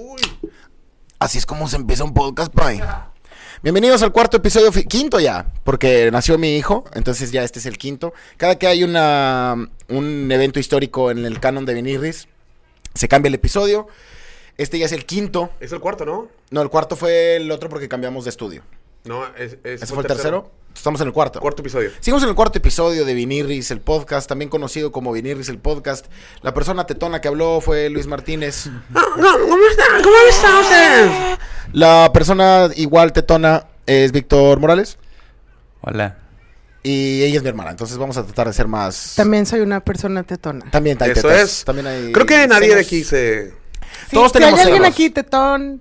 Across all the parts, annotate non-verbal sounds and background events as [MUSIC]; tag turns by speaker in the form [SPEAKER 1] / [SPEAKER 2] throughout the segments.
[SPEAKER 1] Uy. Así es como se empieza un podcast, Pai.
[SPEAKER 2] Bienvenidos al cuarto episodio, fi- quinto ya, porque nació mi hijo, entonces ya este es el quinto. Cada que hay una, un evento histórico en el canon de Benirris, se cambia el episodio. Este ya es el quinto.
[SPEAKER 3] Es el cuarto, ¿no?
[SPEAKER 2] No, el cuarto fue el otro porque cambiamos de estudio.
[SPEAKER 3] No, es, es-
[SPEAKER 2] ¿Ese fue el tercero? Estamos en el cuarto.
[SPEAKER 3] Cuarto
[SPEAKER 2] [LAUGHS]
[SPEAKER 3] episodio.
[SPEAKER 2] Seguimos en el cuarto episodio de Vinirris, el podcast, también conocido como Vinirris, el podcast. La persona tetona que habló fue Luis Martínez.
[SPEAKER 3] Ah, ¿Cómo están? ¿Cómo están ustedes?
[SPEAKER 2] La persona igual tetona es Víctor Morales.
[SPEAKER 4] Hola.
[SPEAKER 2] Y ella es mi hermana, entonces vamos a tratar de ser más...
[SPEAKER 5] También soy una persona tetona.
[SPEAKER 2] También hay
[SPEAKER 3] Eso
[SPEAKER 2] tetas,
[SPEAKER 3] es.
[SPEAKER 2] También hay
[SPEAKER 3] Creo que nadie de
[SPEAKER 2] senos
[SPEAKER 3] aquí se...
[SPEAKER 5] Sí,
[SPEAKER 2] Todos
[SPEAKER 5] si
[SPEAKER 2] tenemos
[SPEAKER 5] hay alguien
[SPEAKER 2] celos.
[SPEAKER 5] aquí tetón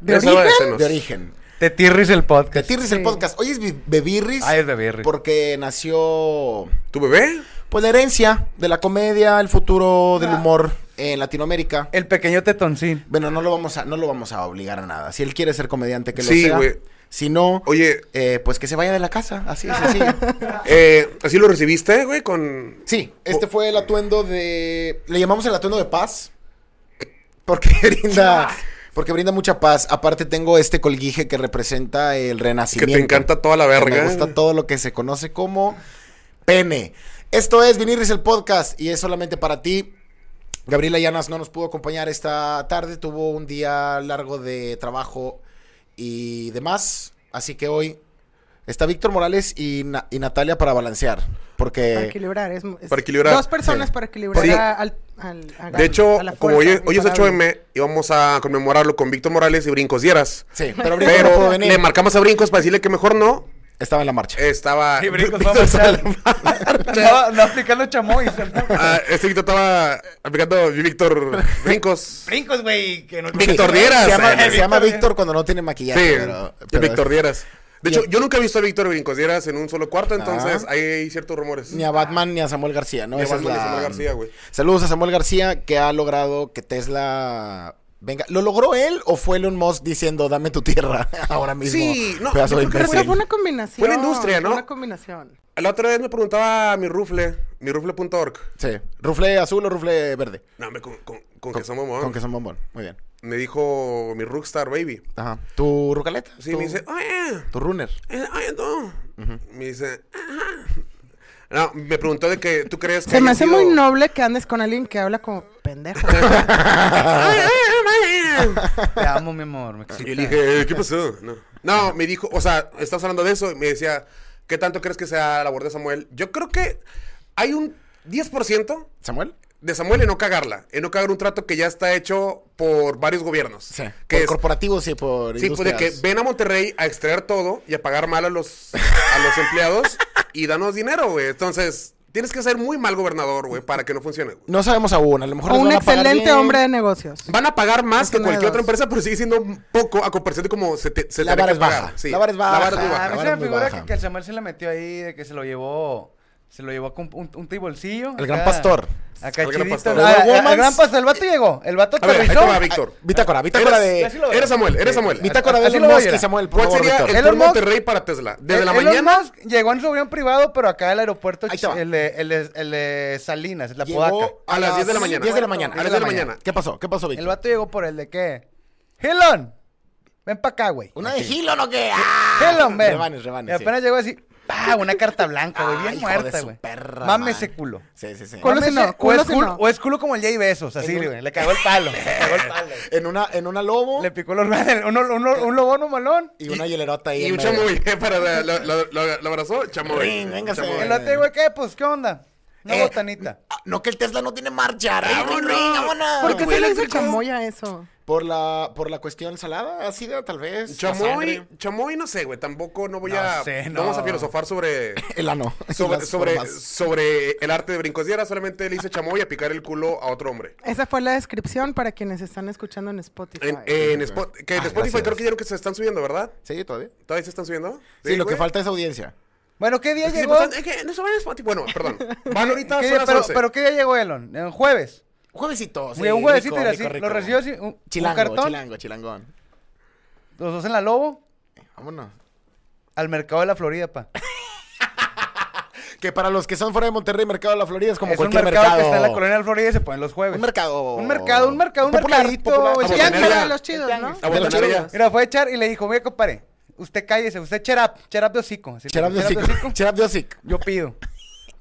[SPEAKER 5] de
[SPEAKER 3] Ya sabe,
[SPEAKER 5] origen,
[SPEAKER 3] senos.
[SPEAKER 2] De origen.
[SPEAKER 4] Te tirris el podcast.
[SPEAKER 2] Betirris el
[SPEAKER 5] Sí.
[SPEAKER 2] podcast. Hoy es bi- Bebirris.
[SPEAKER 4] Ah, es Bebirris.
[SPEAKER 2] Porque nació...
[SPEAKER 3] ¿Tu bebé?
[SPEAKER 2] Pues la herencia de la comedia, el futuro
[SPEAKER 5] Ah.
[SPEAKER 2] del humor en Latinoamérica.
[SPEAKER 4] El pequeño tetoncín.
[SPEAKER 2] Bueno, no lo vamos a, no lo vamos a obligar a nada. Si él quiere ser comediante, que lo
[SPEAKER 3] Sí,
[SPEAKER 2] sea.
[SPEAKER 3] güey.
[SPEAKER 2] Si no,
[SPEAKER 3] Oye,
[SPEAKER 2] eh, pues que se vaya de la casa. Así es sencillo.
[SPEAKER 5] [LAUGHS]
[SPEAKER 3] eh, ¿así lo recibiste, güey? Con...
[SPEAKER 2] sí, este fue el atuendo de. Le llamamos el atuendo de paz. Porque [LAUGHS] brinda. Porque brinda mucha paz. Aparte, tengo este colguije que representa el
[SPEAKER 3] Que
[SPEAKER 2] renacimiento.
[SPEAKER 3] te encanta toda la
[SPEAKER 2] Que
[SPEAKER 3] verga.
[SPEAKER 2] Me gusta todo lo que se conoce como pene. Esto es Vinirris el podcast y es solamente para ti. Gabriela Llanas no nos pudo acompañar esta tarde, tuvo un día largo de trabajo y demás, así que hoy está Víctor Morales y, Na- y Natalia para balancear,
[SPEAKER 5] para
[SPEAKER 2] porque
[SPEAKER 5] equilibrar. Es, es
[SPEAKER 3] Eh, Para equilibrar,
[SPEAKER 5] Dos personas
[SPEAKER 2] sí.
[SPEAKER 5] para equilibrar
[SPEAKER 3] Sí.
[SPEAKER 5] a- al, al- a-
[SPEAKER 3] De hecho,
[SPEAKER 5] a la
[SPEAKER 3] como hoy,
[SPEAKER 5] fuerza
[SPEAKER 3] es- hoy es
[SPEAKER 5] imparable.
[SPEAKER 3] 8M, íbamos a conmemorarlo con Víctor Morales y Brincos Dieras.
[SPEAKER 2] sí, pero, Brincos no pudo
[SPEAKER 3] Pero
[SPEAKER 2] venir.
[SPEAKER 3] le marcamos a Brincos para decirle que mejor no.
[SPEAKER 2] estaba en la marcha.
[SPEAKER 3] Estaba...
[SPEAKER 4] Sí, Ah, Brincos
[SPEAKER 3] Eh, Víctor
[SPEAKER 4] vamos a-
[SPEAKER 2] [LAUGHS]
[SPEAKER 3] estaba-
[SPEAKER 4] No, no aplicando chamoy.
[SPEAKER 3] [LAUGHS] Ah, este Víctor estaba aplicando Víctor Brincos.
[SPEAKER 4] [LAUGHS] Brincos, güey. Que no...
[SPEAKER 3] Víctor
[SPEAKER 2] Sí,
[SPEAKER 3] Dieras.
[SPEAKER 2] Se llama,
[SPEAKER 3] Eh,
[SPEAKER 2] se llama
[SPEAKER 4] Víctor
[SPEAKER 2] Víctor cuando no tiene maquillaje.
[SPEAKER 3] Sí,
[SPEAKER 2] pero-
[SPEAKER 3] el
[SPEAKER 2] pero-
[SPEAKER 3] Víctor Dieras. De hecho,
[SPEAKER 2] Bien.
[SPEAKER 3] yo nunca he visto a Víctor Brincos Dieras en un solo cuarto,
[SPEAKER 2] Ajá.
[SPEAKER 3] entonces ahí hay ciertos rumores.
[SPEAKER 2] Ni a Batman ni a Samuel García, ¿no?
[SPEAKER 3] Ni a
[SPEAKER 2] Esa es
[SPEAKER 3] Batman ni a
[SPEAKER 2] la-
[SPEAKER 3] Samuel García, güey.
[SPEAKER 2] Saludos a Samuel García que ha logrado que Tesla venga. ¿Lo logró él o fue Elon Musk diciendo dame tu tierra [LAUGHS] ahora mismo?
[SPEAKER 3] Sí, no,
[SPEAKER 2] pedazo
[SPEAKER 3] yo
[SPEAKER 2] de
[SPEAKER 3] creo que
[SPEAKER 5] Pero
[SPEAKER 2] imbécil"?
[SPEAKER 5] fue una combinación.
[SPEAKER 3] Fue la industria, ¿no?
[SPEAKER 5] fue Una combinación.
[SPEAKER 3] La otra vez me preguntaba mi rufle, mi rufle.org.
[SPEAKER 2] Sí. ¿Rufle azul o rufle verde?
[SPEAKER 3] No, hombre, con, con, con,
[SPEAKER 2] Con-
[SPEAKER 3] queso mamón.
[SPEAKER 2] Con queso bombón. Muy bien.
[SPEAKER 3] Me dijo mi rockstar baby.
[SPEAKER 2] Ajá. ¿Tu rucaleta?
[SPEAKER 3] Sí,
[SPEAKER 2] ¿Tu-
[SPEAKER 3] me dice, oye,
[SPEAKER 2] ¿Tu runner?
[SPEAKER 3] eh, oye, tú. Me dice, "Ajá". No, me preguntó de que tú crees que.
[SPEAKER 5] Se me
[SPEAKER 3] haya
[SPEAKER 5] hace
[SPEAKER 3] sido-
[SPEAKER 5] muy noble que andes con alguien que habla como pendejo.
[SPEAKER 3] [LAUGHS] "Ay, ay, vale".
[SPEAKER 4] Te amo, mi amor. Me
[SPEAKER 3] Y
[SPEAKER 4] excita.
[SPEAKER 3] yo le dije, "Eh, ¿qué pasó? No. No, me dijo, o sea, estás hablando de eso. Y me decía, ¿qué tanto crees que sea la labor de Samuel? Yo creo que hay un 10%
[SPEAKER 2] ¿Samuel?
[SPEAKER 3] de Samuel en no cagarla, en no cagar un trato que ya está hecho por varios gobiernos.
[SPEAKER 2] Sí.
[SPEAKER 3] Que
[SPEAKER 2] Por
[SPEAKER 3] es-
[SPEAKER 2] corporativos y por
[SPEAKER 3] Sí, pues de que
[SPEAKER 2] industrias.
[SPEAKER 3] ven a Monterrey a extraer todo y a pagar mal a los, a los empleados y danos dinero, güey. Entonces, tienes que ser muy mal gobernador, güey, para que no funcione. güey.
[SPEAKER 2] No sabemos aún. A lo mejor
[SPEAKER 5] o
[SPEAKER 2] les
[SPEAKER 5] un
[SPEAKER 2] van a pagar
[SPEAKER 5] excelente
[SPEAKER 2] bien.
[SPEAKER 5] hombre de negocios.
[SPEAKER 3] Van a pagar más
[SPEAKER 5] Es
[SPEAKER 3] que
[SPEAKER 5] una de
[SPEAKER 3] cualquier otra
[SPEAKER 5] dos.
[SPEAKER 3] empresa, pero sigue siendo poco a comparación de como se te se
[SPEAKER 2] La
[SPEAKER 3] tiene
[SPEAKER 2] vara
[SPEAKER 3] que
[SPEAKER 2] es baja.
[SPEAKER 3] pagar. Sí,
[SPEAKER 2] La vara es baja.
[SPEAKER 3] es muy
[SPEAKER 4] Ah, a mí
[SPEAKER 2] Ahora
[SPEAKER 4] se
[SPEAKER 2] es
[SPEAKER 4] me
[SPEAKER 2] muy
[SPEAKER 4] figura
[SPEAKER 2] baja.
[SPEAKER 4] que, que el Samuel se la metió ahí, de que se lo llevó. Se lo llevó con un, un tibolsillo.
[SPEAKER 2] El gran pastor.
[SPEAKER 4] Acá
[SPEAKER 3] El gran
[SPEAKER 4] chidito.
[SPEAKER 3] pastor.
[SPEAKER 4] Ah,
[SPEAKER 2] Los
[SPEAKER 4] ah,
[SPEAKER 2] Womans.
[SPEAKER 4] el gran pastor. El vato llegó. El vato
[SPEAKER 3] A ver, ahí te
[SPEAKER 4] aterrizó.
[SPEAKER 3] va, Víctor.
[SPEAKER 2] Bitácora, bitácora
[SPEAKER 3] Eres-
[SPEAKER 2] de...
[SPEAKER 4] así lo veo.
[SPEAKER 3] Eres Samuel, eres
[SPEAKER 4] Sí.
[SPEAKER 3] Samuel. Ah,
[SPEAKER 2] Bitácora de
[SPEAKER 4] Así
[SPEAKER 2] Elon
[SPEAKER 4] lo voy a
[SPEAKER 2] Musk y
[SPEAKER 4] llenar.
[SPEAKER 2] Samuel, por
[SPEAKER 3] ¿Cuál
[SPEAKER 2] favor,
[SPEAKER 3] sería
[SPEAKER 2] Víctor.
[SPEAKER 3] el
[SPEAKER 4] Elon
[SPEAKER 3] tour
[SPEAKER 4] Musk-
[SPEAKER 3] Monterrey para Tesla? ¿Desde
[SPEAKER 4] El-
[SPEAKER 3] la
[SPEAKER 4] Elon
[SPEAKER 3] mañana?
[SPEAKER 4] Musk llegó en su avión privado, pero acá el aeropuerto,
[SPEAKER 2] Ahí te va.
[SPEAKER 4] el de, el de- el de Salinas, es la
[SPEAKER 2] Llegó
[SPEAKER 4] podaca.
[SPEAKER 3] A las 10 de la mañana.
[SPEAKER 2] 10 de la mañana.
[SPEAKER 3] A las 10 de la mañana.
[SPEAKER 2] ¿Qué pasó? ¿Qué pasó,
[SPEAKER 4] El
[SPEAKER 2] Víctor?
[SPEAKER 4] vato llegó por el de qué. Helon, ven pa' acá, güey.
[SPEAKER 2] ¿Una de Gilo o qué? ¡Ah!
[SPEAKER 4] Helon, ven.
[SPEAKER 2] Rebanes, rebanes,
[SPEAKER 4] Y
[SPEAKER 2] sí.
[SPEAKER 4] apenas llegó así, ¡pah! Una carta blanca, güey,
[SPEAKER 2] Ah,
[SPEAKER 4] bien
[SPEAKER 2] hijo de
[SPEAKER 4] muerta,
[SPEAKER 2] su
[SPEAKER 4] güey.
[SPEAKER 2] perra
[SPEAKER 4] Mame
[SPEAKER 2] madre.
[SPEAKER 4] ese culo.
[SPEAKER 2] Sí, sí, sí.
[SPEAKER 3] [LAUGHS]
[SPEAKER 5] Culo
[SPEAKER 4] Mame
[SPEAKER 5] si no,
[SPEAKER 4] ese- o,
[SPEAKER 5] culo
[SPEAKER 4] es
[SPEAKER 5] si
[SPEAKER 4] culo,
[SPEAKER 5] no.
[SPEAKER 4] o es culo como el Jay Besos, así, güey. Le cagó el palo. le cagó el palo.
[SPEAKER 2] En una, en una lobo
[SPEAKER 4] Le picó los ruedas, un, un, un lobón, un malón.
[SPEAKER 2] y una hielerota ahí.
[SPEAKER 3] Y
[SPEAKER 2] en
[SPEAKER 3] un
[SPEAKER 2] medio.
[SPEAKER 3] chamoy, [LAUGHS] eh, para la- la- la- la- lo abrazó, chamoy.
[SPEAKER 2] Ring, véngase.
[SPEAKER 3] Chamoy.
[SPEAKER 4] El vato llegó, ¿qué? Pues, ¿qué onda? Una
[SPEAKER 2] Eh,
[SPEAKER 4] botanita.
[SPEAKER 2] Ah, no, que el Tesla no tiene marcha. Ring, ring,
[SPEAKER 3] ¡Vámonos!
[SPEAKER 2] ring, vámonos.
[SPEAKER 5] ¿Por qué
[SPEAKER 3] güey,
[SPEAKER 5] se le dice
[SPEAKER 3] eléctrico.
[SPEAKER 5] chamoya eso?
[SPEAKER 2] Por la, por la cuestión salada, ácida, tal vez. la
[SPEAKER 3] Chamoy,
[SPEAKER 2] sangre.
[SPEAKER 3] chamoy, no sé, güey. Tampoco no voy
[SPEAKER 4] No
[SPEAKER 3] a.
[SPEAKER 4] sé,
[SPEAKER 3] no. vamos a
[SPEAKER 4] no.
[SPEAKER 3] filosofar sobre.
[SPEAKER 2] El ano. [LAUGHS] y
[SPEAKER 3] Sobre,
[SPEAKER 2] las
[SPEAKER 3] sobre,
[SPEAKER 2] formas.
[SPEAKER 3] sobre el arte de brincos Diera, solamente le hice chamoy a picar el culo a otro hombre.
[SPEAKER 5] Esa fue la descripción para quienes están escuchando en Spotify.
[SPEAKER 3] En, eh, en Spot- que en
[SPEAKER 2] Ah,
[SPEAKER 3] Spotify
[SPEAKER 2] gracias.
[SPEAKER 3] creo que ya lo que se están subiendo, ¿verdad?
[SPEAKER 2] ¿Sí, todavía?
[SPEAKER 3] ¿Todavía se están subiendo?
[SPEAKER 2] Sí, lo que
[SPEAKER 3] güey.
[SPEAKER 2] falta es audiencia.
[SPEAKER 4] Bueno, ¿qué día
[SPEAKER 3] Es que se
[SPEAKER 4] llegó?
[SPEAKER 3] pasan- es que no se van a Spotify. Bueno, perdón. Van
[SPEAKER 4] [LAUGHS]
[SPEAKER 3] ahorita
[SPEAKER 4] ¿Qué
[SPEAKER 3] a
[SPEAKER 4] día-
[SPEAKER 3] las
[SPEAKER 4] pero,
[SPEAKER 3] 11.
[SPEAKER 4] pero ¿qué día llegó Elon? ¿En jueves?
[SPEAKER 2] Juevesito.
[SPEAKER 4] Llegó un juevesito y así, lo recibió así, un- un
[SPEAKER 2] chilango,
[SPEAKER 4] cartón.
[SPEAKER 2] chilango, chilangón.
[SPEAKER 4] Los dos en la Lobo,
[SPEAKER 2] Vámonos.
[SPEAKER 4] al mercado de la Florida, pa.
[SPEAKER 2] Que para los que son fuera de Monterrey, Mercado de la Florida es como
[SPEAKER 4] es un
[SPEAKER 2] cualquier
[SPEAKER 4] mercado,
[SPEAKER 2] mercado.
[SPEAKER 4] que está en la colonia de la Florida y se ponen los jueves.
[SPEAKER 2] Un mercado.
[SPEAKER 4] Un mercado, un mercado, un
[SPEAKER 2] Popular,
[SPEAKER 4] mercadito,
[SPEAKER 2] popular.
[SPEAKER 3] Vamos
[SPEAKER 4] güey.
[SPEAKER 3] a
[SPEAKER 5] Pues Ya
[SPEAKER 3] tener
[SPEAKER 5] para
[SPEAKER 3] ya-
[SPEAKER 5] los chidos, ¿no?
[SPEAKER 3] A botanera.
[SPEAKER 4] Mira, fue a echar y le dijo, mire, compadre, usted cállese, usted cherap, cherap de hocico. Así le
[SPEAKER 2] Cherap
[SPEAKER 4] dijo,
[SPEAKER 2] de hocico. Cherap de hocico.
[SPEAKER 4] Yo pido.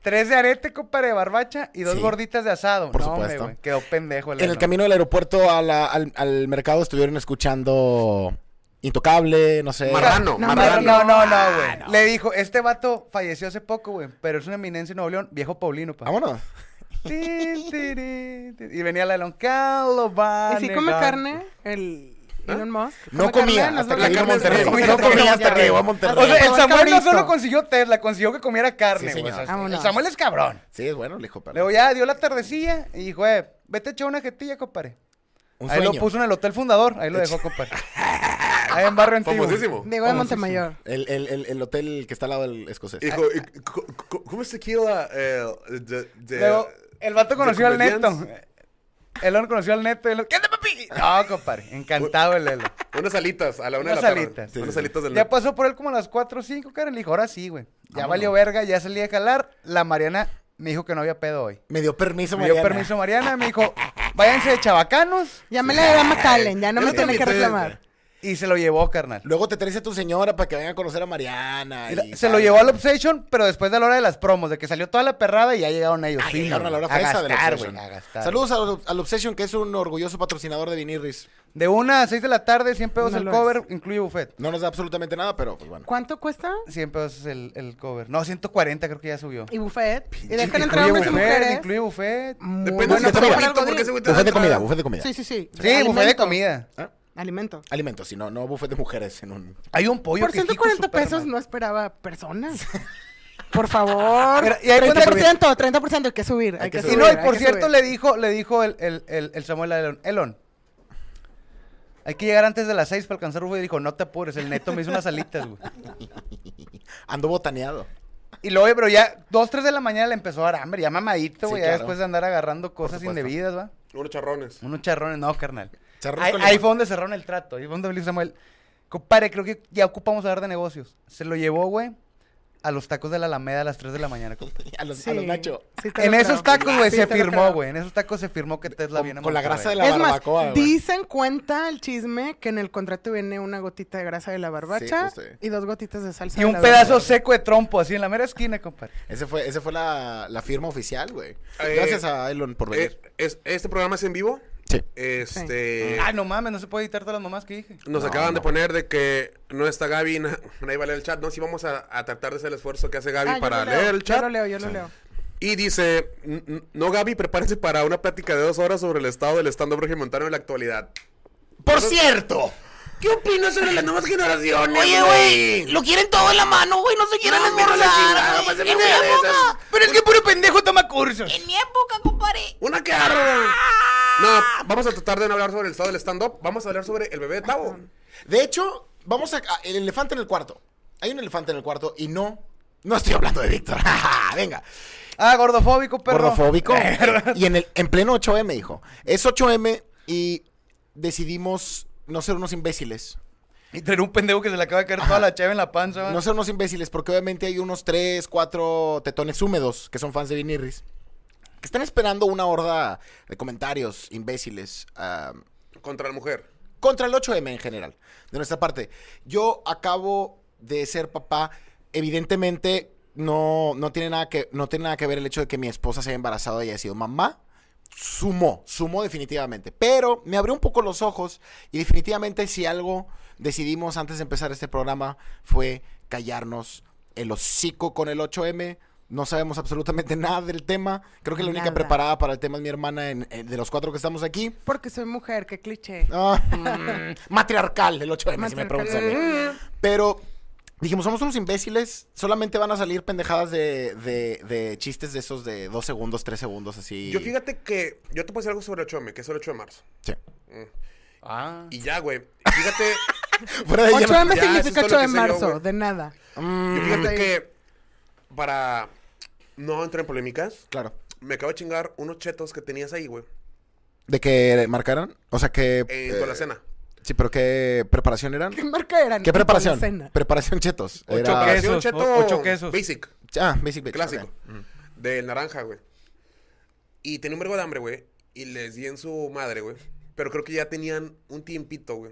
[SPEAKER 4] Tres de arete, compadre, de barbacha y dos
[SPEAKER 2] Sí.
[SPEAKER 4] gorditas de asado.
[SPEAKER 2] Por
[SPEAKER 4] no, hombre,
[SPEAKER 2] supuesto.
[SPEAKER 4] güey, quedó pendejo el
[SPEAKER 2] En el
[SPEAKER 4] ano.
[SPEAKER 2] camino del aeropuerto a la- al, al mercado estuvieron escuchando Intocable, no sé. Ah,
[SPEAKER 3] Marrano,
[SPEAKER 5] No,
[SPEAKER 4] No,
[SPEAKER 3] marrano.
[SPEAKER 4] no, no, no, güey. Le dijo, este vato falleció hace poco, güey, pero es una eminencia en Nuevo León, viejo Paulino, pa.
[SPEAKER 2] Vámonos.
[SPEAKER 4] Tin, tirin, tin. Y venía la Loncalo, va.
[SPEAKER 5] ¿Y si come carne el
[SPEAKER 3] ¿Ah?
[SPEAKER 5] Elon Musk?
[SPEAKER 2] No
[SPEAKER 5] ¿Come
[SPEAKER 2] comía
[SPEAKER 5] carne?
[SPEAKER 2] hasta
[SPEAKER 5] Nos
[SPEAKER 2] que
[SPEAKER 5] va-
[SPEAKER 2] llegó a
[SPEAKER 3] carne
[SPEAKER 2] Monterrey.
[SPEAKER 3] no comía.
[SPEAKER 2] No comía hasta que llegó a
[SPEAKER 5] Hasta
[SPEAKER 4] O sea,
[SPEAKER 5] que
[SPEAKER 2] Monterrey.
[SPEAKER 5] llegó
[SPEAKER 4] el Samuel no
[SPEAKER 5] cabrito.
[SPEAKER 4] solo consiguió Tesla, consiguió que comiera carne,
[SPEAKER 2] Sí,
[SPEAKER 4] güey. o sea,
[SPEAKER 5] señor.
[SPEAKER 4] el Samuel es cabrón.
[SPEAKER 2] Sí, es bueno, le dijo. pero-
[SPEAKER 4] Luego ya dio la tardecilla y dijo, eh, vete a echar una jetilla, compadre.
[SPEAKER 2] Un
[SPEAKER 4] ahí lo
[SPEAKER 2] sueño.
[SPEAKER 4] puso en el Hotel Fundador, ahí lo dejó, compadre. ahí en Barrio Antiguo.
[SPEAKER 3] Famosísimo.
[SPEAKER 5] Llegó
[SPEAKER 4] Oh,
[SPEAKER 5] de Montemayor.
[SPEAKER 2] El, el, el, el hotel que está al lado del escocés.
[SPEAKER 4] Ah.
[SPEAKER 3] Dijo, eh, co- co- ¿cómo se queda el de, de-
[SPEAKER 4] Luego, el vato
[SPEAKER 3] de
[SPEAKER 4] conoció al Neto.
[SPEAKER 3] comedians?
[SPEAKER 4] Elon conoció al Neto y lo, ¿qué onda, papi? No, compadre, encantado el Elon.
[SPEAKER 3] Unas alitas a la una
[SPEAKER 4] Unas
[SPEAKER 3] de la tarde.
[SPEAKER 4] alitas.
[SPEAKER 3] Unas alitas del
[SPEAKER 4] Ya pues, pasó por él como a las 4 o 5, Karen. Le dijo, ahora sí, güey. Ya valió verga, ya salí a jalar. La Mariana me dijo que no había pedo hoy.
[SPEAKER 2] Me dio permiso,
[SPEAKER 4] Me dio
[SPEAKER 2] Mariana.
[SPEAKER 4] permiso Mariana, me dijo, váyanse de chabacanos.
[SPEAKER 5] Ya me la dará McAllen, ya no
[SPEAKER 3] Yo
[SPEAKER 5] me
[SPEAKER 3] no
[SPEAKER 5] tiene que
[SPEAKER 3] comí,
[SPEAKER 5] reclamar.
[SPEAKER 4] Y se lo llevó, carnal.
[SPEAKER 2] Luego te traes a tu señora para que vayan a conocer a Mariana.
[SPEAKER 4] Y
[SPEAKER 2] y
[SPEAKER 4] la- se
[SPEAKER 2] tal.
[SPEAKER 4] lo llevó al Obsession, pero después de la hora de las promos, de que salió toda la perrada y ya llegaron ellos.
[SPEAKER 2] Ahí
[SPEAKER 4] fino,
[SPEAKER 2] llegaron a la hora
[SPEAKER 4] güey.
[SPEAKER 2] fresa del
[SPEAKER 4] gastar,
[SPEAKER 2] Obsession.
[SPEAKER 4] güey, a gastar.
[SPEAKER 2] Saludos al, al Obsession, que es un orgulloso patrocinador de Vinirris.
[SPEAKER 4] De 1 a 6 de la tarde, 100 pesos
[SPEAKER 5] No
[SPEAKER 4] el
[SPEAKER 5] lo
[SPEAKER 4] cover, incluye buffet.
[SPEAKER 2] No nos da absolutamente nada, pero pues bueno.
[SPEAKER 5] ¿Cuánto cuesta?
[SPEAKER 4] 100 pesos el, el cover. No, 140 creo que ya subió.
[SPEAKER 5] Y buffet. Y dejan
[SPEAKER 3] incluye
[SPEAKER 5] entrar hombres y
[SPEAKER 4] buffet,
[SPEAKER 5] mujeres.
[SPEAKER 4] incluye buffet.
[SPEAKER 5] Muy
[SPEAKER 3] Depende
[SPEAKER 5] bueno,
[SPEAKER 3] si está
[SPEAKER 4] pues,
[SPEAKER 2] también.
[SPEAKER 5] pero para
[SPEAKER 3] bonito,
[SPEAKER 5] algo
[SPEAKER 3] porque
[SPEAKER 5] de-
[SPEAKER 3] ese güey te va a
[SPEAKER 2] Buffet de
[SPEAKER 3] entrar.
[SPEAKER 2] comida, buffet de comida.
[SPEAKER 5] Sí, sí, sí.
[SPEAKER 4] Ah, Sí, buffet de
[SPEAKER 5] Alimento.
[SPEAKER 4] comida.
[SPEAKER 5] Alimento.
[SPEAKER 2] Alimentos, si no, no buffet de mujeres en un...
[SPEAKER 4] Hay un pollo
[SPEAKER 5] Por
[SPEAKER 4] que jico
[SPEAKER 5] 140
[SPEAKER 4] Superman.
[SPEAKER 5] pesos no esperaba personas. Por favor.
[SPEAKER 4] Mira, y ahí cuando-
[SPEAKER 5] 30%, 30% hay que subir. Hay que
[SPEAKER 4] Y
[SPEAKER 5] subir.
[SPEAKER 4] no, y
[SPEAKER 5] hay
[SPEAKER 4] por
[SPEAKER 5] que
[SPEAKER 4] cierto,
[SPEAKER 5] subir.
[SPEAKER 4] le dijo, le dijo el, el, el, el Samuel a Elon, Elon, hay que llegar antes de las 6 para alcanzar Rufo. Y dijo, no te apures, el neto me hizo unas alitas, güey.
[SPEAKER 2] Ando botaneado.
[SPEAKER 4] Y luego, pero ya, 2, 3 de la mañana le empezó a dar hambre, ya mamadito,
[SPEAKER 2] Sí,
[SPEAKER 4] güey. Ya
[SPEAKER 2] claro.
[SPEAKER 4] después de andar agarrando cosas
[SPEAKER 2] supuesto.
[SPEAKER 4] indebidas, ¿va?
[SPEAKER 3] Unos charrones.
[SPEAKER 4] Unos charrones, no, carnal.
[SPEAKER 2] Charros
[SPEAKER 4] Ahí,
[SPEAKER 2] con
[SPEAKER 4] ahí
[SPEAKER 2] limón.
[SPEAKER 4] fue donde cerraron el trato. Ahí fue donde le dijo Samuel, compadre, creo que ya ocupamos hablar de negocios. Se lo llevó, güey, a los tacos de la Alameda a las 3 de la mañana, compadre.
[SPEAKER 2] A los,
[SPEAKER 5] Sí.
[SPEAKER 2] a los Nacho.
[SPEAKER 5] Sí, te
[SPEAKER 4] En
[SPEAKER 5] lo
[SPEAKER 4] esos
[SPEAKER 5] creo.
[SPEAKER 4] tacos, güey,
[SPEAKER 5] Sí,
[SPEAKER 4] se
[SPEAKER 5] te lo
[SPEAKER 4] firmó,
[SPEAKER 5] creo.
[SPEAKER 4] güey. En esos tacos se firmó que Tesla
[SPEAKER 2] Con-
[SPEAKER 4] viene a
[SPEAKER 2] con la
[SPEAKER 4] Monterrey.
[SPEAKER 2] grasa de la-
[SPEAKER 5] Es más,
[SPEAKER 2] barbacoa, güey.
[SPEAKER 5] dicen cuenta el chisme que en el contrato viene una gotita de grasa de la barbacha
[SPEAKER 2] Sí, justo.
[SPEAKER 5] y dos gotitas de salsa.
[SPEAKER 4] Y
[SPEAKER 5] de
[SPEAKER 4] un
[SPEAKER 5] la
[SPEAKER 4] pedazo
[SPEAKER 5] barbacha.
[SPEAKER 4] seco de trompo, así en la mera esquina, compadre.
[SPEAKER 2] Ese fue, ese fue la, la firma oficial, güey.
[SPEAKER 3] Eh,
[SPEAKER 2] Gracias a Elon por venir.
[SPEAKER 3] Eh, es- este programa es en vivo.
[SPEAKER 2] sí. Eh.
[SPEAKER 3] Este.
[SPEAKER 4] Ah, no mames, no se puede editar todas las mamás que dije.
[SPEAKER 3] Nos
[SPEAKER 2] No,
[SPEAKER 3] acaban de
[SPEAKER 2] no.
[SPEAKER 3] poner de que no está Gaby, na- nadie va a leer el chat, ¿no? Sí vamos a, a tratar de hacer el esfuerzo que hace Gaby
[SPEAKER 5] Ah, yo
[SPEAKER 3] para
[SPEAKER 5] lo leo,
[SPEAKER 3] leer el chat.
[SPEAKER 5] Yo lo leo, yo lo leo.
[SPEAKER 3] Y dice, "N- n- no Gaby, prepárense para una plática de dos horas sobre el estado del stand-up regimontano en la actualidad.
[SPEAKER 1] Por cierto.
[SPEAKER 3] ¿Qué opinas sobre las nuevas generaciones,
[SPEAKER 1] Oye, güey, lo quieren todo en la mano, güey, no se quieren
[SPEAKER 3] No, mira la chingada,
[SPEAKER 1] esforzar.
[SPEAKER 3] pues,
[SPEAKER 1] güey.
[SPEAKER 3] se
[SPEAKER 1] En mi
[SPEAKER 3] me obedece.
[SPEAKER 1] época,
[SPEAKER 4] Pero es que puro pendejo toma cursos.
[SPEAKER 1] en mi época, compadre.
[SPEAKER 3] ¡Una carga!
[SPEAKER 4] Ah.
[SPEAKER 3] No, vamos a tratar de no hablar sobre el estado del stand-up, vamos a hablar sobre el bebé de Tavo.
[SPEAKER 2] De hecho, vamos a, a- El elefante en el cuarto. Hay un elefante en el cuarto y no. No estoy hablando de Víctor. [LAUGHS] Venga.
[SPEAKER 4] Ah, gordofóbico, perro.
[SPEAKER 2] Gordofóbico. y en, el, en pleno 8M, hijo. Es 8M y decidimos no ser unos imbéciles.
[SPEAKER 4] Y tener un pendejo que se le acaba de caer toda la chave en la panza.
[SPEAKER 2] No
[SPEAKER 4] No
[SPEAKER 2] ser unos imbéciles, porque obviamente hay unos 3, 4 tetones húmedos que son fans de Vinirris. Que están esperando una horda de comentarios imbéciles. ah,
[SPEAKER 3] Contra la mujer.
[SPEAKER 2] contra el 8M en general, de nuestra parte. Yo acabo de ser papá, evidentemente no, no, tiene nada que, no tiene nada que ver el hecho de que mi esposa se haya embarazado y haya sido mamá. Sumó, sumó definitivamente. Pero me abrió un poco los ojos y definitivamente si algo decidimos antes de empezar este programa fue callarnos el hocico con el 8M. No sabemos absolutamente [LAUGHS] nada del tema. Creo que la única
[SPEAKER 5] Nada.
[SPEAKER 2] preparada para el tema es mi hermana en- en- de los cuatro que estamos aquí.
[SPEAKER 5] Porque soy mujer, qué cliché.
[SPEAKER 2] Ah, mm, matriarcal el 8M, si me preguntas a mí.
[SPEAKER 5] Mm.
[SPEAKER 2] Pero dijimos, somos unos imbéciles, solamente van a salir pendejadas de, de- de chistes de esos de dos segundos, tres segundos, así.
[SPEAKER 3] Yo fíjate que, yo te puedo decir algo sobre el 8M, que es el 8 de marzo.
[SPEAKER 2] Sí.
[SPEAKER 4] Ah.
[SPEAKER 3] Y ya, güey, fíjate...
[SPEAKER 2] Fuera de ella,
[SPEAKER 3] Ya,
[SPEAKER 5] 8M
[SPEAKER 3] eso
[SPEAKER 5] significa
[SPEAKER 3] es todo lo
[SPEAKER 5] 8 de
[SPEAKER 3] que sé yo,
[SPEAKER 5] marzo,
[SPEAKER 3] güey.
[SPEAKER 5] de nada. [LAUGHS]
[SPEAKER 3] Yo
[SPEAKER 2] Mm.
[SPEAKER 5] Sí.
[SPEAKER 3] fíjate que para no entrar en polémicas,
[SPEAKER 2] Claro.
[SPEAKER 3] me acabo de chingar unos chetos que tenías ahí, güey,
[SPEAKER 2] ¿De que marcaron? O sea que...
[SPEAKER 3] en
[SPEAKER 2] eh,
[SPEAKER 3] toda la cena.
[SPEAKER 2] Sí, pero ¿qué preparación eran?
[SPEAKER 5] ¿Qué marca eran?
[SPEAKER 2] ¿Qué preparación?
[SPEAKER 5] Cena.
[SPEAKER 2] Preparación chetos.
[SPEAKER 4] Ocho
[SPEAKER 2] Era-
[SPEAKER 4] quesos.
[SPEAKER 3] Preparación cheto
[SPEAKER 4] o- ocho quesos.
[SPEAKER 3] Basic,
[SPEAKER 2] Ah, basic bitch,
[SPEAKER 3] clásico.
[SPEAKER 2] ok.
[SPEAKER 3] Del naranja, güey. Y tenía un vergo de hambre, güey. Y les di en su madre, güey. Pero creo que ya tenían un tiempito, güey.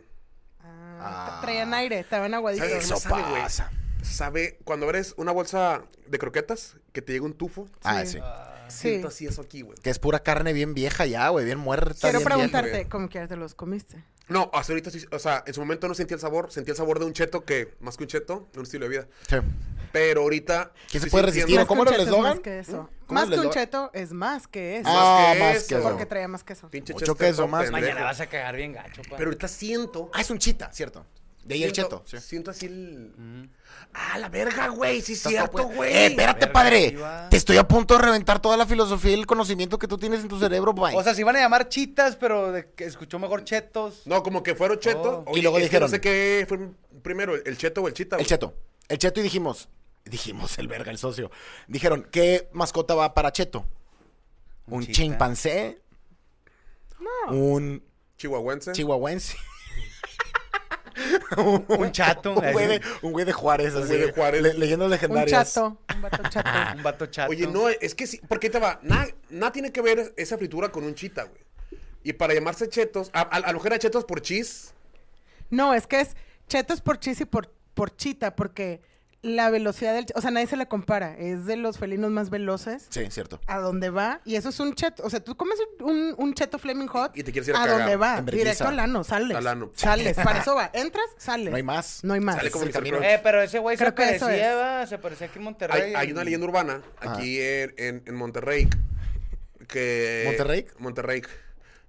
[SPEAKER 5] Ah, Traían aire, estaban aguaditos.
[SPEAKER 3] ¿Sabes
[SPEAKER 2] Eso
[SPEAKER 3] qué sabe, güey?
[SPEAKER 2] pasa.
[SPEAKER 3] Sabe, cuando abres una bolsa de croquetas, que te llega un tufo.
[SPEAKER 2] Ah,
[SPEAKER 5] Sí.
[SPEAKER 2] sí.
[SPEAKER 5] Sí.
[SPEAKER 3] Siento así eso aquí, güey.
[SPEAKER 2] Que es pura carne bien vieja ya, güey, bien muerta.
[SPEAKER 5] Quiero
[SPEAKER 2] bien
[SPEAKER 5] preguntarte,
[SPEAKER 3] güey.
[SPEAKER 5] ¿cómo quieres te los comiste?
[SPEAKER 3] No, hasta ahorita, sí- o sea, en su momento no sentí el sabor. Sentí el sabor de un cheto que, más que un cheto, de un estilo de vida.
[SPEAKER 2] vieja. Sí.
[SPEAKER 3] Pero ahorita...
[SPEAKER 2] ¿Quién se
[SPEAKER 3] estoy sintiendo-
[SPEAKER 2] puede resistir?
[SPEAKER 5] Más
[SPEAKER 2] ¿cómo
[SPEAKER 5] que
[SPEAKER 2] era
[SPEAKER 5] un
[SPEAKER 2] el
[SPEAKER 5] cheto es
[SPEAKER 2] eslogan?
[SPEAKER 5] Más que eso.
[SPEAKER 2] ¿Cómo
[SPEAKER 5] Más
[SPEAKER 2] era
[SPEAKER 5] que
[SPEAKER 2] el
[SPEAKER 5] un
[SPEAKER 2] eslogan?
[SPEAKER 5] cheto es más que eso.
[SPEAKER 2] Ah,
[SPEAKER 3] que
[SPEAKER 2] más
[SPEAKER 3] eso.
[SPEAKER 2] que eso.
[SPEAKER 5] porque traía más queso.
[SPEAKER 3] Pinche
[SPEAKER 2] Mucho
[SPEAKER 3] cheto
[SPEAKER 2] queso
[SPEAKER 3] todo
[SPEAKER 2] más.
[SPEAKER 3] pendejo.
[SPEAKER 4] Mañana vas a cagar bien gacho, pa.
[SPEAKER 3] Pero ahorita siento...
[SPEAKER 2] Ah, es un chita, cierto. De ahí el
[SPEAKER 3] siento-
[SPEAKER 2] cheto. sí. Mm.
[SPEAKER 3] Siento así el... Ah, la verga, güey. Sí, es
[SPEAKER 2] Estás
[SPEAKER 3] cierto,
[SPEAKER 2] todo pu-
[SPEAKER 3] güey.
[SPEAKER 2] Eh, espérate,
[SPEAKER 4] Verga,
[SPEAKER 2] padre.
[SPEAKER 4] ahí va.
[SPEAKER 2] Te estoy a punto de reventar toda la filosofía y el conocimiento que tú tienes en tu cerebro, güey.
[SPEAKER 4] O sea, si van a llamar chitas, pero de que escuchó mejor chetos.
[SPEAKER 3] No, como que fueron cheto.
[SPEAKER 4] Oh.
[SPEAKER 2] Y luego
[SPEAKER 3] es que
[SPEAKER 2] dijeron-
[SPEAKER 3] No sé qué fue primero, el el cheto o el chita.
[SPEAKER 2] el
[SPEAKER 3] güey.
[SPEAKER 2] cheto. El cheto y dijimos, dijimos el verga, el socio. Dijeron, ¿qué mascota va para cheto?
[SPEAKER 4] Un
[SPEAKER 2] ¿Un
[SPEAKER 4] chita.
[SPEAKER 2] chimpancé? ¿Un
[SPEAKER 3] Chihuahuense.
[SPEAKER 2] chihuahuense?
[SPEAKER 4] Un chato.
[SPEAKER 2] un, güey de, un güey de Juárez, así.
[SPEAKER 3] güey de Juárez.
[SPEAKER 2] le- leyendas
[SPEAKER 5] Un
[SPEAKER 2] legendarias.
[SPEAKER 5] chato, un vato chato.
[SPEAKER 4] [LAUGHS]
[SPEAKER 3] [LAUGHS]
[SPEAKER 4] Un vato chato.
[SPEAKER 3] Oye, no, es que sí. Porque te va. Nada tiene que ver esa fritura con un chita, güey. Y para llamarse chetos. A, a, a lo mejor era chetos por chis.
[SPEAKER 5] No, es que es chetos por chis y por, por chita, porque la velocidad del... ch- O sea, nadie se la compara. Es de los felinos más veloces.
[SPEAKER 2] Sí, cierto.
[SPEAKER 5] A donde va, y eso es un cheto. O sea, tú comes un, un cheto Flaming Hot.
[SPEAKER 3] Y te quieres ir a
[SPEAKER 5] ¿A
[SPEAKER 3] cagar.
[SPEAKER 5] dónde va?
[SPEAKER 2] En vergüenza.
[SPEAKER 5] Directo al ano, sales.
[SPEAKER 3] Al ano. [LAUGHS]
[SPEAKER 5] Sales. Para eso va. Entras, sales.
[SPEAKER 2] No hay más.
[SPEAKER 5] No hay más.
[SPEAKER 3] Sale como
[SPEAKER 2] el
[SPEAKER 3] Mr.
[SPEAKER 2] camino.
[SPEAKER 3] Crunch.
[SPEAKER 4] Eh, pero ese güey se
[SPEAKER 5] Creo que eso
[SPEAKER 4] parecía,
[SPEAKER 5] es.
[SPEAKER 4] va, se parecía aquí en Monterrey.
[SPEAKER 3] Hay, hay una
[SPEAKER 4] en-
[SPEAKER 3] leyenda urbana aquí en, en, en Monterrey. Que.
[SPEAKER 2] ¿Monterrey?
[SPEAKER 3] Monterrey.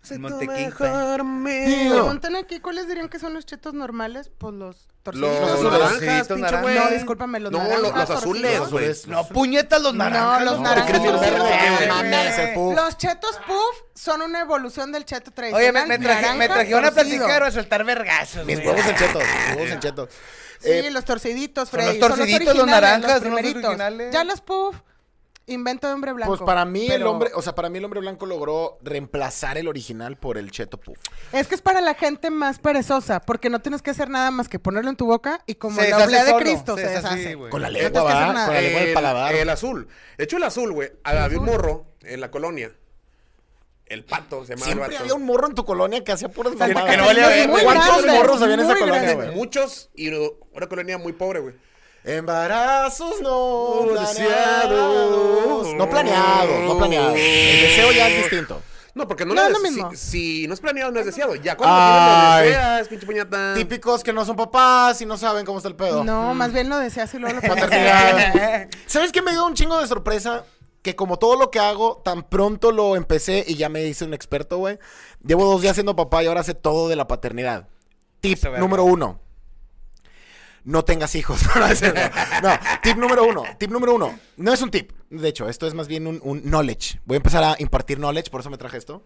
[SPEAKER 3] Soy tu
[SPEAKER 4] Montequinta.
[SPEAKER 3] mejor amigo.
[SPEAKER 5] Preguntan aquí cuáles dirían que son los chetos normales, pues los torcidos.
[SPEAKER 3] Los
[SPEAKER 4] Los
[SPEAKER 3] naranjas,
[SPEAKER 4] naranjitos,
[SPEAKER 3] pinche
[SPEAKER 4] naranjas.
[SPEAKER 3] güey.
[SPEAKER 5] No, discúlpame, los
[SPEAKER 3] No,
[SPEAKER 5] naranjas,
[SPEAKER 3] lo- los
[SPEAKER 5] torcidos.
[SPEAKER 3] azules,
[SPEAKER 2] Los
[SPEAKER 3] güey.
[SPEAKER 2] azules.
[SPEAKER 4] No, puñetas los naranjas.
[SPEAKER 5] los
[SPEAKER 4] no.
[SPEAKER 5] naranjas.
[SPEAKER 3] crees bien
[SPEAKER 5] no,
[SPEAKER 3] verde,
[SPEAKER 5] güey.
[SPEAKER 3] güey.
[SPEAKER 2] Mames, el puff.
[SPEAKER 5] Los chetos puff son una evolución del cheto tradicional.
[SPEAKER 4] Oye, me, me traje, me
[SPEAKER 5] naranja,
[SPEAKER 4] trajeron a
[SPEAKER 5] torcido.
[SPEAKER 4] platicar o a soltar vergazos,
[SPEAKER 2] Mis
[SPEAKER 4] güey.
[SPEAKER 2] huevos en chetos. Mis huevos en chetos.
[SPEAKER 5] Sí,
[SPEAKER 2] Eh,
[SPEAKER 5] los torciditos,
[SPEAKER 4] son los
[SPEAKER 5] Freddy.
[SPEAKER 4] torciditos, los
[SPEAKER 5] originales,
[SPEAKER 4] naranjas, son los
[SPEAKER 5] primeritos.
[SPEAKER 4] originales.
[SPEAKER 5] Ya los puff, invento de hombre blanco.
[SPEAKER 2] Pues para mí el
[SPEAKER 5] pero-
[SPEAKER 2] hombre, o sea, para mí el hombre blanco logró reemplazar el original por el Cheto Puff.
[SPEAKER 5] Es que es para la gente más perezosa, porque no tienes que hacer nada más que ponerlo en tu boca y como
[SPEAKER 4] Se
[SPEAKER 5] la
[SPEAKER 4] deshace
[SPEAKER 5] oblea de
[SPEAKER 4] solo,
[SPEAKER 5] Cristo se,
[SPEAKER 4] se deshace,
[SPEAKER 5] deshace.
[SPEAKER 4] güey.
[SPEAKER 2] Con la
[SPEAKER 5] No
[SPEAKER 2] lengua,
[SPEAKER 5] tienes que hacer
[SPEAKER 2] ¿verdad?
[SPEAKER 5] nada.
[SPEAKER 2] Con la lengua del
[SPEAKER 3] el,
[SPEAKER 2] paladar.
[SPEAKER 3] el azul. De hecho, el azul, güey. Había un morro en la colonia. El pato se llamaba el
[SPEAKER 2] Siempre
[SPEAKER 3] vato.
[SPEAKER 2] había un morro en tu colonia que hacía puras
[SPEAKER 5] Santa
[SPEAKER 2] mamadas.
[SPEAKER 5] Que no valía
[SPEAKER 3] Catarina es verga. muy
[SPEAKER 2] ¿Cuántos
[SPEAKER 5] grande,
[SPEAKER 2] morros había en esa
[SPEAKER 5] muy
[SPEAKER 2] colonia,
[SPEAKER 5] grande.
[SPEAKER 2] güey?
[SPEAKER 3] Muchos y no- una colonia muy pobre, güey.
[SPEAKER 2] Embarazos no planeados.
[SPEAKER 3] deseados.
[SPEAKER 2] No planeados, no planeados. El deseo ya es distinto.
[SPEAKER 3] No, porque no,
[SPEAKER 5] No,
[SPEAKER 3] lo
[SPEAKER 5] es lo
[SPEAKER 3] des-
[SPEAKER 5] mismo.
[SPEAKER 3] Si, si no es planeado, no es deseado. Ya cuando
[SPEAKER 2] Ay.
[SPEAKER 3] tienes lo deseas, pinche puñata.
[SPEAKER 2] Típicos que no son papás y no saben cómo está el pedo.
[SPEAKER 5] No, más bien lo deseas
[SPEAKER 4] [LAUGHS]
[SPEAKER 5] y luego lo
[SPEAKER 2] Paternidad. ¿Sabes qué me dio un chingo de sorpresa? Que como todo lo que hago, tan pronto lo empecé y ya me hice un experto, güey. Llevo dos días siendo papá y ahora sé todo de la paternidad. Tip
[SPEAKER 4] Eso, verga.
[SPEAKER 2] número uno. No tengas hijos. [LAUGHS] No, es cierto. No, tip número uno. Tip número uno. No es un tip. De hecho, esto es más bien un, un knowledge. Voy a empezar a impartir knowledge, por eso me traje esto.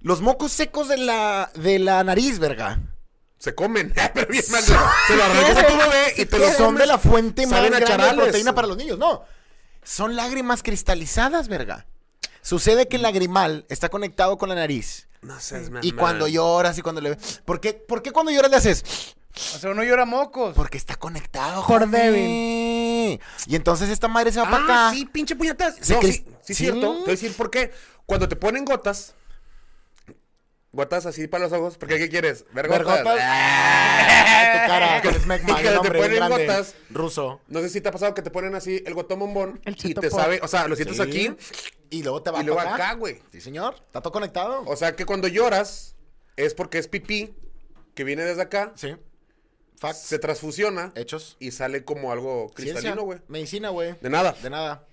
[SPEAKER 2] Los mocos secos de la, de la nariz, verga.
[SPEAKER 3] Se comen. [LAUGHS] Pero bien mal. Se lo arrancas a tu bebé y te lo
[SPEAKER 2] Pero son de la fuente más
[SPEAKER 3] Saben a
[SPEAKER 2] grande de
[SPEAKER 3] charales.
[SPEAKER 2] proteína para los niños. No, son lágrimas cristalizadas, verga. Sucede que el lagrimal está conectado con la nariz.
[SPEAKER 3] No seas
[SPEAKER 2] Y
[SPEAKER 3] mamá.
[SPEAKER 2] cuando lloras y cuando le... ¿Por qué, ¿Por qué cuando lloras le haces?
[SPEAKER 4] O sea, uno llora mocos.
[SPEAKER 2] Porque está conectado,
[SPEAKER 5] Por
[SPEAKER 2] homie. Y entonces esta madre se va para
[SPEAKER 3] Ah,
[SPEAKER 2] acá.
[SPEAKER 3] sí, pinche puñetas.
[SPEAKER 2] Se
[SPEAKER 3] No, sí,
[SPEAKER 2] cre-
[SPEAKER 3] sí,
[SPEAKER 2] sí.
[SPEAKER 3] es cierto. Te voy a decir por qué. Cuando te ponen gotas, gotas así para los ojos, porque ¿qué quieres? Ver gotas. Ah.
[SPEAKER 2] Vergotas. Ay, tu cara.
[SPEAKER 3] Que- [LAUGHS]
[SPEAKER 2] Es Mac
[SPEAKER 3] que
[SPEAKER 2] Mac,
[SPEAKER 3] te
[SPEAKER 2] el hombre bien
[SPEAKER 3] ponen
[SPEAKER 2] grande.
[SPEAKER 3] gotas.
[SPEAKER 2] Ruso.
[SPEAKER 3] No sé si te ha pasado que te ponen así el gotón bombón
[SPEAKER 5] El
[SPEAKER 3] y te
[SPEAKER 5] chitopo.
[SPEAKER 3] sabe, o sea, lo sientes
[SPEAKER 2] Sí.
[SPEAKER 3] aquí
[SPEAKER 2] Y luego te va
[SPEAKER 3] y luego
[SPEAKER 2] para
[SPEAKER 3] acá, güey.
[SPEAKER 2] Sí, señor. Está todo conectado.
[SPEAKER 3] O sea, que cuando lloras es porque es pipí que viene desde acá,
[SPEAKER 2] Sí. Facts.
[SPEAKER 3] se transfusiona
[SPEAKER 2] Hechos.
[SPEAKER 3] y sale como algo
[SPEAKER 2] Ciencia.
[SPEAKER 3] cristalino, güey.
[SPEAKER 2] Medicina, güey.
[SPEAKER 3] De nada.
[SPEAKER 2] De nada.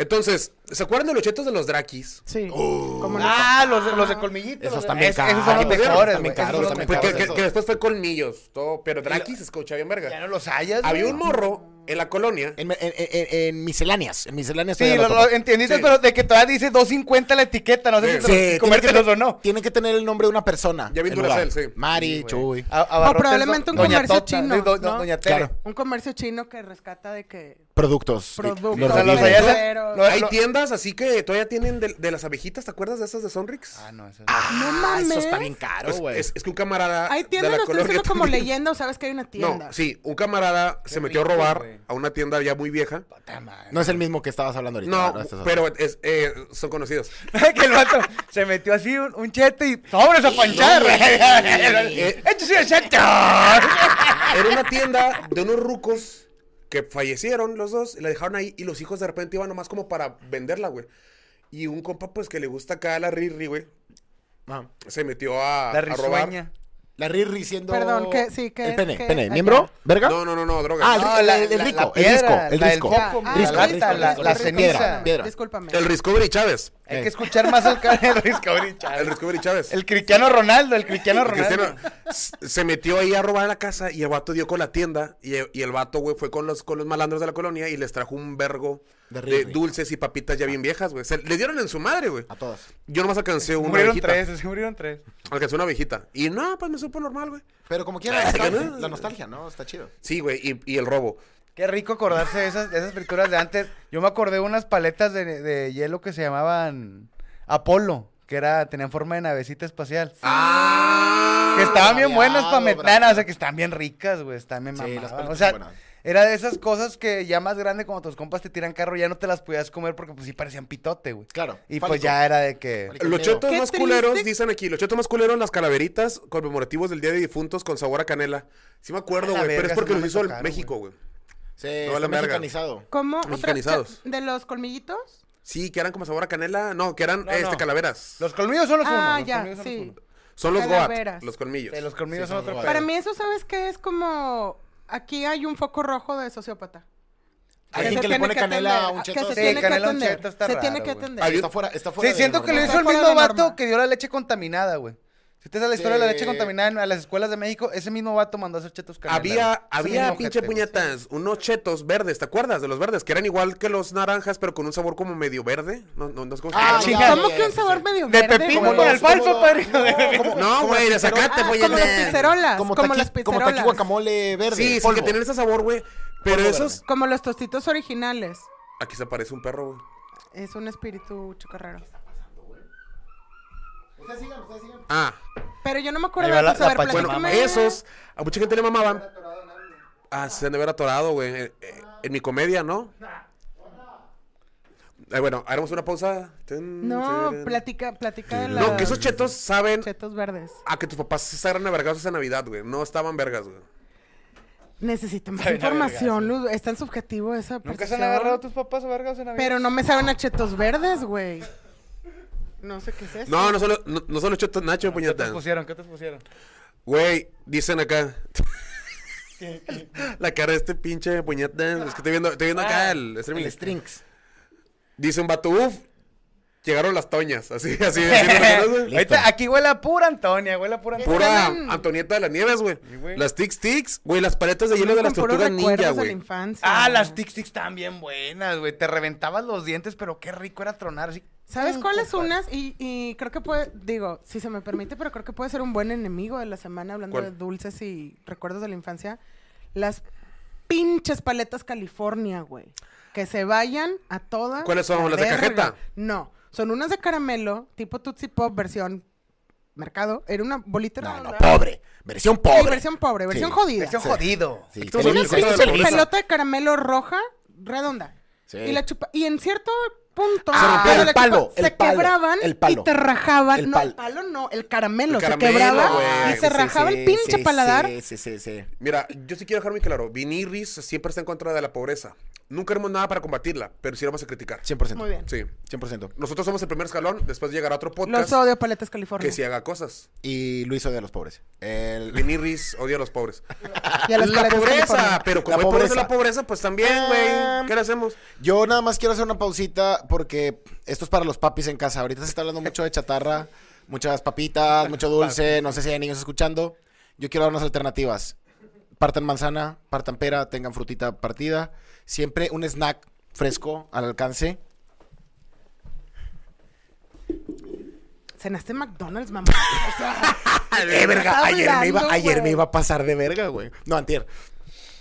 [SPEAKER 3] Entonces, ¿se acuerdan de los chetos de los drakis?
[SPEAKER 5] Sí. ¿Cómo no?
[SPEAKER 4] Ah, los de, los de colmillitos.
[SPEAKER 2] Esos
[SPEAKER 4] los de-
[SPEAKER 2] también
[SPEAKER 4] es- Esos son
[SPEAKER 3] Ah,
[SPEAKER 2] caros,
[SPEAKER 4] los
[SPEAKER 2] también
[SPEAKER 4] Ah, mejores,
[SPEAKER 2] caros,
[SPEAKER 4] güey.
[SPEAKER 2] también
[SPEAKER 4] esos son
[SPEAKER 2] caros,
[SPEAKER 4] los
[SPEAKER 2] también
[SPEAKER 3] Porque- Pues,
[SPEAKER 4] mejores.
[SPEAKER 3] que,
[SPEAKER 2] esos.
[SPEAKER 3] que después fue colmillos, todo, pero drakis se escucha bien verga.
[SPEAKER 4] Ya no los hayas,
[SPEAKER 3] Había
[SPEAKER 4] güey.
[SPEAKER 3] un morro en la colonia.
[SPEAKER 2] En, en- en- en- en misceláneas. En misceláneas.
[SPEAKER 4] Sí,
[SPEAKER 2] todavía
[SPEAKER 4] lo,
[SPEAKER 2] lo
[SPEAKER 4] lo
[SPEAKER 2] tomo.
[SPEAKER 4] entendiste,
[SPEAKER 3] Sí.
[SPEAKER 4] pero de que todavía dice 250 la etiqueta, no sé
[SPEAKER 3] Sí.
[SPEAKER 4] si te los-
[SPEAKER 2] Sí, tiene que,
[SPEAKER 4] comértelos o no.
[SPEAKER 2] tiene que tener el nombre de una persona.
[SPEAKER 3] Ya vi
[SPEAKER 2] el
[SPEAKER 3] Duracell,
[SPEAKER 2] lugar.
[SPEAKER 3] sí.
[SPEAKER 2] Mari,
[SPEAKER 4] Sí, güey.
[SPEAKER 2] Chuy. Ah,
[SPEAKER 4] A- abarrotes,
[SPEAKER 5] probablemente un
[SPEAKER 4] doña
[SPEAKER 5] comercio
[SPEAKER 4] Tota,
[SPEAKER 5] chino,
[SPEAKER 4] sí, do- do-
[SPEAKER 5] ¿no?
[SPEAKER 4] Doña Tere.
[SPEAKER 2] Claro.
[SPEAKER 5] Un comercio chino que rescata de que
[SPEAKER 2] Productos.
[SPEAKER 5] Productos.
[SPEAKER 2] Los
[SPEAKER 4] O sea, los
[SPEAKER 2] reviven.
[SPEAKER 4] allá se-
[SPEAKER 5] Pero-
[SPEAKER 4] lo-
[SPEAKER 3] Hay
[SPEAKER 4] lo-
[SPEAKER 3] tiendas así que todavía tienen de, de las abejitas, ¿te acuerdas de esas de Sonrix?
[SPEAKER 4] Ah, no, eso
[SPEAKER 2] Ah,
[SPEAKER 5] mames.
[SPEAKER 2] Eso está bien
[SPEAKER 3] Pues,
[SPEAKER 2] caro, güey.
[SPEAKER 3] es, es que un camarada.
[SPEAKER 5] Hay tiendas,
[SPEAKER 3] de la
[SPEAKER 5] lo estoy
[SPEAKER 3] colonia
[SPEAKER 5] diciendo como
[SPEAKER 3] también-
[SPEAKER 5] leyenda, o sabes que hay una tienda.
[SPEAKER 3] No, sí, un camarada se metió a
[SPEAKER 4] rico,
[SPEAKER 3] robar
[SPEAKER 4] güey.
[SPEAKER 3] a una tienda ya muy vieja.
[SPEAKER 2] No es el mismo que estabas hablando ahorita.
[SPEAKER 3] No,
[SPEAKER 2] ¿verdad? Este es otro.
[SPEAKER 3] pero es- eh, son conocidos.
[SPEAKER 4] [LAUGHS] que el vato se metió así un, un chete y sobres a panchar.
[SPEAKER 3] Eh,
[SPEAKER 4] [LAUGHS] ¡Échese el chete!
[SPEAKER 3] Era una tienda de unos rucos que fallecieron los dos, y la dejaron ahí y los hijos de repente iban nomás como para venderla, güey. Y un compa, pues, que le gusta acá la Riri, güey,
[SPEAKER 2] Ajá.
[SPEAKER 3] se metió a,
[SPEAKER 4] Ah. La
[SPEAKER 3] a robar.
[SPEAKER 4] risueña.
[SPEAKER 2] La Riri siendo.
[SPEAKER 5] Perdón, ¿qué- sí, qué-
[SPEAKER 2] El pene,
[SPEAKER 5] qué-
[SPEAKER 2] pene.
[SPEAKER 5] allá?
[SPEAKER 2] ¿Miembro? ¿Verga?
[SPEAKER 3] No, no, no, no, droga.
[SPEAKER 2] Ah,
[SPEAKER 3] No,
[SPEAKER 2] el- el- el
[SPEAKER 4] la
[SPEAKER 2] risco, el
[SPEAKER 4] piedra,
[SPEAKER 2] risco, el
[SPEAKER 4] la del
[SPEAKER 2] risco.
[SPEAKER 4] foco,
[SPEAKER 5] Ah,
[SPEAKER 4] la
[SPEAKER 2] Risco,
[SPEAKER 4] lata, la-
[SPEAKER 2] risco,
[SPEAKER 4] la
[SPEAKER 2] risco,
[SPEAKER 4] ceniza.
[SPEAKER 2] piedra.
[SPEAKER 5] Discúlpame.
[SPEAKER 3] el Riscovery Chávez.
[SPEAKER 4] Hay que escuchar más al cara de [LAUGHS] Luis Cabrín,
[SPEAKER 3] El
[SPEAKER 4] chaval.
[SPEAKER 3] Riscovery Chávez.
[SPEAKER 4] El Cristiano Ronaldo, el Cristiano
[SPEAKER 3] El
[SPEAKER 4] Ronaldo.
[SPEAKER 3] Cristiano s- se metió ahí a robar a la casa y el vato dio con la tienda y, y el vato, güey, fue con los, con los malandros de la colonia y les trajo un vergo
[SPEAKER 2] De
[SPEAKER 3] de,
[SPEAKER 2] Riri.
[SPEAKER 3] dulces y papitas ya bien viejas, güey. Se- Les dieron en su madre, güey.
[SPEAKER 2] A todas.
[SPEAKER 3] Yo nomás alcancé una
[SPEAKER 4] Murieron
[SPEAKER 3] abejita.
[SPEAKER 4] tres, se murieron tres.
[SPEAKER 3] Alcancé una abejita. Y no, pues me supo normal, güey.
[SPEAKER 2] Pero como quiera, la
[SPEAKER 3] Ah,
[SPEAKER 2] nostalgia,
[SPEAKER 3] ¿no?
[SPEAKER 2] la nostalgia, ¿no? Está chido.
[SPEAKER 3] Sí, güey, y, y el robo.
[SPEAKER 4] Qué rico acordarse de esas, de esas frituras de antes. Yo me acordé de unas paletas de, de hielo que se llamaban Apolo, que era, tenían forma de navecita espacial.
[SPEAKER 3] ¡Ah!
[SPEAKER 4] Que estaban bien buenas para
[SPEAKER 2] Braviado,
[SPEAKER 4] meter, o sea, que están bien ricas, güey, están bien
[SPEAKER 2] Sí, las
[SPEAKER 4] mamadas.
[SPEAKER 2] paletas
[SPEAKER 4] o sea,
[SPEAKER 2] están buenas.
[SPEAKER 4] era de esas cosas que ya más grande cuando tus compas te tiran carro ya no te las podías comer porque pues sí parecían pitote, güey.
[SPEAKER 2] Claro,
[SPEAKER 4] Y pues
[SPEAKER 2] fálico.
[SPEAKER 4] ya era de que
[SPEAKER 2] Fálico.
[SPEAKER 3] Los chetos
[SPEAKER 5] Qué
[SPEAKER 3] más culeros,
[SPEAKER 5] triste.
[SPEAKER 3] dicen aquí, los chetos más culeros, las calaveritas conmemorativos del Día de Difuntos con sabor a canela. Sí me acuerdo,
[SPEAKER 4] A la
[SPEAKER 3] güey, pero
[SPEAKER 4] verga,
[SPEAKER 3] es porque
[SPEAKER 4] eso no
[SPEAKER 3] los
[SPEAKER 4] me
[SPEAKER 3] hizo el
[SPEAKER 4] tocaron,
[SPEAKER 3] México, güey.
[SPEAKER 2] Se
[SPEAKER 3] No, la
[SPEAKER 2] está
[SPEAKER 3] verga.
[SPEAKER 2] mexicanizado.
[SPEAKER 5] ¿Cómo? Otra-
[SPEAKER 3] Mexicanizados.
[SPEAKER 5] ¿De los colmillitos?
[SPEAKER 3] Sí, que eran como sabor a canela. No, que eran
[SPEAKER 4] No,
[SPEAKER 3] este,
[SPEAKER 4] no.
[SPEAKER 3] calaveras.
[SPEAKER 4] los colmillos son los unos.
[SPEAKER 5] ah,
[SPEAKER 4] los
[SPEAKER 5] ya,
[SPEAKER 4] colmillos son los
[SPEAKER 5] sí.
[SPEAKER 4] unos.
[SPEAKER 3] Son los
[SPEAKER 5] Calaveras.
[SPEAKER 3] goat, los colmillos.
[SPEAKER 4] Sí, los colmillos
[SPEAKER 2] Sí,
[SPEAKER 4] son
[SPEAKER 2] son
[SPEAKER 4] otro
[SPEAKER 2] los
[SPEAKER 4] pedo.
[SPEAKER 5] Para mí eso, ¿sabes qué? Es como... Aquí hay un foco rojo de sociópata.
[SPEAKER 2] Alguien
[SPEAKER 5] Ah, se
[SPEAKER 2] que le
[SPEAKER 5] tiene
[SPEAKER 2] pone canela a
[SPEAKER 5] atender, Ah,
[SPEAKER 2] un
[SPEAKER 5] que
[SPEAKER 2] cheto.
[SPEAKER 5] se
[SPEAKER 4] Sí,
[SPEAKER 5] tiene que
[SPEAKER 4] canela a un
[SPEAKER 5] atender,
[SPEAKER 4] cheto está
[SPEAKER 5] Se
[SPEAKER 4] raro,
[SPEAKER 5] tiene que
[SPEAKER 4] güey.
[SPEAKER 5] atender.
[SPEAKER 2] Ahí está fuera, está fuera
[SPEAKER 4] Sí,
[SPEAKER 2] de
[SPEAKER 4] siento que lo
[SPEAKER 2] normal.
[SPEAKER 4] hizo el
[SPEAKER 5] Fuera de
[SPEAKER 4] mismo
[SPEAKER 5] norma.
[SPEAKER 4] vato que dio la leche contaminada, güey. Si te es la historia de la leche
[SPEAKER 2] Sí.
[SPEAKER 4] contaminada a las escuelas de México, ese mismo vato mandó a hacer chetos canela, güey.
[SPEAKER 3] Había,
[SPEAKER 4] Ese
[SPEAKER 3] había
[SPEAKER 4] mismo
[SPEAKER 3] pinche
[SPEAKER 4] ojete, güey.
[SPEAKER 3] puñetas, unos chetos verdes, ¿te acuerdas? De los verdes, que eran igual que los naranjas, pero con un sabor como medio verde. No, no, no sé cómo se
[SPEAKER 2] Ah,
[SPEAKER 3] llama.
[SPEAKER 4] chinga.
[SPEAKER 5] ¿Cómo que un sabor medio
[SPEAKER 4] De
[SPEAKER 5] verde?
[SPEAKER 4] pepino
[SPEAKER 5] güey?
[SPEAKER 4] con
[SPEAKER 2] los-
[SPEAKER 4] alfalfa,
[SPEAKER 2] como-
[SPEAKER 4] padrino.
[SPEAKER 3] No, güey, de zacate,
[SPEAKER 5] Ah,
[SPEAKER 3] güey.
[SPEAKER 5] como las
[SPEAKER 3] eh.
[SPEAKER 5] pizzerolas.
[SPEAKER 2] Como,
[SPEAKER 5] Como,
[SPEAKER 2] taqui-
[SPEAKER 5] las
[SPEAKER 2] como
[SPEAKER 5] pizzerolas.
[SPEAKER 2] taqui guacamole verde.
[SPEAKER 3] Sí, sí,
[SPEAKER 2] polvo.
[SPEAKER 3] que tienen ese sabor, güey. Pero
[SPEAKER 2] Polvo
[SPEAKER 3] esos.
[SPEAKER 2] verde.
[SPEAKER 5] Como los tostitos originales.
[SPEAKER 3] Aquí se aparece un perro, güey.
[SPEAKER 5] Es un espíritu chocarrero.
[SPEAKER 3] Ah,
[SPEAKER 5] Pero yo no me acuerdo
[SPEAKER 4] Ahí va
[SPEAKER 5] de
[SPEAKER 4] la-
[SPEAKER 5] eso. A
[SPEAKER 4] la
[SPEAKER 5] ver,
[SPEAKER 4] pachanga.
[SPEAKER 3] bueno,
[SPEAKER 5] platícame.
[SPEAKER 3] esos. A mucha gente le mamaban. Ah, se han de haber atorado, güey. eh, eh, En mi comedia, ¿no? Eh, bueno, haremos una pausa. Ten,
[SPEAKER 5] No,
[SPEAKER 3] ten.
[SPEAKER 5] platica, platica de la...
[SPEAKER 3] No, que esos chetos saben
[SPEAKER 5] chetos verdes.
[SPEAKER 3] a que tus papás se agarran a vergazos en Navidad, güey. No estaban vergas, güey.
[SPEAKER 5] Necesito más
[SPEAKER 4] Saben a
[SPEAKER 5] información, Luz. Es tan subjetivo esa
[SPEAKER 4] ¿Nunca se han
[SPEAKER 5] percepción.
[SPEAKER 4] agarrado tus papás a vergas en la vida?
[SPEAKER 5] Pero no me saben a chetos verdes, güey. No sé qué es eso.
[SPEAKER 3] No, no solo, no, no solo chetos Nacho,
[SPEAKER 4] ¿Qué te
[SPEAKER 3] puñetas.
[SPEAKER 4] pusieron? ¿Qué te pusieron?
[SPEAKER 3] Güey, dicen acá. [LAUGHS] La cara de este pinche puñetas. Es que estoy viendo, estoy viendo
[SPEAKER 5] Ah,
[SPEAKER 3] acá el streaming.
[SPEAKER 2] Ah,
[SPEAKER 3] [LAUGHS]
[SPEAKER 2] El
[SPEAKER 4] [LAUGHS]
[SPEAKER 2] strings.
[SPEAKER 3] Dice un vato, uff, llegaron las toñas. Así, [LAUGHS]
[SPEAKER 5] [LAUGHS]
[SPEAKER 3] así. así ¿no te acuerdas, güey?
[SPEAKER 4] Ahorita, aquí huele a pura Antonia, huele a pura Antonia.
[SPEAKER 3] Pura
[SPEAKER 5] Estaban-
[SPEAKER 3] Antonieta de las Nieves, güey.
[SPEAKER 4] Sí, güey.
[SPEAKER 3] Las Tic Tics, güey, las paletas de hielo de las
[SPEAKER 5] Con puros
[SPEAKER 3] tortugas
[SPEAKER 5] recuerdos
[SPEAKER 3] ninja,
[SPEAKER 5] de la
[SPEAKER 3] güey.
[SPEAKER 5] infancia.
[SPEAKER 4] Ah, las Tic Tics estaban bien buenas, güey. Te reventabas los dientes, pero qué rico era tronar así.
[SPEAKER 5] ¿Sabes
[SPEAKER 4] Mm,
[SPEAKER 5] cuáles
[SPEAKER 4] compadre.
[SPEAKER 5] unas? Y, y creo que puede, digo, si se me permite, pero creo que puede ser un buen enemigo de la semana hablando
[SPEAKER 3] ¿Cuál?
[SPEAKER 5] de dulces y recuerdos de la infancia. Las pinches paletas California, güey. Que se vayan a todas.
[SPEAKER 3] ¿Cuáles son? ¿Las de cajeta?
[SPEAKER 5] No, son unas de caramelo, tipo Tootsie Pop, versión mercado. Era una bolita
[SPEAKER 2] No,
[SPEAKER 5] redonda.
[SPEAKER 2] no, pobre. Versión
[SPEAKER 5] Sí,
[SPEAKER 2] pobre.
[SPEAKER 5] versión pobre, versión
[SPEAKER 2] Sí.
[SPEAKER 5] jodida.
[SPEAKER 4] Versión
[SPEAKER 2] Sí.
[SPEAKER 4] jodido.
[SPEAKER 2] Sí,
[SPEAKER 3] Entonces,
[SPEAKER 2] tenía
[SPEAKER 5] Una
[SPEAKER 2] el
[SPEAKER 3] sí,
[SPEAKER 2] gusto
[SPEAKER 5] pinche
[SPEAKER 2] de
[SPEAKER 3] sí,
[SPEAKER 2] Lisa.
[SPEAKER 5] pelota de caramelo roja, redonda.
[SPEAKER 2] Sí.
[SPEAKER 5] Y la chupa. Y en cierto punto.
[SPEAKER 2] Se rompía
[SPEAKER 5] cuando
[SPEAKER 2] Ah, el
[SPEAKER 5] la
[SPEAKER 2] palo,
[SPEAKER 5] chupa-
[SPEAKER 2] el
[SPEAKER 5] se
[SPEAKER 2] palo,
[SPEAKER 5] quebraban
[SPEAKER 2] el palo.
[SPEAKER 5] y te rajaban.
[SPEAKER 2] El
[SPEAKER 5] no,
[SPEAKER 2] palo.
[SPEAKER 5] el palo no, el caramelo.
[SPEAKER 3] El
[SPEAKER 5] se
[SPEAKER 3] caramelo,
[SPEAKER 5] quebraba
[SPEAKER 3] güey.
[SPEAKER 5] y se
[SPEAKER 2] Sí,
[SPEAKER 5] rajaba
[SPEAKER 2] sí,
[SPEAKER 5] el pinche
[SPEAKER 2] sí,
[SPEAKER 5] paladar.
[SPEAKER 2] Sí, sí, sí, sí.
[SPEAKER 3] Mira, yo sí quiero dejar muy claro. Vinirris siempre está en contra de la pobreza. Nunca haremos nada para combatirla, pero sí la vamos a criticar.
[SPEAKER 2] 100%.
[SPEAKER 5] Muy bien.
[SPEAKER 3] Sí.
[SPEAKER 2] 100%.
[SPEAKER 3] Nosotros somos el primer escalón, después llegará otro podcast
[SPEAKER 5] Los odio paletas California.
[SPEAKER 3] que sí haga cosas.
[SPEAKER 2] Y Luis odia a los pobres. El...
[SPEAKER 3] Vinirris odia a los pobres.
[SPEAKER 5] Y a las
[SPEAKER 3] la
[SPEAKER 5] paletas
[SPEAKER 3] pobreza,
[SPEAKER 5] California.
[SPEAKER 3] pero como
[SPEAKER 2] La
[SPEAKER 3] hay pobres de la
[SPEAKER 2] pobreza.
[SPEAKER 3] pobreza, pues también, güey.
[SPEAKER 2] Ah.
[SPEAKER 3] ¿Qué le hacemos?
[SPEAKER 2] Yo nada más quiero hacer una pausita porque esto es para los papis en casa. Ahorita se está hablando mucho de chatarra,
[SPEAKER 3] [LAUGHS]
[SPEAKER 2] muchas papitas, mucho dulce. No sé si hay niños escuchando. Yo quiero dar unas alternativas. Partan manzana, partan pera, tengan frutita partida. Siempre un snack fresco al alcance.
[SPEAKER 5] Cenaste en McDonald's, mamá. O sea,
[SPEAKER 2] [LAUGHS] Eh, verga,
[SPEAKER 5] estás
[SPEAKER 2] ayer, me iba,
[SPEAKER 5] hablando,
[SPEAKER 2] ayer me
[SPEAKER 5] güey?
[SPEAKER 2] iba a pasar de verga, güey. No, antier.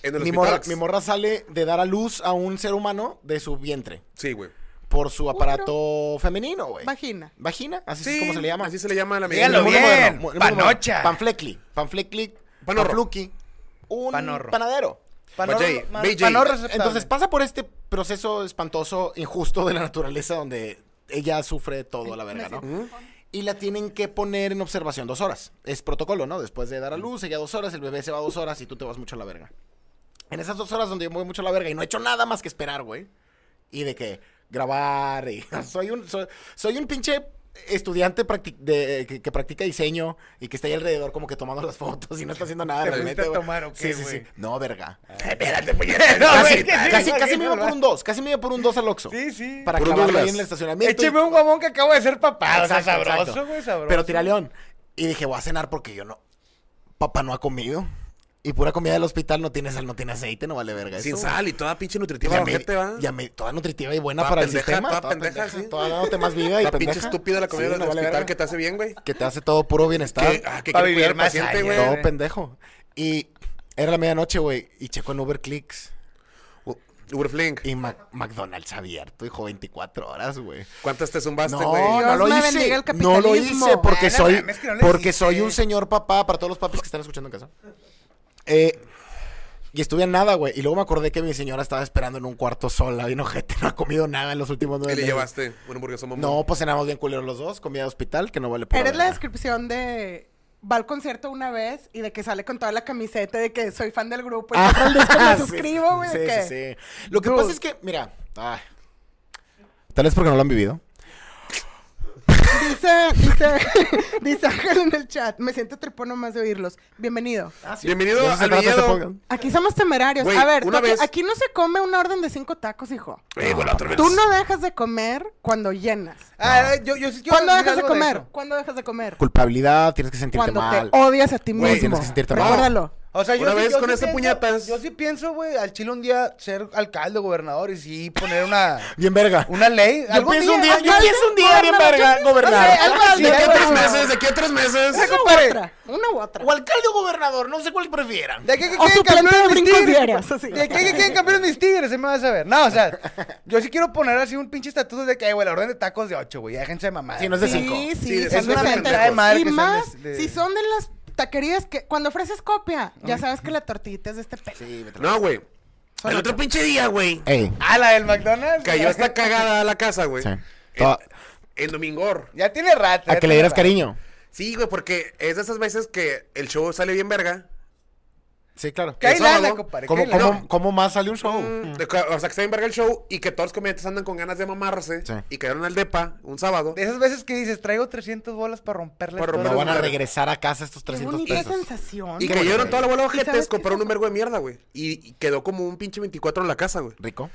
[SPEAKER 3] En el
[SPEAKER 2] Mi
[SPEAKER 3] hospital.
[SPEAKER 2] morra, mi morra sale de dar a luz a un ser humano de su vientre
[SPEAKER 3] Sí, güey.
[SPEAKER 2] por su aparato femenino, güey.
[SPEAKER 5] vagina.
[SPEAKER 2] Vagina, así es
[SPEAKER 3] Sí,
[SPEAKER 2] como se le llama.
[SPEAKER 3] Así se le llama a la medicina.
[SPEAKER 4] Dígalo
[SPEAKER 2] mundo
[SPEAKER 4] bien.
[SPEAKER 2] mu- el mundo
[SPEAKER 4] Panocha.
[SPEAKER 2] moderno. Panflecli. Panflecli.
[SPEAKER 3] Panorro.
[SPEAKER 2] Panfluki. Un
[SPEAKER 4] Panorro.
[SPEAKER 2] panadero.
[SPEAKER 3] Vajay,
[SPEAKER 4] Panorro- man-
[SPEAKER 3] Vajay.
[SPEAKER 4] panorro aceptable.
[SPEAKER 2] Entonces pasa por este proceso espantoso, injusto de la naturaleza, donde ella sufre todo a la verga, ¿no? Y la tienen que poner en observación dos horas. Es protocolo, ¿no? Después de dar a luz, ella dos horas, el bebé se va dos horas y tú te vas mucho a la verga. En esas dos horas donde yo me voy mucho a la verga y no he hecho nada más que esperar, güey. Y de que grabar y [LAUGHS] soy un soy, soy un pinche estudiante practi- de- que, que practica diseño y que está ahí alrededor como que tomando las fotos y no está haciendo nada
[SPEAKER 4] ¿Te
[SPEAKER 2] realmente,
[SPEAKER 4] fuiste a
[SPEAKER 2] güey.
[SPEAKER 4] tomar o qué,
[SPEAKER 2] Sí, sí, sí.
[SPEAKER 4] güey? Ah.
[SPEAKER 2] No, verga.
[SPEAKER 4] No, güey,
[SPEAKER 2] casi,
[SPEAKER 4] es que sí,
[SPEAKER 2] casi,
[SPEAKER 4] güey,
[SPEAKER 2] casi me
[SPEAKER 4] no,
[SPEAKER 2] iba por un 2, casi me iba por un 2 al Oxxo.
[SPEAKER 4] Sí, sí.
[SPEAKER 2] Para
[SPEAKER 3] Por un
[SPEAKER 2] clavarlo ahí
[SPEAKER 3] Douglas.
[SPEAKER 2] en el estacionamiento. y-
[SPEAKER 4] Écheme un guamón que acabo de ser papá. O sea,
[SPEAKER 2] Exacto, exacto.
[SPEAKER 4] sabroso, güey, sabroso.
[SPEAKER 2] Pero tira león. Y dije, voy a cenar porque yo no. Papá no ha comido. Y pura comida del hospital no tiene sal, no tiene aceite, no vale verga.
[SPEAKER 3] Sin
[SPEAKER 2] eso,
[SPEAKER 3] sal y toda pinche
[SPEAKER 2] güey.
[SPEAKER 3] nutritiva.
[SPEAKER 2] Ya
[SPEAKER 3] la
[SPEAKER 2] me-
[SPEAKER 3] gente va.
[SPEAKER 2] ya me- toda nutritiva y buena
[SPEAKER 3] Toda
[SPEAKER 2] para
[SPEAKER 3] pendeja,
[SPEAKER 2] el sistema.
[SPEAKER 3] toda
[SPEAKER 2] Toda,
[SPEAKER 3] pendeja,
[SPEAKER 2] pendeja,
[SPEAKER 3] sí.
[SPEAKER 2] toda dándote más vida
[SPEAKER 3] [LAUGHS]
[SPEAKER 2] y
[SPEAKER 3] la
[SPEAKER 2] pendeja.
[SPEAKER 3] pinche estúpida la comida
[SPEAKER 2] Sí,
[SPEAKER 3] del
[SPEAKER 2] no vale
[SPEAKER 3] hospital
[SPEAKER 2] verga.
[SPEAKER 3] que te hace bien, güey.
[SPEAKER 2] Que te hace todo puro bienestar.
[SPEAKER 3] Que, ah, que quiere
[SPEAKER 4] Para
[SPEAKER 3] cuidar
[SPEAKER 4] vivir
[SPEAKER 3] al
[SPEAKER 4] más
[SPEAKER 3] paciente,
[SPEAKER 4] años.
[SPEAKER 3] güey.
[SPEAKER 2] Todo pendejo. Y era la medianoche, güey. Y checo en Uber Clicks.
[SPEAKER 3] Uberflink.
[SPEAKER 2] Y Mac- McDonald's abierto, hijo, 24 horas, güey.
[SPEAKER 3] ¿Cuántas te zumbaste,
[SPEAKER 2] No,
[SPEAKER 3] güey?
[SPEAKER 2] no
[SPEAKER 5] Dios
[SPEAKER 2] lo
[SPEAKER 5] me
[SPEAKER 2] hice.
[SPEAKER 5] bendiga el
[SPEAKER 2] No lo
[SPEAKER 5] capitalismo.
[SPEAKER 2] hice porque
[SPEAKER 4] Ah, no
[SPEAKER 2] soy
[SPEAKER 4] mames, que no lo
[SPEAKER 2] porque
[SPEAKER 4] hiciste.
[SPEAKER 2] soy un señor papá para todos los papás que están escuchando en casa. Eh, y estuve en nada, güey. Y luego me acordé que mi señora estaba esperando en un cuarto sola. Y no, gente, no ha comido nada en los últimos nueve
[SPEAKER 3] ¿Qué le
[SPEAKER 2] meses.
[SPEAKER 3] llevaste? ¿Un hamburguesa mamón?
[SPEAKER 2] No, pues cenamos bien culeros los dos. Comida de hospital, que no vale por
[SPEAKER 5] Eres la descripción de... Va al concierto una vez y de que sale con toda la camiseta de que soy fan del grupo y otro al disco me suscribo, güey.
[SPEAKER 2] Ah, [LAUGHS] Sí,
[SPEAKER 5] de que-
[SPEAKER 2] sí, sí. Lo que
[SPEAKER 5] Dude.
[SPEAKER 2] pasa es que, mira. ay, tal vez porque no lo han vivido.
[SPEAKER 5] Dice, dice, dice [LAUGHS] Ángel en el chat, me siento tripón nomás de oírlos. Bienvenido.
[SPEAKER 3] Bienvenido
[SPEAKER 2] De eso se
[SPEAKER 3] al
[SPEAKER 2] trata este
[SPEAKER 3] viñedo.
[SPEAKER 2] podcast.
[SPEAKER 5] Aquí somos temerarios.
[SPEAKER 3] Güey,
[SPEAKER 5] a ver,
[SPEAKER 3] una
[SPEAKER 5] lo que-
[SPEAKER 3] vez-
[SPEAKER 5] aquí no se come una orden de cinco tacos, hijo.
[SPEAKER 3] Eh, güey, la otra vez.
[SPEAKER 5] Tú no dejas de comer cuando llenas.
[SPEAKER 4] Ah, yo, yo, yo,
[SPEAKER 5] ¿Cuándo
[SPEAKER 4] yo-
[SPEAKER 5] dejas de
[SPEAKER 4] algo
[SPEAKER 5] comer?
[SPEAKER 4] eso.
[SPEAKER 5] ¿Cuándo dejas de comer?
[SPEAKER 2] Culpabilidad, tienes que sentirte
[SPEAKER 5] Cuando
[SPEAKER 2] mal.
[SPEAKER 5] te odias a ti
[SPEAKER 2] Güey,
[SPEAKER 5] mismo.
[SPEAKER 2] tienes que sentirte mal.
[SPEAKER 5] Recuérdalo.
[SPEAKER 4] O sea, yo
[SPEAKER 3] Una
[SPEAKER 4] sí-
[SPEAKER 3] vez
[SPEAKER 4] yo
[SPEAKER 3] con
[SPEAKER 4] sí
[SPEAKER 3] ese
[SPEAKER 4] pienso-
[SPEAKER 3] puñetas.
[SPEAKER 4] Yo sí pienso, güey, al chile un día ser alcalde, gobernador y sí poner una,
[SPEAKER 2] Bien verga.
[SPEAKER 4] una ley.
[SPEAKER 2] Yo
[SPEAKER 4] Algún
[SPEAKER 2] pienso un día, yo
[SPEAKER 4] alcalde,
[SPEAKER 2] pienso un día bien
[SPEAKER 4] gobernador,
[SPEAKER 2] verga
[SPEAKER 4] yo-
[SPEAKER 2] gobernar.
[SPEAKER 4] no sé, algo así,
[SPEAKER 3] ¿De aquí a
[SPEAKER 4] algo
[SPEAKER 3] tres
[SPEAKER 4] así.
[SPEAKER 3] meses? ¿De aquí a tres meses?
[SPEAKER 5] Una u otra. Una u otra.
[SPEAKER 2] O alcalde o gobernador, no sé cuál prefieran.
[SPEAKER 4] ¿De qué que
[SPEAKER 5] O
[SPEAKER 4] quieren
[SPEAKER 5] suplente
[SPEAKER 4] campeones
[SPEAKER 5] de
[SPEAKER 4] mis
[SPEAKER 5] brincos
[SPEAKER 4] tigres?
[SPEAKER 5] diarios, así.
[SPEAKER 4] ¿De qué que quieren campeones mis tigres? Se me va a saber. No,
[SPEAKER 2] [LAUGHS]
[SPEAKER 4] o sea, yo sí quiero poner así un pinche estatuto de que, ay, güey, la orden de tacos de 8, güey, déjense de mamada.
[SPEAKER 2] Sí, no es de
[SPEAKER 5] sí,
[SPEAKER 2] cinco.
[SPEAKER 5] Sí,
[SPEAKER 3] Sí,
[SPEAKER 5] sí,
[SPEAKER 3] es
[SPEAKER 5] son
[SPEAKER 3] una
[SPEAKER 5] decentes.
[SPEAKER 3] mentada de
[SPEAKER 4] madre
[SPEAKER 5] Y
[SPEAKER 4] que sean
[SPEAKER 5] más,
[SPEAKER 4] de- de-
[SPEAKER 5] si son de las taquerías que cuando ofreces copia,
[SPEAKER 2] Mm.
[SPEAKER 5] ya sabes que la tortillita es de este pelo.
[SPEAKER 2] Sí, me tra-
[SPEAKER 3] No, güey. El otro pinche día, güey.
[SPEAKER 2] Ey,
[SPEAKER 4] Ah, la del McDonald's.
[SPEAKER 3] Cayó esta cagada a la casa, güey.
[SPEAKER 2] sí.
[SPEAKER 3] En-
[SPEAKER 2] Toda-
[SPEAKER 3] En Domingor.
[SPEAKER 4] [LAUGHS] Ya tiene rato.
[SPEAKER 2] a que
[SPEAKER 4] ya
[SPEAKER 2] le
[SPEAKER 4] tiene
[SPEAKER 2] dieras
[SPEAKER 4] rato.
[SPEAKER 2] cariño.
[SPEAKER 3] Sí, güey, porque es de esas veces que el show sale bien verga.
[SPEAKER 2] Sí, claro.
[SPEAKER 4] Cae
[SPEAKER 3] El
[SPEAKER 4] lana,
[SPEAKER 3] sábado,
[SPEAKER 4] compadre.
[SPEAKER 2] ¿Cómo,
[SPEAKER 4] cae lana.
[SPEAKER 2] cómo, cómo más sale un show?
[SPEAKER 3] De ca- o sea, que está bien verga el show y que todos los comediantes andan con ganas de mamarse
[SPEAKER 2] Sí.
[SPEAKER 3] y cayeron al depa un sábado.
[SPEAKER 4] De esas veces que dices, traigo 300 bolas para romperle
[SPEAKER 3] Para
[SPEAKER 4] todo.
[SPEAKER 2] No
[SPEAKER 3] romper-
[SPEAKER 2] van a regresar a casa estos
[SPEAKER 5] Qué
[SPEAKER 2] 300
[SPEAKER 5] bonita
[SPEAKER 2] pesos.
[SPEAKER 5] sensación.
[SPEAKER 3] Y
[SPEAKER 2] Qué
[SPEAKER 3] cayeron
[SPEAKER 2] bonito.
[SPEAKER 3] toda la bola de
[SPEAKER 5] ¿Y sabes
[SPEAKER 3] ojetes,
[SPEAKER 5] qué?
[SPEAKER 3] compraron un vergo de mierda, güey. Y y quedó como un pinche 24 en la casa, güey.
[SPEAKER 2] Rico.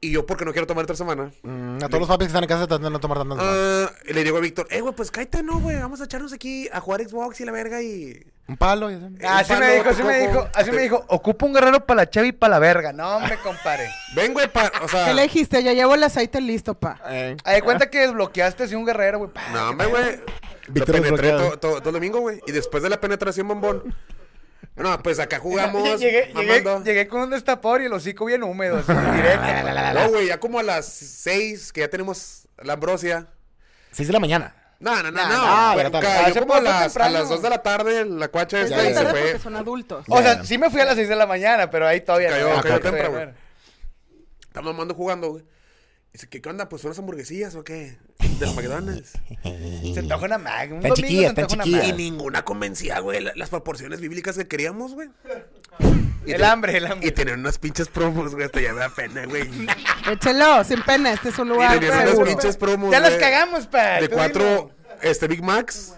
[SPEAKER 3] Y yo, porque no quiero tomar otra semana,
[SPEAKER 2] Mm, a todos los papis que están en casa tratando de no tomar tantas más.
[SPEAKER 3] ah, le digo a Víctor, eh, güey, pues cállate, no, güey. Vamos a echarnos aquí a jugar Xbox y la verga y.
[SPEAKER 2] Un palo. ya saben.
[SPEAKER 4] Ah, Así
[SPEAKER 3] Un
[SPEAKER 4] me
[SPEAKER 3] palo,
[SPEAKER 4] dijo, así
[SPEAKER 3] otro
[SPEAKER 4] me
[SPEAKER 3] coco.
[SPEAKER 4] dijo, así me dijo, ocupa un guerrero para la cheva y para la verga. No, hombre, compadre.
[SPEAKER 3] Ven, güey, pa. O sea.
[SPEAKER 5] ¿Qué le dijiste? Ya llevo el aceite listo, pa.
[SPEAKER 2] Ey.
[SPEAKER 4] Ahí cuenta que desbloqueaste así un guerrero, güey. pa,
[SPEAKER 3] No,
[SPEAKER 4] que-
[SPEAKER 3] hombre, güey. Lo
[SPEAKER 2] Víctor
[SPEAKER 3] penetré
[SPEAKER 2] desbloqueado.
[SPEAKER 3] todo, todo- todo el domingo, güey. Y después de la penetración, bombón. No, pues acá
[SPEAKER 4] Lle-
[SPEAKER 3] jugamos.
[SPEAKER 4] Llegué, llegué,
[SPEAKER 3] mamando.
[SPEAKER 4] llegué con un destapador y el hocico bien húmedo.
[SPEAKER 3] [LAUGHS]
[SPEAKER 4] así, directo.
[SPEAKER 3] No, güey, ya como a las seis, que ya tenemos la ambrosia.
[SPEAKER 2] Seis de la mañana.
[SPEAKER 3] No, no, no,
[SPEAKER 4] Nah,
[SPEAKER 3] no.
[SPEAKER 2] nah,
[SPEAKER 3] güey,
[SPEAKER 2] ya tarde.
[SPEAKER 3] ca-
[SPEAKER 4] Ah,
[SPEAKER 3] yo
[SPEAKER 4] se
[SPEAKER 3] como a
[SPEAKER 4] fue
[SPEAKER 3] las, a
[SPEAKER 4] temprano.
[SPEAKER 3] las 2 de la tarde, la cuacha
[SPEAKER 5] Es
[SPEAKER 3] esta
[SPEAKER 5] de
[SPEAKER 3] y se
[SPEAKER 5] tarde
[SPEAKER 3] fue.
[SPEAKER 5] porque son adultos.
[SPEAKER 4] O sea,
[SPEAKER 2] Ya.
[SPEAKER 4] sí me fui a las 6 de la mañana, pero ahí todavía
[SPEAKER 3] Cayó-
[SPEAKER 4] no.
[SPEAKER 2] cayó
[SPEAKER 4] todavía
[SPEAKER 3] temprano,
[SPEAKER 4] no
[SPEAKER 3] güey.
[SPEAKER 4] era.
[SPEAKER 3] Estamos mamando jugando, güey. Dice, ¿qué, ¿qué onda? Pues unas hamburguesillas o qué? De los McDonald's.
[SPEAKER 4] Se antoja una mag. Un
[SPEAKER 2] Están
[SPEAKER 4] domingo
[SPEAKER 2] chiquillas,
[SPEAKER 4] se
[SPEAKER 2] están
[SPEAKER 4] antoja una
[SPEAKER 2] chiquillas.
[SPEAKER 3] Y
[SPEAKER 4] mag.
[SPEAKER 3] ninguna convencía, güey, la- las proporciones bíblicas que queríamos, güey.
[SPEAKER 4] El hambre, el
[SPEAKER 3] Y
[SPEAKER 4] hambre.
[SPEAKER 3] tenían unas pinches promos, güey, hasta ya me da pena, güey. Y
[SPEAKER 5] Échelo, sin pena, este es un lugar
[SPEAKER 3] tenían unas
[SPEAKER 5] seguro.
[SPEAKER 3] pinches promos,
[SPEAKER 4] Ya las
[SPEAKER 3] güey,
[SPEAKER 4] cagamos, pa.
[SPEAKER 3] De
[SPEAKER 4] tú
[SPEAKER 3] cuatro,
[SPEAKER 4] dilo.
[SPEAKER 3] este, Big Macs,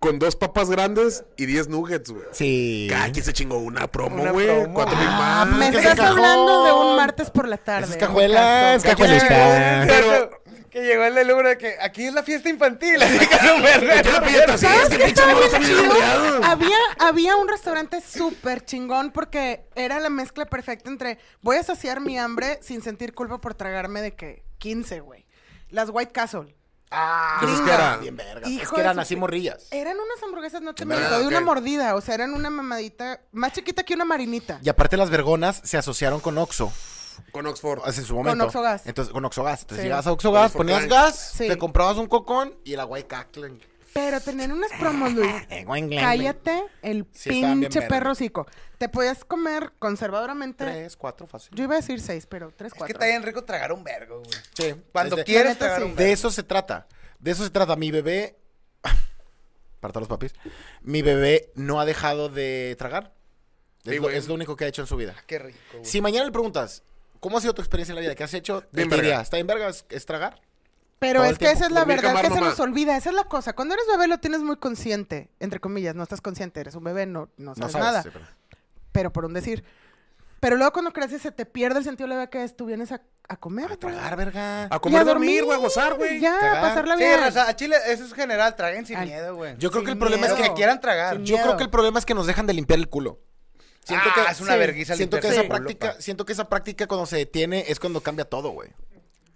[SPEAKER 3] con dos papas grandes y diez nuggets, güey.
[SPEAKER 2] Sí.
[SPEAKER 3] Cada quien se chingó una promo,
[SPEAKER 4] Una
[SPEAKER 3] güey.
[SPEAKER 4] promo.
[SPEAKER 3] Cuatro Big
[SPEAKER 2] Ah,
[SPEAKER 3] Macs.
[SPEAKER 5] Me
[SPEAKER 2] Es que Ah,
[SPEAKER 5] estás
[SPEAKER 2] ese cajón.
[SPEAKER 5] hablando de un martes por la tarde.
[SPEAKER 2] Esas cajuelas,
[SPEAKER 5] Ricardo.
[SPEAKER 2] cajuelitas.
[SPEAKER 3] Pero-
[SPEAKER 4] Pero, que llegó el del Uber de que aquí es la fiesta infantil. Así que no me
[SPEAKER 3] Ya lo pillé
[SPEAKER 5] ¿Sabes
[SPEAKER 3] también,
[SPEAKER 5] qué
[SPEAKER 3] que el pinche
[SPEAKER 5] estaba
[SPEAKER 3] morro
[SPEAKER 5] bien
[SPEAKER 3] está bien
[SPEAKER 5] chido?
[SPEAKER 3] hambreado.
[SPEAKER 5] Había, había un restaurante súper chingón porque era la mezcla perfecta entre voy a saciar mi hambre sin sentir culpa por tragarme de que 15, güey. Las White Castle.
[SPEAKER 2] Ah,
[SPEAKER 5] Gringas.
[SPEAKER 2] es que eran bien vergas. Es
[SPEAKER 5] Hijo
[SPEAKER 2] que
[SPEAKER 5] de
[SPEAKER 2] eran
[SPEAKER 5] su
[SPEAKER 2] así
[SPEAKER 5] pi- Eh.
[SPEAKER 2] morrillas.
[SPEAKER 5] Eran unas hamburguesas, no te
[SPEAKER 3] ¿Verdad?
[SPEAKER 5] miento, de una
[SPEAKER 3] Ok.
[SPEAKER 5] mordida. O sea, eran una mamadita más chiquita que una marinita.
[SPEAKER 2] Y aparte las vergonas se asociaron con Oxxo
[SPEAKER 3] Con Oxford.
[SPEAKER 2] en su momento.
[SPEAKER 5] Oxogas.
[SPEAKER 2] Entonces, con Oxogas. Entonces
[SPEAKER 5] Sí.
[SPEAKER 2] llegabas a Oxogas,
[SPEAKER 3] Con
[SPEAKER 2] ponías
[SPEAKER 3] Oxoclank.
[SPEAKER 2] gas,
[SPEAKER 5] Sí.
[SPEAKER 2] te comprabas un cocón y la guay caclen.
[SPEAKER 5] Pero tenían unas promos, Luis.
[SPEAKER 2] Eh, güey, güey,
[SPEAKER 5] Cállate el
[SPEAKER 2] Sí, estaban bien
[SPEAKER 5] pinche
[SPEAKER 2] verdes.
[SPEAKER 5] perrocico. Te podías comer conservadoramente.
[SPEAKER 2] Tres, cuatro, fácil.
[SPEAKER 5] Yo iba a decir seis, pero tres,
[SPEAKER 4] Es que
[SPEAKER 5] cuatro.
[SPEAKER 4] está bien rico tragar un vergo, güey.
[SPEAKER 2] Sí.
[SPEAKER 4] Cuando
[SPEAKER 3] Este,
[SPEAKER 2] Desde-
[SPEAKER 4] quieres
[SPEAKER 5] neta,
[SPEAKER 4] tragar
[SPEAKER 5] sí.
[SPEAKER 4] un vergo.
[SPEAKER 2] De eso se trata. De eso se trata. Mi bebé. [LAUGHS] Para todos los papis. Mi bebé no ha dejado de tragar. Es,
[SPEAKER 3] Sí,
[SPEAKER 2] lo,
[SPEAKER 3] güey.
[SPEAKER 2] es lo único que ha hecho en su vida.
[SPEAKER 4] Qué rico, güey.
[SPEAKER 2] Si mañana le preguntas, ¿cómo ha sido tu experiencia en la vida? ¿Qué has hecho?
[SPEAKER 3] Bien verga.
[SPEAKER 2] Te diría, ¿está en verga es, es tragar?
[SPEAKER 5] Pero
[SPEAKER 2] Todo
[SPEAKER 5] es
[SPEAKER 2] el
[SPEAKER 5] que
[SPEAKER 2] tiempo.
[SPEAKER 5] esa es la
[SPEAKER 3] Dormir,
[SPEAKER 5] verdad
[SPEAKER 3] camar,
[SPEAKER 5] que se
[SPEAKER 3] mamá.
[SPEAKER 5] nos olvida, esa es la cosa. Cuando eres bebé lo tienes muy consciente, entre comillas, no estás consciente, eres un bebé, no, no
[SPEAKER 2] No
[SPEAKER 5] sabes,
[SPEAKER 2] sabes.
[SPEAKER 5] nada,
[SPEAKER 2] sí, pero-
[SPEAKER 5] pero por un decir. Pero luego cuando creces se te pierde el sentido de la vida que es, tú vienes a, a comer.
[SPEAKER 2] A
[SPEAKER 5] güey.
[SPEAKER 2] tragar, verga.
[SPEAKER 3] A
[SPEAKER 5] Y
[SPEAKER 3] comer, dormir, güey, a gozar,
[SPEAKER 5] y
[SPEAKER 3] güey.
[SPEAKER 5] Ya,
[SPEAKER 2] cagar.
[SPEAKER 5] a pasarla
[SPEAKER 4] Sí,
[SPEAKER 5] bien.
[SPEAKER 4] raza, a Chile, eso es general, traguen sin
[SPEAKER 5] Al-
[SPEAKER 4] miedo, güey.
[SPEAKER 2] Yo creo
[SPEAKER 5] Sin
[SPEAKER 2] que el problema
[SPEAKER 5] miedo.
[SPEAKER 2] es
[SPEAKER 4] que
[SPEAKER 2] que.
[SPEAKER 4] quieran tragar.
[SPEAKER 5] Sin
[SPEAKER 2] Yo
[SPEAKER 5] miedo.
[SPEAKER 2] creo que el problema es que nos dejan de limpiar el culo. Siento
[SPEAKER 4] ah,
[SPEAKER 2] que.
[SPEAKER 4] es una
[SPEAKER 5] sí.
[SPEAKER 4] vergüenza
[SPEAKER 2] Siento que,
[SPEAKER 4] limpiarse
[SPEAKER 2] esa
[SPEAKER 4] el culo,
[SPEAKER 2] práctica,
[SPEAKER 4] pa.
[SPEAKER 2] siento que esa práctica cuando se detiene es cuando cambia todo, güey.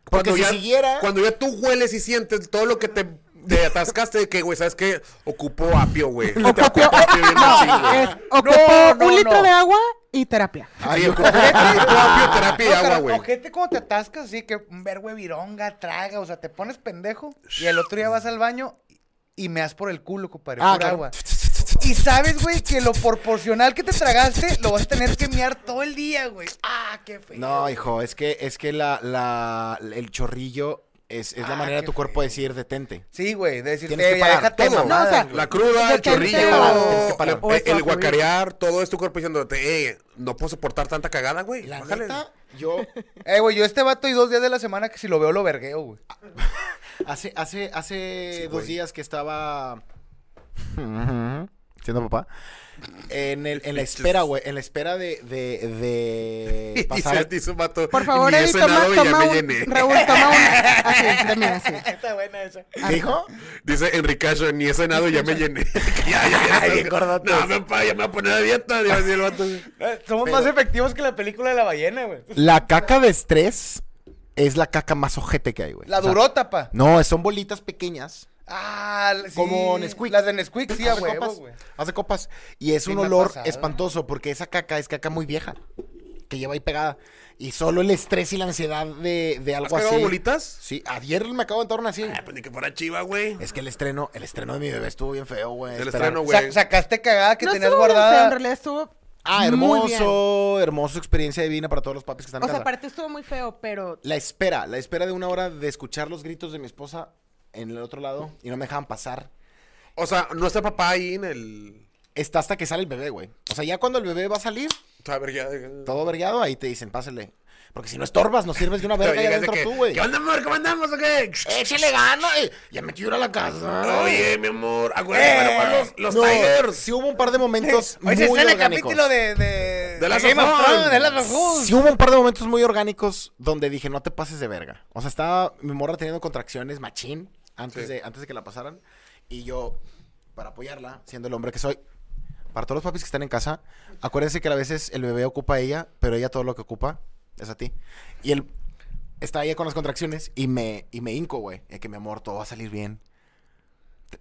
[SPEAKER 2] Porque
[SPEAKER 3] cuando
[SPEAKER 2] si
[SPEAKER 3] ya,
[SPEAKER 2] siguiera.
[SPEAKER 3] Cuando ya tú hueles y sientes todo lo que te, te atascaste de que, güey, ¿sabes qué? Ocupó apio,
[SPEAKER 2] [LAUGHS]
[SPEAKER 3] güey.
[SPEAKER 5] Ocupó,
[SPEAKER 3] apio bien así, güey. [LAUGHS]
[SPEAKER 5] es- ocupó
[SPEAKER 4] No, no,
[SPEAKER 5] un litro
[SPEAKER 4] no.
[SPEAKER 5] de agua y terapia.
[SPEAKER 3] Sí, ocupó apio, terapia y
[SPEAKER 4] No,
[SPEAKER 3] agua,
[SPEAKER 4] pero
[SPEAKER 3] güey.
[SPEAKER 4] Ojete cuando te atascas, así que un vergüe vironga, traga, o sea, te pones pendejo y el otro día vas al baño y me das por el culo, compadre,
[SPEAKER 2] Ah,
[SPEAKER 4] pura
[SPEAKER 2] claro.
[SPEAKER 4] agua. Y sabes, güey, que lo proporcional que te tragaste lo vas a tener que mear todo el día, güey. Ah, qué feo.
[SPEAKER 2] No, hijo, es que, es que la, la, el chorrillo es, es la
[SPEAKER 4] Ah,
[SPEAKER 2] manera de
[SPEAKER 4] qué
[SPEAKER 2] tu cuerpo
[SPEAKER 4] feo.
[SPEAKER 2] decir detente.
[SPEAKER 4] Sí, güey, de decirte,
[SPEAKER 2] Tienes que
[SPEAKER 4] ya
[SPEAKER 2] parar
[SPEAKER 4] déjate de
[SPEAKER 3] todo.
[SPEAKER 4] mamadas,
[SPEAKER 5] No, o sea,
[SPEAKER 4] güey.
[SPEAKER 3] La cruda, el
[SPEAKER 5] Detente
[SPEAKER 3] chorrillo,
[SPEAKER 5] o-
[SPEAKER 3] tienes que parar.
[SPEAKER 5] o
[SPEAKER 3] Eh, el
[SPEAKER 5] evacuar.
[SPEAKER 3] guacarear, todo esto cuerpo diciéndote, eh, no puedo soportar tanta cagada, güey.
[SPEAKER 2] La
[SPEAKER 3] Bájale.
[SPEAKER 2] neta,
[SPEAKER 4] [LAUGHS]
[SPEAKER 2] yo
[SPEAKER 4] Eh, güey, yo este vato y dos días de la semana que si lo veo lo vergueo, güey.
[SPEAKER 2] hace, hace, hace
[SPEAKER 3] Sí,
[SPEAKER 2] dos
[SPEAKER 3] güey.
[SPEAKER 2] días que estaba [LAUGHS] siendo
[SPEAKER 4] [LAUGHS]
[SPEAKER 2] papá. En, el, en la espera, güey, en la espera de,
[SPEAKER 4] [LAUGHS]
[SPEAKER 2] de, de
[SPEAKER 3] [LAUGHS] Y
[SPEAKER 2] pasar
[SPEAKER 3] se hizo vato.
[SPEAKER 5] Por favor,
[SPEAKER 3] ni he
[SPEAKER 5] Eddie, toma,
[SPEAKER 3] cenado y ya
[SPEAKER 5] toma
[SPEAKER 3] me
[SPEAKER 5] un,
[SPEAKER 3] llené.
[SPEAKER 5] Raúl, toma un, así, de mira, así.
[SPEAKER 4] [LAUGHS] Está buena esa.
[SPEAKER 2] ¿Qué dijo?
[SPEAKER 3] Dice Enricacho, ni he cenado y ya me llené. [LAUGHS] ya, ya, ya.
[SPEAKER 2] Bien gordotes.
[SPEAKER 3] no, me, pa, ya me voy a poner a dieta. le va a decir el
[SPEAKER 2] [LAUGHS]
[SPEAKER 3] vato.
[SPEAKER 4] Eh, Somos más efectivos que la película de la ballena, güey.
[SPEAKER 2] La caca de estrés es la caca más ojete que hay, güey.
[SPEAKER 4] La
[SPEAKER 2] O sea,
[SPEAKER 4] durota, pa.
[SPEAKER 2] No, son bolitas pequeñas.
[SPEAKER 4] Ah, la- sí.
[SPEAKER 2] Como Nesquik.
[SPEAKER 4] Las de Nesquik, sí, a
[SPEAKER 2] hace
[SPEAKER 4] huevo,
[SPEAKER 2] copas,
[SPEAKER 4] güey.
[SPEAKER 2] Hace copas. Y es
[SPEAKER 4] Sí
[SPEAKER 2] un
[SPEAKER 4] me ha
[SPEAKER 2] olor
[SPEAKER 4] pasado.
[SPEAKER 2] espantoso porque esa caca es caca muy vieja. Que lleva ahí pegada. Y solo el estrés y la ansiedad de, de
[SPEAKER 3] ¿Has
[SPEAKER 2] algo así.
[SPEAKER 3] pagado bolitas?
[SPEAKER 2] Sí, ayer me acabo de entrar una así.
[SPEAKER 3] Ah, pues ni que fuera chiva, güey.
[SPEAKER 2] Es que el estreno, el estreno de mi bebé estuvo bien feo, güey.
[SPEAKER 3] El
[SPEAKER 2] Esperar-
[SPEAKER 3] estreno, güey.
[SPEAKER 4] Sa- sacaste cagada que
[SPEAKER 5] no
[SPEAKER 4] tenías
[SPEAKER 5] estuvo bien feo, en
[SPEAKER 4] guardada.
[SPEAKER 5] realidad estuvo
[SPEAKER 2] Ah,
[SPEAKER 5] muy bien.
[SPEAKER 2] hermoso, hermoso experiencia divina para todos los papis que están
[SPEAKER 5] O
[SPEAKER 2] en
[SPEAKER 5] sea,
[SPEAKER 2] casa.
[SPEAKER 5] aparte estuvo muy feo, pero
[SPEAKER 2] La espera, la espera de una hora de escuchar los gritos de mi esposa en el otro lado y no me dejaban pasar.
[SPEAKER 3] O sea, no está papá ahí en el.
[SPEAKER 2] Está hasta que sale el bebé, güey. O sea, ya cuando el bebé va a salir,
[SPEAKER 3] A ver, ya.
[SPEAKER 2] todo vergueado, ahí te dicen, pásale. Porque si no estorbas, no sirves
[SPEAKER 3] [LAUGHS]
[SPEAKER 2] de una verga ahí
[SPEAKER 3] Llegas de
[SPEAKER 2] adentro
[SPEAKER 3] que,
[SPEAKER 2] tú, güey.
[SPEAKER 3] ¿Qué onda, amor? ¿Cómo andamos o qué?
[SPEAKER 2] [LAUGHS] Échale gana, eh. Ya me quiero ir a la casa.
[SPEAKER 3] Oye, mi amor, acuérdate para jugar los, los
[SPEAKER 2] Eh, No,
[SPEAKER 3] Tigers.
[SPEAKER 2] Sí hubo un par
[SPEAKER 3] [LAUGHS]
[SPEAKER 2] de momentos
[SPEAKER 4] Oye,
[SPEAKER 2] muy
[SPEAKER 4] está en el
[SPEAKER 2] orgánicos.
[SPEAKER 4] capítulo de. De,
[SPEAKER 3] Last
[SPEAKER 4] Game
[SPEAKER 3] of
[SPEAKER 4] of
[SPEAKER 3] Us.
[SPEAKER 4] Thrones, de Last of Us.
[SPEAKER 2] Sí hubo un par de momentos muy orgánicos donde dije, no te pases de verga. O sea, estaba mi morra teniendo contracciones machín antes,
[SPEAKER 3] Sí.
[SPEAKER 2] de, antes de que la pasaran. Y yo, para apoyarla, siendo el hombre que soy, para todos los papis que están en casa, acuérdense que a veces el bebé ocupa a ella, pero ella todo lo que ocupa es a ti. Y él está ella con las contracciones y me, y me hinco, güey. Es que mi amor, todo va a salir bien.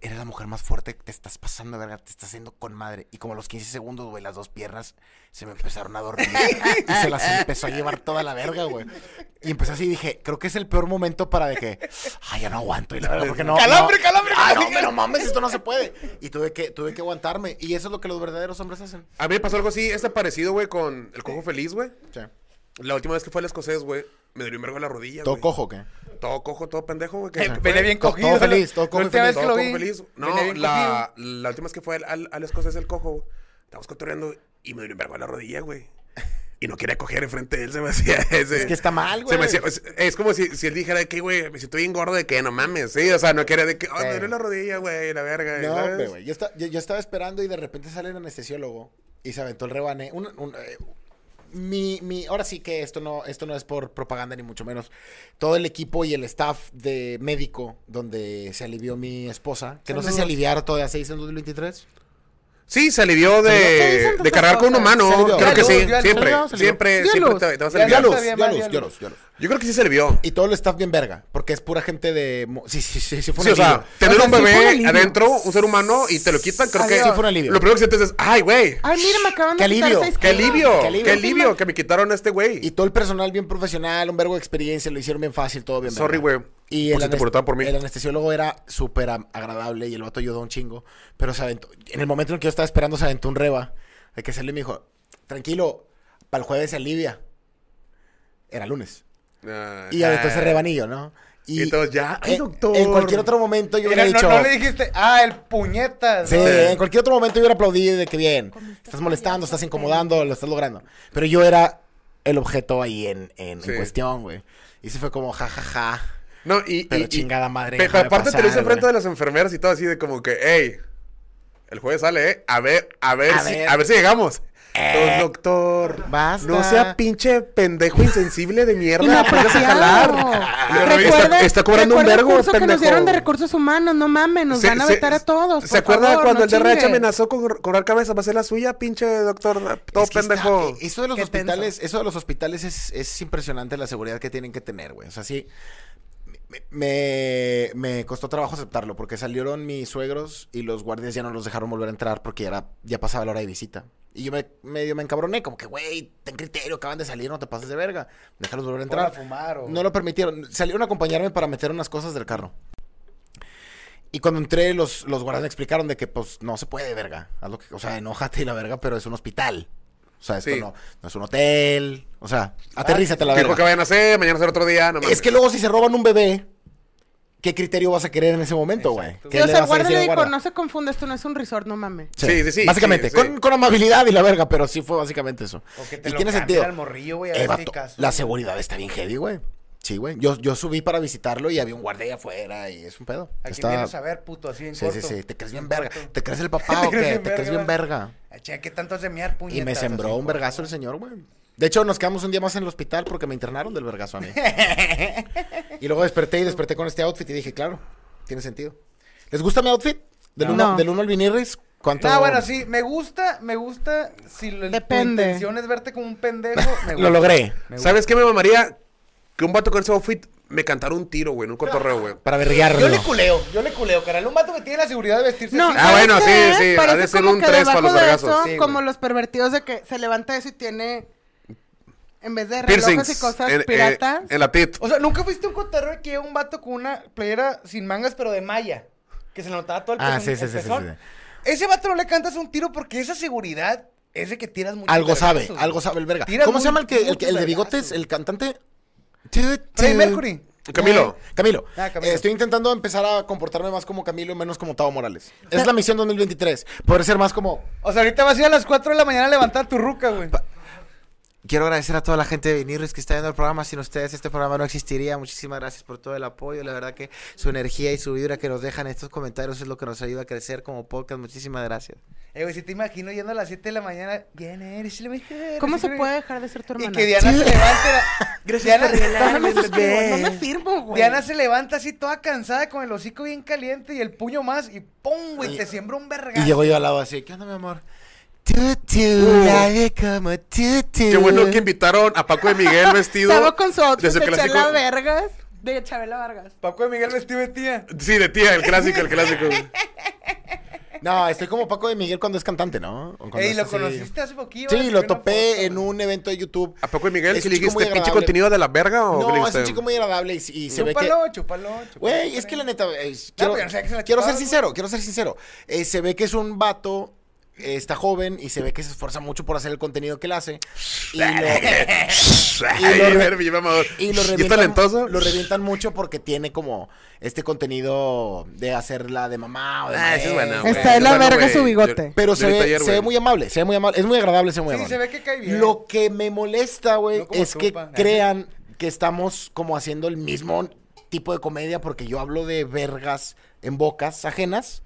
[SPEAKER 2] Eres la mujer más fuerte, te estás pasando, de verga, te estás haciendo con madre. Y como a los 15 segundos, güey, las dos piernas se me empezaron a dormir. y se las empezó a llevar toda la verga, güey. Y empecé así y dije, creo que es el peor momento para de que, ay, ya no aguanto. Y la verga, porque no.
[SPEAKER 4] Calambre,
[SPEAKER 2] no-
[SPEAKER 4] calambre,
[SPEAKER 2] Ay, no,
[SPEAKER 4] calambre.
[SPEAKER 2] hombre, no mames, esto no se puede. Y tuve que, tuve que aguantarme. Y eso es lo que los verdaderos hombres hacen.
[SPEAKER 3] A mí me pasó algo así, este parecido, güey, con el cojo feliz, güey. La última vez que fue al escocés, güey, me dolió un vergo la rodilla,
[SPEAKER 2] ¿Todo
[SPEAKER 3] güey.
[SPEAKER 2] cojo o qué?
[SPEAKER 3] Todo cojo, todo pendejo, güey. que-
[SPEAKER 4] Eh, Venía bien
[SPEAKER 2] Todo-
[SPEAKER 4] cogido.
[SPEAKER 2] todo
[SPEAKER 4] la-
[SPEAKER 2] feliz, todo cojo
[SPEAKER 4] La última
[SPEAKER 2] feliz,
[SPEAKER 4] vez
[SPEAKER 3] todo
[SPEAKER 4] que lo
[SPEAKER 3] cojo
[SPEAKER 4] vi.
[SPEAKER 3] feliz. No,
[SPEAKER 4] venía bien
[SPEAKER 3] la, la última vez que fue al, al, al escocés el cojo, güey, estábamos cotorreando y me dolió un vergo la rodilla, güey. Y no quería coger enfrente de él, se me hacía [LAUGHS] ese.
[SPEAKER 2] Es que está mal, güey.
[SPEAKER 3] Se me hacía- es, es como si, si él dijera que, güey, me siento bien gordo de que no mames, sí. O sea, no quiere de que, ay, me duele la rodilla, güey, la verga.
[SPEAKER 2] No,
[SPEAKER 3] ¿sabes?
[SPEAKER 2] hombre, güey. Yo, esta- yo- yo estaba esperando y de repente sale el anestesiólogo y se aventó el rebane. Un, un, eh, mi, mi, ahora sí que esto no, esto no es por propaganda ni mucho menos. Todo el equipo y el staff de médico donde se alivió mi esposa, que no sé si
[SPEAKER 5] Saludos.
[SPEAKER 2] aliviar todavía se hizo en 2023.
[SPEAKER 3] Sí, se alivió
[SPEAKER 5] Se
[SPEAKER 3] de,
[SPEAKER 5] dicen tantas
[SPEAKER 3] de cargar con un
[SPEAKER 5] cosas.
[SPEAKER 3] humano.
[SPEAKER 2] Se alivió.
[SPEAKER 3] Creo que
[SPEAKER 4] Dio
[SPEAKER 3] sí,
[SPEAKER 4] luz, dio luz.
[SPEAKER 3] siempre,
[SPEAKER 2] Se alivió, se alivió.
[SPEAKER 3] siempre,
[SPEAKER 5] Dio
[SPEAKER 3] siempre
[SPEAKER 5] luz.
[SPEAKER 3] te, te vas a
[SPEAKER 4] Dio
[SPEAKER 3] aliviar.
[SPEAKER 4] luz. bien,
[SPEAKER 2] ya
[SPEAKER 4] bien,
[SPEAKER 2] luz,
[SPEAKER 4] bien.
[SPEAKER 2] ya luz, ya luz.
[SPEAKER 3] Yo creo que sí se alivió.
[SPEAKER 2] Y todo el staff bien verga, porque es pura gente de... mo- Sí, sí, sí, sí, fue un
[SPEAKER 3] Sí, o sea,
[SPEAKER 2] alivio.
[SPEAKER 3] tener
[SPEAKER 5] O sea,
[SPEAKER 3] un
[SPEAKER 5] sí fue un
[SPEAKER 3] bebé
[SPEAKER 5] alivio.
[SPEAKER 3] adentro, un ser humano, y te lo quitan, creo que
[SPEAKER 5] Adiós. Sí,
[SPEAKER 2] fue un alivio.
[SPEAKER 3] Lo primero que sientes es, ay, güey,
[SPEAKER 5] Ay, mira, me acaban de
[SPEAKER 2] Qué
[SPEAKER 5] quitar
[SPEAKER 2] alivio,
[SPEAKER 5] seis
[SPEAKER 3] qué
[SPEAKER 5] kilos.
[SPEAKER 3] alivio,
[SPEAKER 2] Qué
[SPEAKER 3] qué
[SPEAKER 2] alivio.
[SPEAKER 3] alivio, que me quitaron a este
[SPEAKER 2] Y
[SPEAKER 3] güey.
[SPEAKER 2] todo el personal bien profesional, un vergo de experiencia, lo hicieron bien fácil, todo bien.
[SPEAKER 3] Sorry,
[SPEAKER 2] verga.
[SPEAKER 3] güey.
[SPEAKER 2] Y
[SPEAKER 3] Por
[SPEAKER 2] el,
[SPEAKER 3] si te
[SPEAKER 2] anes-
[SPEAKER 3] preguntaban por mí.
[SPEAKER 2] el anestesiólogo era súper am- agradable y el vato ayudó un chingo. Pero se aventó- en el momento en el que yo estaba esperando, se aventó un reba. Hay que hacerle, me dijo, tranquilo, para el jueves se alivia. Era lunes.
[SPEAKER 3] Ah,
[SPEAKER 2] Y aventó ese rebanillo, ¿no?
[SPEAKER 3] Y todos, ya, Eh, ay,
[SPEAKER 2] en-
[SPEAKER 3] doctor.
[SPEAKER 2] En cualquier otro momento yo hubiera
[SPEAKER 4] Mira, no,
[SPEAKER 2] dicho...
[SPEAKER 4] no le dijiste, ah, el puñetas.
[SPEAKER 2] Sí,
[SPEAKER 4] ¿no?
[SPEAKER 2] en cualquier otro momento yo hubiera aplaudido de que bien. Estás molestando, estás incomodando, lo estás logrando. Pero yo era el objeto ahí en, en- en
[SPEAKER 3] Sí.
[SPEAKER 2] cuestión, güey. Y se fue como ja, ja, ja.
[SPEAKER 3] No, y.
[SPEAKER 2] Pero
[SPEAKER 3] y- y-
[SPEAKER 2] chingada madre,
[SPEAKER 3] Pero
[SPEAKER 2] déjame
[SPEAKER 3] aparte te lo hice
[SPEAKER 2] pasar,
[SPEAKER 3] enfrente
[SPEAKER 2] güey.
[SPEAKER 3] de las enfermeras y todo así de como que, hey, el jueves sale, ¿eh? A ver, a ver,
[SPEAKER 2] A
[SPEAKER 3] si,
[SPEAKER 2] ver.
[SPEAKER 3] a ver si llegamos. Todos, doctor.
[SPEAKER 2] Basta.
[SPEAKER 3] No sea pinche pendejo insensible de mierda.
[SPEAKER 5] Inapropiado.
[SPEAKER 3] vengas a
[SPEAKER 5] [LAUGHS]
[SPEAKER 3] jalar. Le digo,
[SPEAKER 5] Recuerden-
[SPEAKER 3] Está, está cobrando un
[SPEAKER 5] recuerden
[SPEAKER 3] vergo, este
[SPEAKER 5] el curso que nos
[SPEAKER 3] pendejo.
[SPEAKER 5] dieron de recursos humanos, no mames, nos
[SPEAKER 3] Se-
[SPEAKER 5] van a
[SPEAKER 3] se-
[SPEAKER 5] vetar a todos.
[SPEAKER 3] ¿Se
[SPEAKER 5] por
[SPEAKER 3] acuerda
[SPEAKER 5] favor,
[SPEAKER 3] cuando
[SPEAKER 5] no
[SPEAKER 3] el DRH
[SPEAKER 5] chinguen.
[SPEAKER 3] amenazó con cor- cobrar cabeza? Va a ser la suya, pinche doctor. Todo
[SPEAKER 2] Es que está-
[SPEAKER 3] pendejo.
[SPEAKER 2] eh, eso de los
[SPEAKER 5] Qué tenso.
[SPEAKER 2] hospitales, eso de los hospitales es, es impresionante la seguridad que tienen que tener, güey. O sea, sí. me- Me, me costó trabajo aceptarlo porque salieron mis suegros y los guardias ya no los dejaron volver a entrar porque ya, era- ya pasaba la hora de visita. Y yo me, medio me encabroné, como que, güey, ten criterio, acaban de salir, no te pases de verga. Déjalos volver a
[SPEAKER 4] Ponla
[SPEAKER 2] entrar.
[SPEAKER 4] a fumar o-
[SPEAKER 2] No lo permitieron. Salieron a acompañarme para meter unas cosas del carro. Y cuando entré, los, los guardias me explicaron de que, pues, no se puede, verga. Haz lo que, o sea, enójate y la verga, pero es un hospital. O sea, esto
[SPEAKER 3] Sí. Ah,
[SPEAKER 2] no, no es un hotel. O sea, aterrízate a la
[SPEAKER 3] Dijo que
[SPEAKER 2] verga.
[SPEAKER 3] vayan a hacer, mañana será otro día. No mames.
[SPEAKER 2] Es que luego si se roban un bebé, ¿qué criterio vas a querer en ese momento, güey?
[SPEAKER 4] Exacto.
[SPEAKER 2] ¿Qué
[SPEAKER 5] Sí, o sea, el
[SPEAKER 2] vas a
[SPEAKER 5] guardia
[SPEAKER 2] decir
[SPEAKER 5] le
[SPEAKER 2] al
[SPEAKER 5] dijo,
[SPEAKER 2] guarda?
[SPEAKER 5] no se confunda, esto no es un resort, no mames.
[SPEAKER 3] Sí, sí, sí,
[SPEAKER 2] Básicamente,
[SPEAKER 3] sí,
[SPEAKER 2] con,
[SPEAKER 3] sí.
[SPEAKER 2] con amabilidad y la verga, pero sí fue básicamente eso.
[SPEAKER 4] O que te
[SPEAKER 2] Y
[SPEAKER 4] lo
[SPEAKER 2] tiene
[SPEAKER 4] cambien
[SPEAKER 2] sentido.
[SPEAKER 4] al morrillo, güey, a
[SPEAKER 2] Eh,
[SPEAKER 4] ver si
[SPEAKER 2] vato,
[SPEAKER 4] caso,
[SPEAKER 2] la
[SPEAKER 4] güey.
[SPEAKER 2] seguridad está bien heavy, güey. Sí, güey. Yo, yo subí para visitarlo y había un guardia ahí afuera y es un pedo.
[SPEAKER 4] Aquí
[SPEAKER 2] Está-
[SPEAKER 4] vienes a ver, puto, así en
[SPEAKER 2] Sí,
[SPEAKER 4] corto.
[SPEAKER 2] sí, sí. Te crees bien
[SPEAKER 4] En
[SPEAKER 2] verga.
[SPEAKER 4] corto.
[SPEAKER 2] ¿Te
[SPEAKER 4] [LAUGHS]
[SPEAKER 2] crees el papá o
[SPEAKER 4] Te crees
[SPEAKER 2] qué?
[SPEAKER 4] bien
[SPEAKER 2] Te crees bien verga.
[SPEAKER 4] Ah, Che, ¿qué tanto has de mear, puñetas?
[SPEAKER 2] Y me sembró
[SPEAKER 4] Así,
[SPEAKER 2] un vergazo el señor, güey. De hecho, nos quedamos un día más en el hospital porque me internaron del vergazo a
[SPEAKER 4] [LAUGHS]
[SPEAKER 2] mí. y luego desperté y desperté con este outfit y dije, claro, tiene sentido. ¿Les gusta mi outfit? Del
[SPEAKER 5] No.
[SPEAKER 2] 1
[SPEAKER 5] No.
[SPEAKER 2] al vinirris, ¿cuánto?
[SPEAKER 4] No, Ah, bueno, sí, me gusta, me gusta. Si lo,
[SPEAKER 5] Depende.
[SPEAKER 4] tu intención es verte como un pendejo,
[SPEAKER 2] [LAUGHS]
[SPEAKER 4] me gusta.
[SPEAKER 2] Lo logré.
[SPEAKER 4] Me gusta.
[SPEAKER 3] ¿Sabes qué me mamaría? Que un vato con ese outfit me cantara un tiro, güey, en un cotorreo, güey.
[SPEAKER 2] Para verguearlo.
[SPEAKER 4] Yo le culeo, yo le culeo, carnal. Un vato que tiene la seguridad de vestirse
[SPEAKER 5] No,
[SPEAKER 4] así.
[SPEAKER 3] Ah,
[SPEAKER 5] ¿sabes
[SPEAKER 3] bueno,
[SPEAKER 5] qué
[SPEAKER 3] sí,
[SPEAKER 5] es?
[SPEAKER 3] sí, ha de
[SPEAKER 5] Parece
[SPEAKER 3] ser
[SPEAKER 5] como
[SPEAKER 3] un
[SPEAKER 5] que
[SPEAKER 3] tres para
[SPEAKER 5] debajo
[SPEAKER 3] los
[SPEAKER 5] de
[SPEAKER 3] vergazos.
[SPEAKER 5] eso,
[SPEAKER 4] Sí,
[SPEAKER 5] como
[SPEAKER 4] güey.
[SPEAKER 5] los pervertidos de que se levanta eso y tiene, en vez de [LAUGHS] relojes y
[SPEAKER 3] Piercings.
[SPEAKER 5] cosas
[SPEAKER 3] en, eh,
[SPEAKER 5] piratas.
[SPEAKER 3] en la tit.
[SPEAKER 4] O sea, nunca fuiste a un cotorreo que llega un vato con una playera sin mangas, pero de malla. Que se le notaba todo el
[SPEAKER 2] Ah,
[SPEAKER 4] pezón-
[SPEAKER 2] sí, sí,
[SPEAKER 4] el
[SPEAKER 2] sí, sí,
[SPEAKER 4] pezón.
[SPEAKER 2] sí.
[SPEAKER 4] Ese vato no le cantas un tiro porque esa seguridad es de que tiras mucho.
[SPEAKER 2] Algo sabe, algo sabe el verga.
[SPEAKER 4] Tiras
[SPEAKER 2] ¿Cómo se
[SPEAKER 4] muy-
[SPEAKER 2] llama el que el,
[SPEAKER 4] muchos
[SPEAKER 2] que- el de
[SPEAKER 4] vergazos,
[SPEAKER 2] bigotes,
[SPEAKER 4] güey.
[SPEAKER 2] el cantante?
[SPEAKER 4] Freddie Mercury.
[SPEAKER 3] Camilo.
[SPEAKER 2] Eh, Camilo.
[SPEAKER 4] Ah, Camilo.
[SPEAKER 2] Eh, estoy intentando empezar a comportarme más como Camilo y menos como Tavo Morales. Es la misión 2023. Poder ser más como.
[SPEAKER 4] O sea, ahorita vas a ir a las 4 de la mañana a levantar tu ruca, güey.
[SPEAKER 6] Quiero agradecer a toda la gente de Vinirris que está viendo el programa. Sin ustedes este programa no existiría. Muchísimas gracias por todo el apoyo. La verdad que su energía y su vibra que nos dejan en estos comentarios es lo que nos ayuda a crecer como podcast. Muchísimas gracias.
[SPEAKER 4] Eh, güey, si te imagino yendo a las 7 de la mañana. Bien, eres la mujer,
[SPEAKER 5] ¿Cómo
[SPEAKER 4] eres
[SPEAKER 5] se
[SPEAKER 3] eh,
[SPEAKER 4] la-
[SPEAKER 5] puede dejar de ser tu
[SPEAKER 4] Y
[SPEAKER 5] hermana?
[SPEAKER 4] que Diana se levante.
[SPEAKER 6] [LAUGHS]
[SPEAKER 4] la- Diana,
[SPEAKER 5] No me suscribo, no me firmo, güey.
[SPEAKER 4] Diana se levanta así toda cansada con el hocico bien caliente y el puño más y ¡pum! güey, te siembra un verga.
[SPEAKER 6] Y llego yo al lado así. ¿Qué onda, mi amor?
[SPEAKER 4] Uh.
[SPEAKER 6] Tutu, la de como tutu.
[SPEAKER 3] Qué bueno que invitaron a Paco de Miguel vestido.
[SPEAKER 5] Estaba con su outfit
[SPEAKER 3] desde
[SPEAKER 5] de
[SPEAKER 3] clásico-
[SPEAKER 5] Chabela Vargas. De Chabela Vargas.
[SPEAKER 4] Paco de Miguel vestido de tía.
[SPEAKER 3] Sí, de tía, el clásico, el
[SPEAKER 5] [LAUGHS]
[SPEAKER 3] clásico.
[SPEAKER 2] No, estoy como Paco de Miguel cuando es cantante, ¿no? O cuando
[SPEAKER 4] Ey,
[SPEAKER 2] es
[SPEAKER 4] lo
[SPEAKER 2] así.
[SPEAKER 4] conociste hace poquito.
[SPEAKER 2] Sí, lo topé en un evento de YouTube.
[SPEAKER 3] ¿A Paco de Miguel?
[SPEAKER 2] Es
[SPEAKER 3] ¿Qué
[SPEAKER 2] un
[SPEAKER 3] le
[SPEAKER 2] chico muy
[SPEAKER 3] dijiste? ¿Pinche
[SPEAKER 2] agradable.
[SPEAKER 3] contenido de la verga o qué le
[SPEAKER 2] No, es
[SPEAKER 3] dijiste?
[SPEAKER 2] un chico muy agradable y, y se ve que.
[SPEAKER 4] Chúpalo, chúpalo, chúpalo.
[SPEAKER 2] Güey, es que la neta, eh, quiero,
[SPEAKER 4] pero no sé que se la
[SPEAKER 2] quiero
[SPEAKER 4] chupaba,
[SPEAKER 2] ser
[SPEAKER 4] güey.
[SPEAKER 2] sincero, quiero ser sincero. Eh, se ve que es un vato, eh, está joven y se ve que se esfuerza mucho por hacer el contenido que él hace.
[SPEAKER 4] [LAUGHS]
[SPEAKER 2] Y lo,
[SPEAKER 3] [LAUGHS] Ay,
[SPEAKER 2] y lo re-
[SPEAKER 3] ver, mi mamador.
[SPEAKER 2] y
[SPEAKER 3] ¿Y
[SPEAKER 2] lo
[SPEAKER 3] es
[SPEAKER 2] revientan,
[SPEAKER 3] talentoso?
[SPEAKER 2] lo revientan mucho porque tiene como este contenido de hacerla de mamá o de
[SPEAKER 3] [LAUGHS] Ah, eso es
[SPEAKER 2] maestra.
[SPEAKER 3] bueno.
[SPEAKER 5] Está de la verga su bigote.
[SPEAKER 2] Pero se ve, se ve
[SPEAKER 3] muy
[SPEAKER 2] muy amable, se ve muy amable, es muy agradable, se ve muy
[SPEAKER 4] Sí,
[SPEAKER 2] amable.
[SPEAKER 4] se ve que cae bien.
[SPEAKER 2] Lo que me molesta, güey,
[SPEAKER 4] No como
[SPEAKER 2] es
[SPEAKER 4] tú,
[SPEAKER 2] que
[SPEAKER 4] pa.
[SPEAKER 2] crean que estamos como haciendo el mismo tipo de comedia porque yo hablo de vergas en bocas ajenas.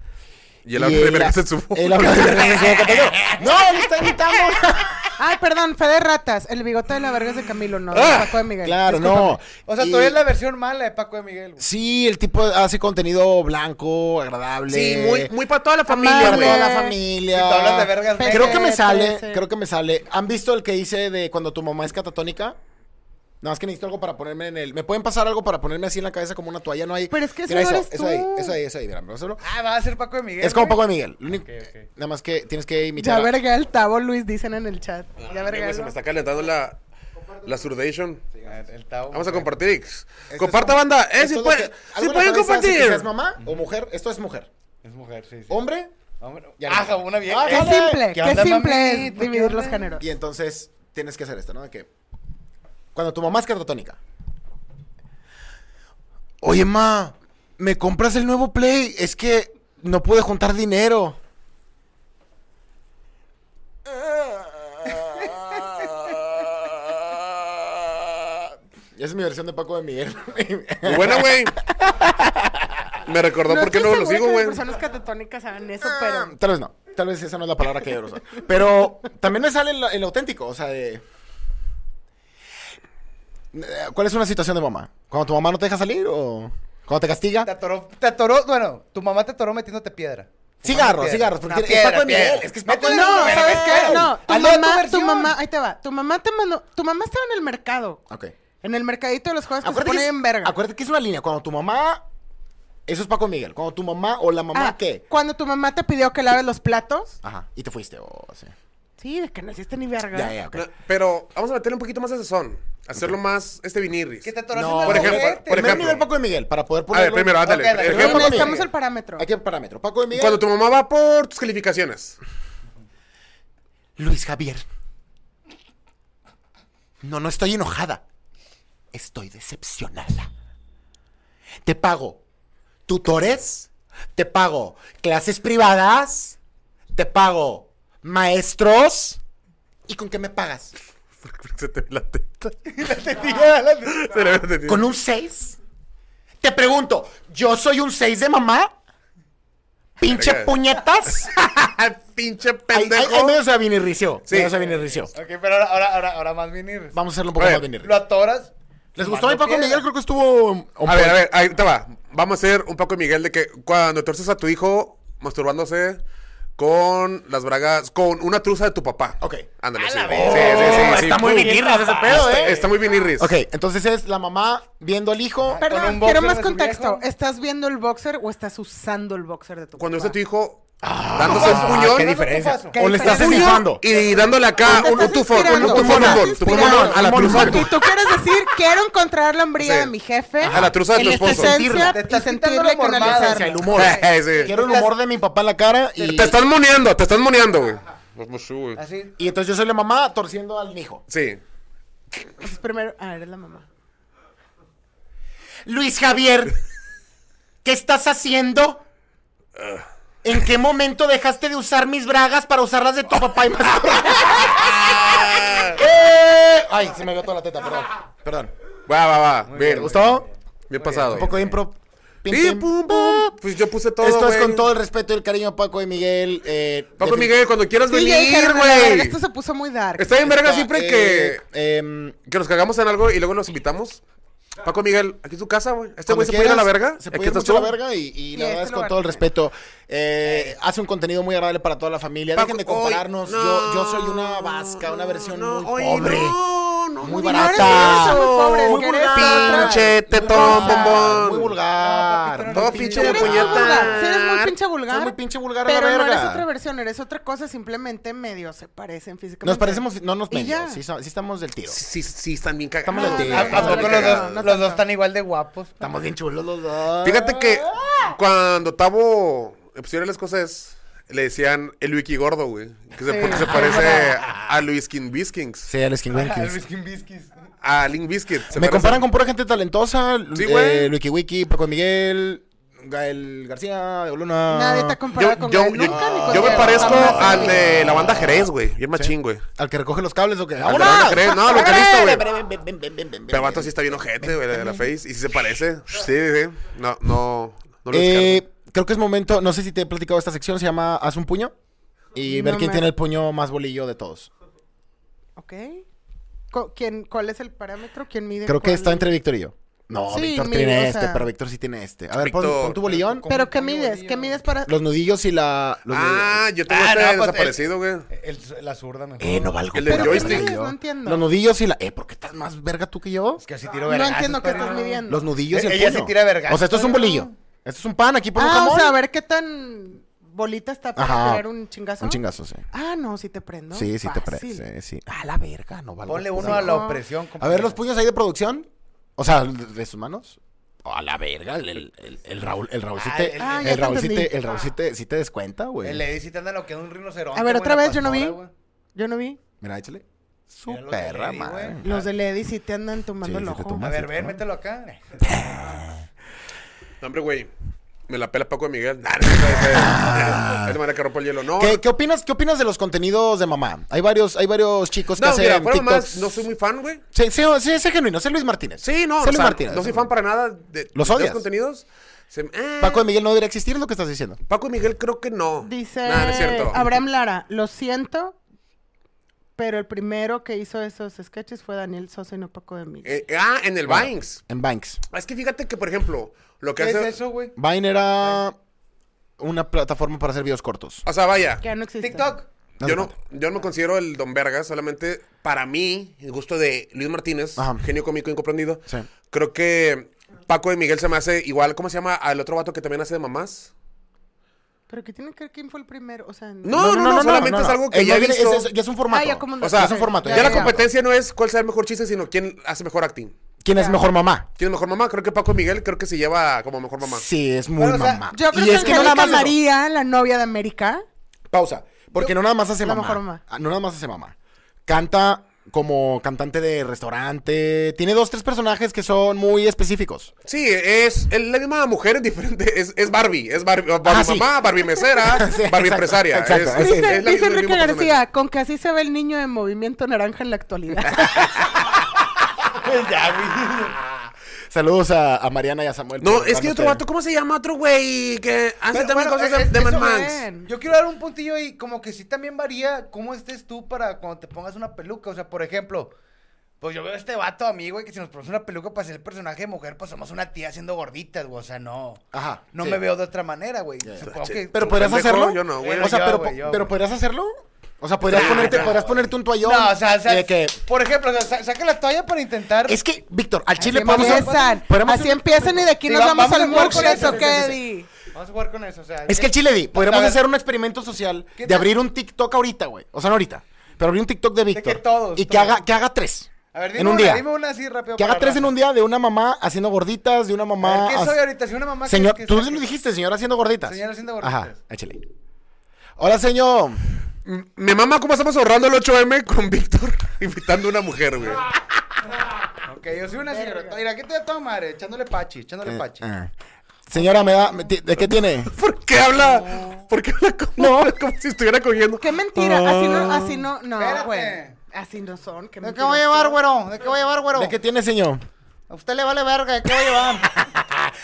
[SPEAKER 3] Y el hombre
[SPEAKER 2] él
[SPEAKER 3] vergas
[SPEAKER 2] ha-
[SPEAKER 3] en su [LAUGHS]
[SPEAKER 4] [LAUGHS]
[SPEAKER 2] él habla de vergas en su boca, pero- No, él está imitando.
[SPEAKER 5] Ay, perdón, fe de ratas. El bigote de la verga es de Camilo, no. de
[SPEAKER 3] Ah,
[SPEAKER 5] Paco de Miguel.
[SPEAKER 2] Claro,
[SPEAKER 5] Discúlpame.
[SPEAKER 2] no.
[SPEAKER 4] O sea,
[SPEAKER 2] Y-
[SPEAKER 4] tú eres la versión mala de Paco de Miguel. güey.
[SPEAKER 2] Sí, el tipo hace contenido blanco, agradable.
[SPEAKER 3] Sí, muy, muy para toda la
[SPEAKER 5] Amable.
[SPEAKER 3] familia,
[SPEAKER 2] para
[SPEAKER 3] güey.
[SPEAKER 2] toda la
[SPEAKER 4] Y te
[SPEAKER 2] familia.
[SPEAKER 4] hablan de vergas
[SPEAKER 5] Pero-
[SPEAKER 4] negras.
[SPEAKER 2] Creo que me
[SPEAKER 5] Sí,
[SPEAKER 2] sale,
[SPEAKER 5] sí.
[SPEAKER 2] creo que me sale. ¿Han visto el que hice de cuando tu mamá es catatónica? Nada más que necesito algo para ponerme en el. ¿Me pueden pasar algo para ponerme así en la cabeza como una toalla? No hay.
[SPEAKER 5] Pero es que eso
[SPEAKER 2] Mira
[SPEAKER 5] no
[SPEAKER 2] eso,
[SPEAKER 5] eres
[SPEAKER 2] eso ahí,
[SPEAKER 5] tú.
[SPEAKER 2] eso ahí, eso ahí, mira, vamos a hacerlo.
[SPEAKER 4] Ah, va a ser Paco de Miguel.
[SPEAKER 2] Es como
[SPEAKER 4] güey.
[SPEAKER 2] Paco de Miguel. Lo único-
[SPEAKER 4] Ok, ok.
[SPEAKER 2] Nada más que tienes que imitar.
[SPEAKER 5] Ya
[SPEAKER 2] a-
[SPEAKER 5] verga el tabo, Luis, dicen en el chat. Ya
[SPEAKER 3] Ay,
[SPEAKER 5] verga.
[SPEAKER 3] güey, Ah, Se me está calentando la, la surdation.
[SPEAKER 4] A ver, el Tao,
[SPEAKER 3] Vamos a
[SPEAKER 4] güey.
[SPEAKER 3] compartir. Comparta, banda. Eh,
[SPEAKER 2] Esto
[SPEAKER 3] si
[SPEAKER 2] Este es lo
[SPEAKER 3] pueden,
[SPEAKER 2] que-
[SPEAKER 3] si
[SPEAKER 2] algo en la
[SPEAKER 3] pueden
[SPEAKER 2] cabeza hace que
[SPEAKER 3] compartir.
[SPEAKER 2] seas mamá o mujer? Esto es mujer.
[SPEAKER 4] Es mujer, sí, sí.
[SPEAKER 2] Oh, Hombre.
[SPEAKER 4] Hombre,
[SPEAKER 2] Ya
[SPEAKER 4] ah,
[SPEAKER 2] no.
[SPEAKER 4] una vieja.
[SPEAKER 2] Ah,
[SPEAKER 5] Qué
[SPEAKER 2] Dale.
[SPEAKER 5] simple,
[SPEAKER 4] ¿Qué
[SPEAKER 5] qué
[SPEAKER 4] onda,
[SPEAKER 5] simple es
[SPEAKER 4] mamita? ¿Qué
[SPEAKER 5] dividir
[SPEAKER 4] onda?
[SPEAKER 5] los géneros.
[SPEAKER 2] Y entonces tienes que hacer esto, ¿no? De que. Cuando tu mamá es catatónica. Oye, ma, ¿me compras el nuevo Play? Es que no pude juntar dinero. Esa es mi versión de Paco de Miguel.
[SPEAKER 3] Muy buena,
[SPEAKER 2] [LAUGHS]
[SPEAKER 3] güey. Me recordó por qué
[SPEAKER 5] estoy
[SPEAKER 3] no lo
[SPEAKER 5] segura
[SPEAKER 3] sigo,
[SPEAKER 5] que
[SPEAKER 3] güey.
[SPEAKER 5] Las personas catatónicas saben eso, pero.
[SPEAKER 2] Tal vez no. Tal vez esa no es la palabra que yo uso. Pero también me sale el, el auténtico, o sea, de... eh, ¿Cuál es una situación de mamá? ¿Cuando tu mamá no te deja salir o cuando te
[SPEAKER 4] Te
[SPEAKER 2] castiga?
[SPEAKER 4] atoró, te atoró, bueno, tu mamá te atoró metiéndote piedra.
[SPEAKER 2] Cigarros,
[SPEAKER 4] Fumando
[SPEAKER 2] cigarros,
[SPEAKER 4] piedra.
[SPEAKER 2] porque es
[SPEAKER 4] Una piedra,
[SPEAKER 2] Paco de
[SPEAKER 4] piedra.
[SPEAKER 2] Miguel, es que es Paco
[SPEAKER 4] Métele
[SPEAKER 2] de
[SPEAKER 4] una
[SPEAKER 5] No,
[SPEAKER 2] Miguel,
[SPEAKER 4] verga,
[SPEAKER 5] ¿sabes
[SPEAKER 4] verga.
[SPEAKER 5] qué? No, tu
[SPEAKER 4] Hazlo de tu
[SPEAKER 5] mamá, tu
[SPEAKER 4] versión.
[SPEAKER 5] mamá, ahí te va. Tu mamá te mandó, tu mamá estaba en el mercado,
[SPEAKER 2] Ok.
[SPEAKER 5] en el mercadito de los juegos que se
[SPEAKER 2] Acuérdate que,
[SPEAKER 5] ponen
[SPEAKER 2] es,
[SPEAKER 5] en verga.
[SPEAKER 2] acuérdate que es una línea. Cuando tu mamá... Eso es Paco de Miguel. Cuando tu mamá o la mamá,
[SPEAKER 5] Ah,
[SPEAKER 2] ¿qué?
[SPEAKER 5] Cuando tu mamá te pidió que laves los platos.
[SPEAKER 2] Ajá. Y te fuiste o así.
[SPEAKER 5] Sí, de que no hiciste ni verga.
[SPEAKER 2] Ya, ya, ok.
[SPEAKER 3] No, Pero vamos a meterle un poquito más de sazón. Hacerlo más este vinirris.
[SPEAKER 4] Que te atoraste
[SPEAKER 2] No,
[SPEAKER 4] en la
[SPEAKER 3] por ejemplo,
[SPEAKER 4] ojete.
[SPEAKER 3] por
[SPEAKER 2] Primer
[SPEAKER 3] ejemplo.
[SPEAKER 2] nivel Paco de Miguel, para poder
[SPEAKER 3] A
[SPEAKER 2] poner...
[SPEAKER 3] ver, primero, ándale.
[SPEAKER 4] Ok, dale,
[SPEAKER 3] Ejemplo,
[SPEAKER 5] Pero
[SPEAKER 2] Paco de
[SPEAKER 5] necesitamos
[SPEAKER 2] Miguel.
[SPEAKER 5] el parámetro.
[SPEAKER 2] Aquí el parámetro. Paco de Miguel...
[SPEAKER 3] Cuando tu mamá va por tus calificaciones. [LAUGHS]
[SPEAKER 2] Luis Javier. No, no estoy enojada. Estoy decepcionada. Te pago tutores, te pago clases privadas, te pago maestros. ¿Y con qué me pagas?
[SPEAKER 3] Se te ve la teta.
[SPEAKER 4] Adelante.
[SPEAKER 3] Se le ve la teta. [LAUGHS]
[SPEAKER 2] ¿Con un 6? Te pregunto, ¿yo soy un 6 de mamá? ¿Pinche
[SPEAKER 3] Verga.
[SPEAKER 2] puñetas?
[SPEAKER 3] Ah, Pinche
[SPEAKER 2] Ahí ahí-
[SPEAKER 3] pendejo.
[SPEAKER 2] ahí medio se vinirrició.
[SPEAKER 3] Sí.
[SPEAKER 2] medio se vinirrició.
[SPEAKER 4] Ok, pero ahora, ahora, ahora, ahora más vinir.
[SPEAKER 2] Vamos a hacerlo un poco
[SPEAKER 3] Oye,
[SPEAKER 2] más vinirricio.
[SPEAKER 4] Lo atoras.
[SPEAKER 2] ¿Les
[SPEAKER 4] fumando
[SPEAKER 2] gustó mi Paco
[SPEAKER 4] piedra.
[SPEAKER 2] Miguel? Creo que estuvo.
[SPEAKER 3] A ver, a ver, ahí te va. Vamos a hacer un Paco de Miguel de que cuando torces a tu hijo masturbándose con las bragas, con una truza de tu papá.
[SPEAKER 2] Ok.
[SPEAKER 3] Ándale, sí.
[SPEAKER 2] Oh, está muy
[SPEAKER 3] Uy,
[SPEAKER 2] vinirras ese pedo,
[SPEAKER 3] Está,
[SPEAKER 2] ¿eh?
[SPEAKER 3] está muy vinirris.
[SPEAKER 2] Ok, entonces es la mamá viendo al hijo.
[SPEAKER 4] Pero-
[SPEAKER 5] Perdón,
[SPEAKER 4] un boxer
[SPEAKER 5] quiero
[SPEAKER 4] de
[SPEAKER 5] más
[SPEAKER 4] su
[SPEAKER 5] contexto.
[SPEAKER 4] viejo.
[SPEAKER 5] ¿Estás viendo el boxer o estás usando el boxer de tu
[SPEAKER 3] Cuando ves
[SPEAKER 5] papá?
[SPEAKER 3] a tu hijo dándose un
[SPEAKER 2] Ah,
[SPEAKER 3] puñón.
[SPEAKER 2] qué diferencia.
[SPEAKER 4] ¿Qué
[SPEAKER 2] O le
[SPEAKER 5] diferencia?
[SPEAKER 2] estás
[SPEAKER 5] Puño
[SPEAKER 2] enojando.
[SPEAKER 3] Y dándole acá
[SPEAKER 5] Te
[SPEAKER 3] un,
[SPEAKER 5] estás
[SPEAKER 3] un tufón, un,
[SPEAKER 5] inspirando,
[SPEAKER 3] un
[SPEAKER 5] te
[SPEAKER 3] tufón,
[SPEAKER 5] estás
[SPEAKER 3] un tufón,
[SPEAKER 5] inspirando.
[SPEAKER 3] a la
[SPEAKER 2] Un
[SPEAKER 3] truza.
[SPEAKER 2] monumento.
[SPEAKER 5] Y tú quieres decir, quiero encontrar la hombría
[SPEAKER 3] Sí.
[SPEAKER 5] de mi jefe.
[SPEAKER 3] Ajá, la truza de
[SPEAKER 5] en
[SPEAKER 3] tu
[SPEAKER 5] esta
[SPEAKER 3] esposo.
[SPEAKER 5] esencia
[SPEAKER 4] Te
[SPEAKER 5] y
[SPEAKER 4] estás quitando
[SPEAKER 5] sentirle
[SPEAKER 4] la mormada.
[SPEAKER 5] canalizarla.
[SPEAKER 2] El humor.
[SPEAKER 3] [LAUGHS] Sí.
[SPEAKER 2] Quiero el humor de mi papá en la cara y,
[SPEAKER 3] Te están moneando, te están moneando, güey.
[SPEAKER 4] Así.
[SPEAKER 2] y entonces yo soy la mamá torciendo al hijo.
[SPEAKER 3] Sí.
[SPEAKER 5] Entonces, primero, ah, eres la mamá.
[SPEAKER 2] Luis Javier, ¿qué estás haciendo? ¿En qué momento dejaste de usar mis bragas para usarlas de tu papá y más?
[SPEAKER 3] [LAUGHS]
[SPEAKER 2] Eh, Ay, se me vio toda la teta, perdón. Perdón.
[SPEAKER 3] Va, va, va. Bien.
[SPEAKER 2] ¿Te gustó?
[SPEAKER 3] Bien pasado.
[SPEAKER 2] Un poco de impro. Pim,
[SPEAKER 3] Sí,
[SPEAKER 2] pim.
[SPEAKER 3] pum, pum. Pues yo puse todo,
[SPEAKER 2] Esto es
[SPEAKER 3] güey.
[SPEAKER 2] con todo el respeto y el cariño a Paco y Miguel. eh,
[SPEAKER 3] Paco
[SPEAKER 2] defin-
[SPEAKER 3] Miguel, cuando quieras
[SPEAKER 5] Sí, ya
[SPEAKER 3] venir,
[SPEAKER 5] dijeron, a la verga,
[SPEAKER 3] güey.
[SPEAKER 5] Esto se puso muy dark.
[SPEAKER 3] Está bien verga
[SPEAKER 2] Está,
[SPEAKER 3] siempre
[SPEAKER 2] eh,
[SPEAKER 3] que,
[SPEAKER 2] em,
[SPEAKER 3] que nos cagamos en algo y luego nos invitamos. Paco Miguel, aquí es tu casa, güey. Este güey
[SPEAKER 2] cuando
[SPEAKER 3] se puede ir a la
[SPEAKER 2] quieras,
[SPEAKER 3] verga.
[SPEAKER 2] Se
[SPEAKER 3] Aquí
[SPEAKER 2] puede ir
[SPEAKER 3] estás
[SPEAKER 2] mucho a
[SPEAKER 3] tú.
[SPEAKER 2] la verga y, y la
[SPEAKER 5] Y
[SPEAKER 2] verdad
[SPEAKER 5] este
[SPEAKER 2] es con
[SPEAKER 5] lugar
[SPEAKER 2] todo el
[SPEAKER 5] también.
[SPEAKER 2] respeto. eh, hace un contenido muy agradable para toda la familia.
[SPEAKER 3] Paco,
[SPEAKER 2] Dejen de
[SPEAKER 3] hoy-
[SPEAKER 2] compararnos. yo, yo soy una vasca, una versión
[SPEAKER 3] no,
[SPEAKER 2] muy
[SPEAKER 3] hoy
[SPEAKER 2] pobre.
[SPEAKER 3] No, no,
[SPEAKER 2] muy
[SPEAKER 5] no eres
[SPEAKER 2] barata.
[SPEAKER 5] eso, muy pobre,
[SPEAKER 2] muy
[SPEAKER 5] que eres
[SPEAKER 2] vulgar.
[SPEAKER 5] otra.
[SPEAKER 3] Pinche tetón, bombón.
[SPEAKER 2] Muy vulgar.
[SPEAKER 4] No, papito, no,
[SPEAKER 2] muy
[SPEAKER 3] no, pinche
[SPEAKER 5] Eres muy
[SPEAKER 3] puñeta.
[SPEAKER 5] vulgar, sí, eres muy pinche vulgar.
[SPEAKER 2] Soy muy pinche vulgar a la
[SPEAKER 5] Pero no eres
[SPEAKER 2] verga.
[SPEAKER 5] otra versión, eres otra cosa, simplemente medio se parecen físicamente.
[SPEAKER 2] Nos parecemos, no nos
[SPEAKER 5] Y ya.
[SPEAKER 2] medio. Sí, so- sí estamos del tiro.
[SPEAKER 3] Sí, sí, sí, están bien
[SPEAKER 2] Estamos
[SPEAKER 3] cagados.
[SPEAKER 2] del tiro.
[SPEAKER 4] ¿A, a poco los dos,
[SPEAKER 5] No
[SPEAKER 4] los
[SPEAKER 5] tanto.
[SPEAKER 4] dos están igual de guapos?
[SPEAKER 2] Estamos bien chulos los dos.
[SPEAKER 3] Fíjate que cuando Tavo le pusieron las cosas, le decían el Wiki Gordo, güey. Que se,
[SPEAKER 5] Sí. Ah,
[SPEAKER 3] porque se parece a Luis King Biskins,
[SPEAKER 2] Sí, Alex King
[SPEAKER 4] Ah, [LAUGHS]
[SPEAKER 2] Wilkins.
[SPEAKER 4] Luis Kimbiskis.
[SPEAKER 3] a Link Biscuit. se
[SPEAKER 2] Me
[SPEAKER 3] parecen.
[SPEAKER 2] comparan con pura gente talentosa.
[SPEAKER 3] Sí,
[SPEAKER 2] Sí,
[SPEAKER 3] güey.
[SPEAKER 2] eh, Luiki Wiki, Paco de Miguel, Gael García, Oluna.
[SPEAKER 5] Nadie te ha comparado
[SPEAKER 3] Yo,
[SPEAKER 5] con
[SPEAKER 3] yo,
[SPEAKER 5] Gael,
[SPEAKER 3] yo-
[SPEAKER 5] nunca ni con
[SPEAKER 3] yo me
[SPEAKER 5] Gael,
[SPEAKER 3] parezco
[SPEAKER 5] jamás en mi
[SPEAKER 3] al
[SPEAKER 5] vida.
[SPEAKER 3] de la banda Jerez, güey. Bien machín, güey.
[SPEAKER 2] Al que recoge los cables o que.
[SPEAKER 3] Al de la banda Jerez. No, localista, güey. Pero el
[SPEAKER 2] güey.
[SPEAKER 3] vato sí está bien ojete, güey, de la face. Y si se parece. Sí, sí. No, no, no lo
[SPEAKER 2] Eh,
[SPEAKER 3] descarto.
[SPEAKER 2] creo que es momento. No sé si te he platicado esta sección. Se llama Haz un puño. Y ver
[SPEAKER 5] No
[SPEAKER 2] quién
[SPEAKER 5] me-
[SPEAKER 2] tiene el puño más bolillo de todos.
[SPEAKER 5] ¿Ok? Co- ¿Quién, ¿Cuál es el parámetro? ¿Quién mide?
[SPEAKER 2] Creo que
[SPEAKER 5] cuál?
[SPEAKER 2] está entre Víctor y yo. No,
[SPEAKER 5] Sí,
[SPEAKER 2] Víctor
[SPEAKER 5] mira,
[SPEAKER 2] tiene
[SPEAKER 5] o
[SPEAKER 2] este,
[SPEAKER 5] sea-
[SPEAKER 2] pero Víctor sí tiene este. A ver, pon,
[SPEAKER 3] Víctor.
[SPEAKER 2] pon tu bolillón.
[SPEAKER 5] ¿Pero qué
[SPEAKER 4] Como un
[SPEAKER 5] mides? ¿Qué
[SPEAKER 4] bolillo.
[SPEAKER 5] mides para...?
[SPEAKER 2] Los nudillos y la. los
[SPEAKER 3] Ah, yo tengo
[SPEAKER 4] Ah,
[SPEAKER 3] este
[SPEAKER 4] no, pues,
[SPEAKER 2] eh.
[SPEAKER 3] desaparecido, güey.
[SPEAKER 4] El- la zurda mejor.
[SPEAKER 2] nudillos. Eh, no valgo.
[SPEAKER 3] El del
[SPEAKER 2] pero
[SPEAKER 5] ¿Pero qué
[SPEAKER 3] joystick.
[SPEAKER 5] mides?
[SPEAKER 2] yo.
[SPEAKER 5] No entiendo.
[SPEAKER 2] Los nudillos y la. Eh, ¿por qué estás más verga tú que yo?
[SPEAKER 4] Es que así tiro
[SPEAKER 5] No
[SPEAKER 4] vergazos,
[SPEAKER 5] entiendo qué
[SPEAKER 4] padrino.
[SPEAKER 5] estás midiendo.
[SPEAKER 2] Los
[SPEAKER 3] E,
[SPEAKER 2] nudillos y el
[SPEAKER 4] Ella sí
[SPEAKER 2] puño.
[SPEAKER 4] tira vergazos,
[SPEAKER 2] O sea, esto es un
[SPEAKER 4] pero-
[SPEAKER 2] bolillo. Esto es un pan, aquí por un
[SPEAKER 5] Ah,
[SPEAKER 2] jamón.
[SPEAKER 5] o sea, a ver qué tan bolita está para
[SPEAKER 2] Ajá.
[SPEAKER 5] pegar un chingazo.
[SPEAKER 2] Un chingazo, sí.
[SPEAKER 5] Ah, no, si te prendo.
[SPEAKER 2] Sí, sí te
[SPEAKER 5] Fácil.
[SPEAKER 2] parece, sí. Ah, la verga, no valgo.
[SPEAKER 4] Ponle
[SPEAKER 2] pura
[SPEAKER 4] uno a la
[SPEAKER 5] No.
[SPEAKER 4] opresión.
[SPEAKER 2] A ver, los
[SPEAKER 4] compañero.
[SPEAKER 2] puños ahí de producción. O sea, de sus manos. A la verga, el, el, el- el Raúl, el Raúl sí
[SPEAKER 4] Ah,
[SPEAKER 2] te,
[SPEAKER 4] el-
[SPEAKER 5] Ah,
[SPEAKER 2] el,
[SPEAKER 5] ya te
[SPEAKER 2] Raúl sí
[SPEAKER 5] entendí.
[SPEAKER 2] te, el Raúl sí te, sí te descuenta, güey.
[SPEAKER 4] El Eddie sí te anda lo que es un rinoceronte.
[SPEAKER 5] A ver,
[SPEAKER 4] güey,
[SPEAKER 5] otra
[SPEAKER 4] la
[SPEAKER 5] vez, yo no vi.
[SPEAKER 4] pastora, güey.
[SPEAKER 5] Yo no vi.
[SPEAKER 2] Mira, échale. Su
[SPEAKER 4] Mira los de
[SPEAKER 2] perra,
[SPEAKER 4] Lady, güey.
[SPEAKER 2] madre.
[SPEAKER 5] Los de Lady sí te andan tomando
[SPEAKER 2] Sí,
[SPEAKER 5] el
[SPEAKER 2] sí te
[SPEAKER 5] ojo.
[SPEAKER 2] toman.
[SPEAKER 4] A
[SPEAKER 2] Más
[SPEAKER 4] ver,
[SPEAKER 2] Ah, sí,
[SPEAKER 4] ven,
[SPEAKER 2] ¿no?
[SPEAKER 4] mételo acá.
[SPEAKER 3] No, hombre, güey. Me la pela Paco de Miguel. Nah, no puede ser.
[SPEAKER 2] [LAUGHS]
[SPEAKER 3] Es de manera que rompo el hielo. No.
[SPEAKER 2] ¿Qué, qué opinas, ¿Qué opinas de los contenidos de mamá? Hay varios, hay varios chicos que
[SPEAKER 3] No, mira,
[SPEAKER 2] hacen
[SPEAKER 3] fuera más,
[SPEAKER 2] TikToks.
[SPEAKER 3] no soy muy fan, güey.
[SPEAKER 2] Sí, sí, sí, sé genuino, sé Luis Martínez.
[SPEAKER 3] Sí, no,
[SPEAKER 2] Sé
[SPEAKER 3] o
[SPEAKER 2] Luis
[SPEAKER 3] sea,
[SPEAKER 2] Martínez.
[SPEAKER 3] no soy fan para nada de
[SPEAKER 2] ¿Los
[SPEAKER 3] de
[SPEAKER 2] odias?
[SPEAKER 3] contenidos. Se- eh,
[SPEAKER 2] Paco Em- de Miguel no debería existir, es lo que estás diciendo.
[SPEAKER 3] Paco y Miguel creo que no.
[SPEAKER 5] Dice
[SPEAKER 3] Nah, no es cierto.
[SPEAKER 5] Abraham Lara, lo siento, pero el primero que hizo esos sketches fue Daniel Sosa y no Paco de Miguel.
[SPEAKER 3] Eh, ah, en el Vines.
[SPEAKER 2] En Banks.
[SPEAKER 3] Es que fíjate que, por ejemplo, lo que
[SPEAKER 4] ¿Qué es
[SPEAKER 3] hace.
[SPEAKER 2] [LAUGHS]
[SPEAKER 4] eso, güey?
[SPEAKER 2] Vine era una plataforma para hacer videos cortos.
[SPEAKER 3] O sea, vaya.
[SPEAKER 5] que ya no
[SPEAKER 2] [LAUGHS]
[SPEAKER 5] existe.
[SPEAKER 4] TikTok.
[SPEAKER 2] Haz de
[SPEAKER 3] Yo no, yo no me considero el Don Verga, solamente para mí, el gusto de Luis Martínez,
[SPEAKER 2] Ajá.
[SPEAKER 3] genio cómico incomprendido.
[SPEAKER 2] Sí.
[SPEAKER 3] Creo que Paco de Miguel se me hace igual, ¿cómo se llama? Al otro vato que también hace de mamás.
[SPEAKER 5] Pero que tiene que ver quién fue el primero. O sea,
[SPEAKER 3] No, no, no, solamente es algo que
[SPEAKER 2] Eh,
[SPEAKER 3] ya he
[SPEAKER 2] no, viene-
[SPEAKER 3] visto.
[SPEAKER 2] Es, es- ya es un formato.
[SPEAKER 5] Ah, ya como un-
[SPEAKER 3] O sea,
[SPEAKER 2] Pues es un formato.
[SPEAKER 3] ya,
[SPEAKER 5] ya,
[SPEAKER 3] la
[SPEAKER 5] ya.
[SPEAKER 3] competencia no es cuál sea el mejor chiste, sino quién hace mejor acting.
[SPEAKER 2] ¿Quién es mejor mamá?
[SPEAKER 3] ¿Quién es mejor mamá? Creo que Paco de Miguel creo que se lleva como mejor mamá.
[SPEAKER 2] Sí, es muy
[SPEAKER 4] Pero, o sea,
[SPEAKER 2] mamá.
[SPEAKER 5] Yo creo
[SPEAKER 2] y
[SPEAKER 5] que,
[SPEAKER 2] es que no nada
[SPEAKER 5] Angélica
[SPEAKER 2] más eso.
[SPEAKER 5] María, la novia de América,
[SPEAKER 2] Pausa. Porque no nada más hace
[SPEAKER 5] La
[SPEAKER 2] mamá.
[SPEAKER 5] mejor mamá.
[SPEAKER 2] Ah, No nada más hace mamá. Canta como cantante de restaurante. Tiene dos, tres personajes que son muy específicos.
[SPEAKER 3] Sí, es el- la misma mujer es diferente, es, es Barbie, es Barbie, Barbie
[SPEAKER 2] Ah, sí.
[SPEAKER 3] mamá, Barbie mesera, Barbie
[SPEAKER 2] Sí, exacto,
[SPEAKER 3] empresaria.
[SPEAKER 2] exacto.
[SPEAKER 3] Es- es-
[SPEAKER 2] Sí,
[SPEAKER 3] es
[SPEAKER 5] dice,
[SPEAKER 3] la-
[SPEAKER 5] dice
[SPEAKER 3] el mismo
[SPEAKER 5] Enrique
[SPEAKER 3] personaje.
[SPEAKER 5] García, con que así se ve el niño de movimiento naranja en la actualidad.
[SPEAKER 2] Saludos a, a Mariana y a Samuel.
[SPEAKER 3] No,
[SPEAKER 2] por
[SPEAKER 3] es que hay otro
[SPEAKER 2] darnos, eh,
[SPEAKER 3] vato, ¿cómo se llama otro güey? Que hace
[SPEAKER 4] Pero
[SPEAKER 3] también
[SPEAKER 4] bueno,
[SPEAKER 3] cosas de-
[SPEAKER 4] es-
[SPEAKER 3] de
[SPEAKER 4] eso
[SPEAKER 3] Man
[SPEAKER 4] me
[SPEAKER 3] Manx.
[SPEAKER 5] ven.
[SPEAKER 4] Yo quiero dar un puntillo y como que sí también varía cómo estés tú para cuando te pongas una peluca. O sea, por ejemplo, pues yo veo a este vato a mí, güey, que si nos ponemos una peluca para ser el personaje de mujer, pues somos una tía siendo gorditas, güey. O sea, no.
[SPEAKER 2] Ajá,
[SPEAKER 4] No
[SPEAKER 2] Ah, sí.
[SPEAKER 4] me veo de otra manera, güey. Supongo que-
[SPEAKER 2] Pero podrías
[SPEAKER 3] Pendejo,
[SPEAKER 2] hacerlo.
[SPEAKER 3] yo Ah, no, güey.
[SPEAKER 2] O sea,
[SPEAKER 4] Yo,
[SPEAKER 2] pero,
[SPEAKER 4] güey, yo,
[SPEAKER 2] pero
[SPEAKER 4] güey.
[SPEAKER 2] podrías hacerlo. O sea, podrías
[SPEAKER 4] No,
[SPEAKER 2] ponerte,
[SPEAKER 4] no,
[SPEAKER 2] podrías
[SPEAKER 4] güey.
[SPEAKER 2] ponerte un toallón.
[SPEAKER 4] No, o sea, o sea,
[SPEAKER 2] y de que-
[SPEAKER 4] por ejemplo, o sea, sa- saca la toalla para intentar.
[SPEAKER 2] Es que, Víctor, al chile
[SPEAKER 5] Así
[SPEAKER 2] podemos hacer-
[SPEAKER 5] empiezan,
[SPEAKER 2] podemos
[SPEAKER 5] así
[SPEAKER 2] hacer-
[SPEAKER 5] empiezan y de aquí
[SPEAKER 4] Sí,
[SPEAKER 5] nos
[SPEAKER 4] va-
[SPEAKER 5] vamos,
[SPEAKER 4] vamos a
[SPEAKER 5] al
[SPEAKER 4] jugar con
[SPEAKER 5] Murchets,
[SPEAKER 4] eso,
[SPEAKER 5] ¿o
[SPEAKER 4] sí,
[SPEAKER 5] qué,
[SPEAKER 4] sí, sí.
[SPEAKER 5] Eddie?
[SPEAKER 4] Vamos a jugar con eso, o sea.
[SPEAKER 2] Es que el chile, Di, podríamos
[SPEAKER 4] ver.
[SPEAKER 2] hacer un experimento social
[SPEAKER 4] ¿Qué
[SPEAKER 2] de
[SPEAKER 4] tal?
[SPEAKER 2] abrir un TikTok ahorita, güey. O sea, no ahorita. Pero abrir un TikTok de Víctor.
[SPEAKER 4] que todos,
[SPEAKER 2] Y que
[SPEAKER 4] todos.
[SPEAKER 2] haga, que haga tres.
[SPEAKER 4] A ver, dime
[SPEAKER 2] en un
[SPEAKER 4] una,
[SPEAKER 2] día.
[SPEAKER 4] dime una así rápido.
[SPEAKER 2] Que haga
[SPEAKER 4] para
[SPEAKER 2] tres en
[SPEAKER 4] raza.
[SPEAKER 2] un día de una mamá haciendo gorditas, de una
[SPEAKER 4] A
[SPEAKER 2] mamá.
[SPEAKER 4] ver, ¿qué
[SPEAKER 2] ha-
[SPEAKER 4] soy ahorita? Si una mamá que-
[SPEAKER 2] Señor,
[SPEAKER 4] que-
[SPEAKER 2] tú
[SPEAKER 4] que-
[SPEAKER 2] lo dijiste, señor haciendo gorditas.
[SPEAKER 4] Señora haciendo gorditas.
[SPEAKER 2] Ajá, échale. Hola, señor.
[SPEAKER 3] Mi mamá, ¿cómo estamos ahorrando el 8M con Víctor? [LAUGHS] Invitando a una mujer, güey.
[SPEAKER 4] Ok, yo soy una señora. Mira, ¿qué te da toda madre? Echándole pachi, echándole pachi.
[SPEAKER 2] Eh, Señora, me da. me ti- ¿De qué tiene?
[SPEAKER 3] ¿Por qué habla? ¿Por qué habla como, como si estuviera cogiendo?
[SPEAKER 5] Qué mentira, así no, así no, no,
[SPEAKER 4] Espérate.
[SPEAKER 5] güey. Así no son,
[SPEAKER 4] ¿De qué
[SPEAKER 5] qué mentiroso.
[SPEAKER 4] voy a llevar, güero? ¿De qué voy a llevar, güero?
[SPEAKER 2] ¿De qué tiene, señor?
[SPEAKER 4] A usted le vale verga, ¿de qué voy a llevar?
[SPEAKER 2] [LAUGHS]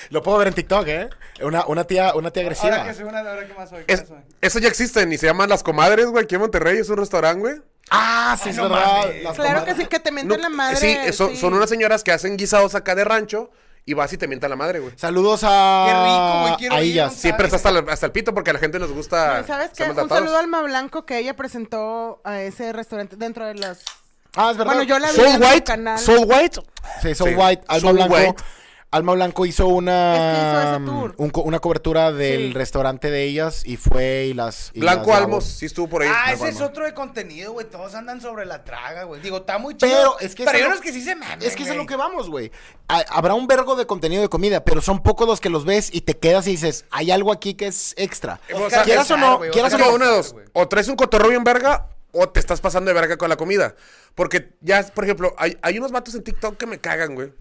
[SPEAKER 2] Lo puedo ver en TikTok, ¿eh? Una, una tía, una tía agresiva.
[SPEAKER 4] ahora que soy una, ahora que más soy, ¿qué
[SPEAKER 3] Es-
[SPEAKER 4] más soy?
[SPEAKER 3] eso ya existen y se llaman Las Comadres, güey. Aquí en Monterrey es un restaurante, güey.
[SPEAKER 2] Ah, sí, es verdad. Las
[SPEAKER 5] Claro que
[SPEAKER 2] comadres.
[SPEAKER 5] sí, que te mienten
[SPEAKER 3] No, eh,
[SPEAKER 5] la madre.
[SPEAKER 3] sí, eso- son
[SPEAKER 5] sí.
[SPEAKER 3] unas señoras que hacen guisados acá de rancho y vas y te mientan la madre, güey.
[SPEAKER 2] Saludos a.
[SPEAKER 4] Qué rico, güey, quiero
[SPEAKER 2] a
[SPEAKER 4] ir,
[SPEAKER 2] ellas.
[SPEAKER 4] no
[SPEAKER 3] Siempre está hasta, la- hasta el pito porque a la gente nos gusta.
[SPEAKER 5] No, ¿Sabes qué?
[SPEAKER 3] ser
[SPEAKER 5] Un
[SPEAKER 3] maltratados.
[SPEAKER 5] saludo a Alma Blanco que ella presentó a ese restaurante dentro de las...
[SPEAKER 2] Ah, es verdad.
[SPEAKER 5] Bueno, yo la vi
[SPEAKER 2] Soul
[SPEAKER 5] en su
[SPEAKER 2] White.
[SPEAKER 5] canal.
[SPEAKER 2] Soul White. Sí, Soul
[SPEAKER 3] Sí.
[SPEAKER 2] White. Alma
[SPEAKER 3] Soul
[SPEAKER 2] Blanco.
[SPEAKER 3] White.
[SPEAKER 2] Alma Blanco hizo
[SPEAKER 5] Es
[SPEAKER 2] una, um,
[SPEAKER 5] que hizo ese tour.
[SPEAKER 2] un co- una cobertura del
[SPEAKER 5] Sí.
[SPEAKER 2] restaurante de ellas y fue y las. y
[SPEAKER 3] Blanco
[SPEAKER 2] las grabó.
[SPEAKER 3] Almos, sí estuvo por ahí.
[SPEAKER 4] Ah,
[SPEAKER 3] Blanco
[SPEAKER 4] ese es
[SPEAKER 3] Almos.
[SPEAKER 4] otro de contenido, güey. Todos andan sobre la traga, güey. Digo, está muy chido.
[SPEAKER 2] Pero es que.
[SPEAKER 4] Pero
[SPEAKER 2] es
[SPEAKER 4] hay
[SPEAKER 2] a
[SPEAKER 4] unos
[SPEAKER 2] lo-
[SPEAKER 4] que sí se mamen,
[SPEAKER 2] Es que es a lo
[SPEAKER 4] güey.
[SPEAKER 2] que vamos, güey. Ha- Habrá un vergo de contenido de comida, pero son pocos los que los ves y te quedas y dices, hay algo aquí que es extra.
[SPEAKER 3] Eh, o sea,
[SPEAKER 2] quieras o no,
[SPEAKER 4] güey,
[SPEAKER 2] quieras o
[SPEAKER 3] Es como
[SPEAKER 2] no.
[SPEAKER 3] una de dos.
[SPEAKER 4] güey.
[SPEAKER 3] O traes un cotorreo bien verga o te estás pasando de verga con la comida. Porque ya, por ejemplo, hay, hay unos vatos en TikTok que me cagan, güey.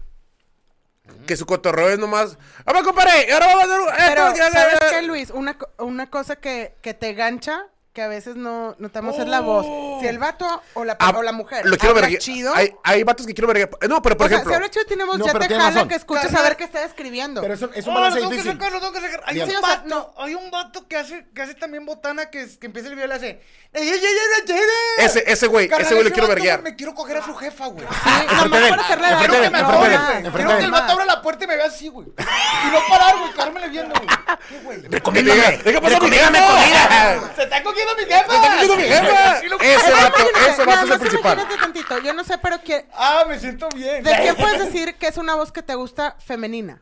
[SPEAKER 3] Que su cotorreo es nomás. ¡Vamos, compadre! y ahora vamos a hacer un-
[SPEAKER 5] Pero,
[SPEAKER 2] [LAUGHS]
[SPEAKER 3] esto, ya, ya,
[SPEAKER 5] ¿sabes
[SPEAKER 3] ya".
[SPEAKER 2] Oh.
[SPEAKER 5] qué, Luis? Una, co- una cosa que, que te gancha, que a veces no, notamos es la voz. Si el vato o la,
[SPEAKER 3] Ah,
[SPEAKER 5] o la mujer
[SPEAKER 3] Lo quiero
[SPEAKER 5] habla
[SPEAKER 3] vergue-
[SPEAKER 5] chido.
[SPEAKER 3] Hay, hay vatos que quiero ver. No, pero por
[SPEAKER 5] o sea,
[SPEAKER 3] ejemplo.
[SPEAKER 5] si habla chido tiene voz,
[SPEAKER 2] No,
[SPEAKER 5] ya
[SPEAKER 2] pero
[SPEAKER 5] te
[SPEAKER 2] tiene
[SPEAKER 5] jala
[SPEAKER 2] razón.
[SPEAKER 5] que escuches a
[SPEAKER 4] Carnal.
[SPEAKER 5] ver qué está escribiendo.
[SPEAKER 2] Pero eso es un
[SPEAKER 4] Oh, lo
[SPEAKER 2] balance
[SPEAKER 4] tengo que
[SPEAKER 2] difícil.
[SPEAKER 4] sacar, lo tengo que sacar. Hay,
[SPEAKER 5] Sí,
[SPEAKER 4] un
[SPEAKER 5] o sea,
[SPEAKER 4] vato,
[SPEAKER 5] no.
[SPEAKER 4] hay un vato que hace, que hace también botana que, es- que empieza el video y le hace. "Ey, ey, ey, ey, ey, ey".
[SPEAKER 3] Ese- ese güey,
[SPEAKER 4] Carnal,
[SPEAKER 3] ese güey lo
[SPEAKER 4] ese
[SPEAKER 3] quiero
[SPEAKER 4] vato,
[SPEAKER 3] verguear.
[SPEAKER 4] güey, Me quiero coger a su jefa, güey.
[SPEAKER 5] Sí, nomás
[SPEAKER 2] [LAUGHS] Enfrente de él,
[SPEAKER 5] para hacerle la
[SPEAKER 2] enfrente
[SPEAKER 5] broma,
[SPEAKER 2] de él, enfrente de él,
[SPEAKER 5] broma.
[SPEAKER 2] enfrente
[SPEAKER 4] Quiero
[SPEAKER 2] de
[SPEAKER 4] que el vato abra la puerta y me vea así, güey. Y no parar, güey, quedármele viendo, güey. ¿Qué, güey?
[SPEAKER 2] Recomiéndame.
[SPEAKER 3] Diga, deja pasar mi
[SPEAKER 2] Recomiéndame
[SPEAKER 3] tiempo.
[SPEAKER 2] comida.
[SPEAKER 4] ¡Se está cogiendo mi jefa! ¡Se
[SPEAKER 3] está cogiendo mi jefa!
[SPEAKER 4] [LAUGHS]
[SPEAKER 3] Ese
[SPEAKER 5] Pero
[SPEAKER 3] vato,
[SPEAKER 5] imagínate,
[SPEAKER 3] ese
[SPEAKER 5] nada
[SPEAKER 3] vato es el
[SPEAKER 5] más
[SPEAKER 3] principal.
[SPEAKER 5] Imagínate tantito, yo no sé, pero ¿qué-
[SPEAKER 4] ¡Ah, me siento bien!
[SPEAKER 5] ¿de qué puedes decir que es una voz que te gusta femenina?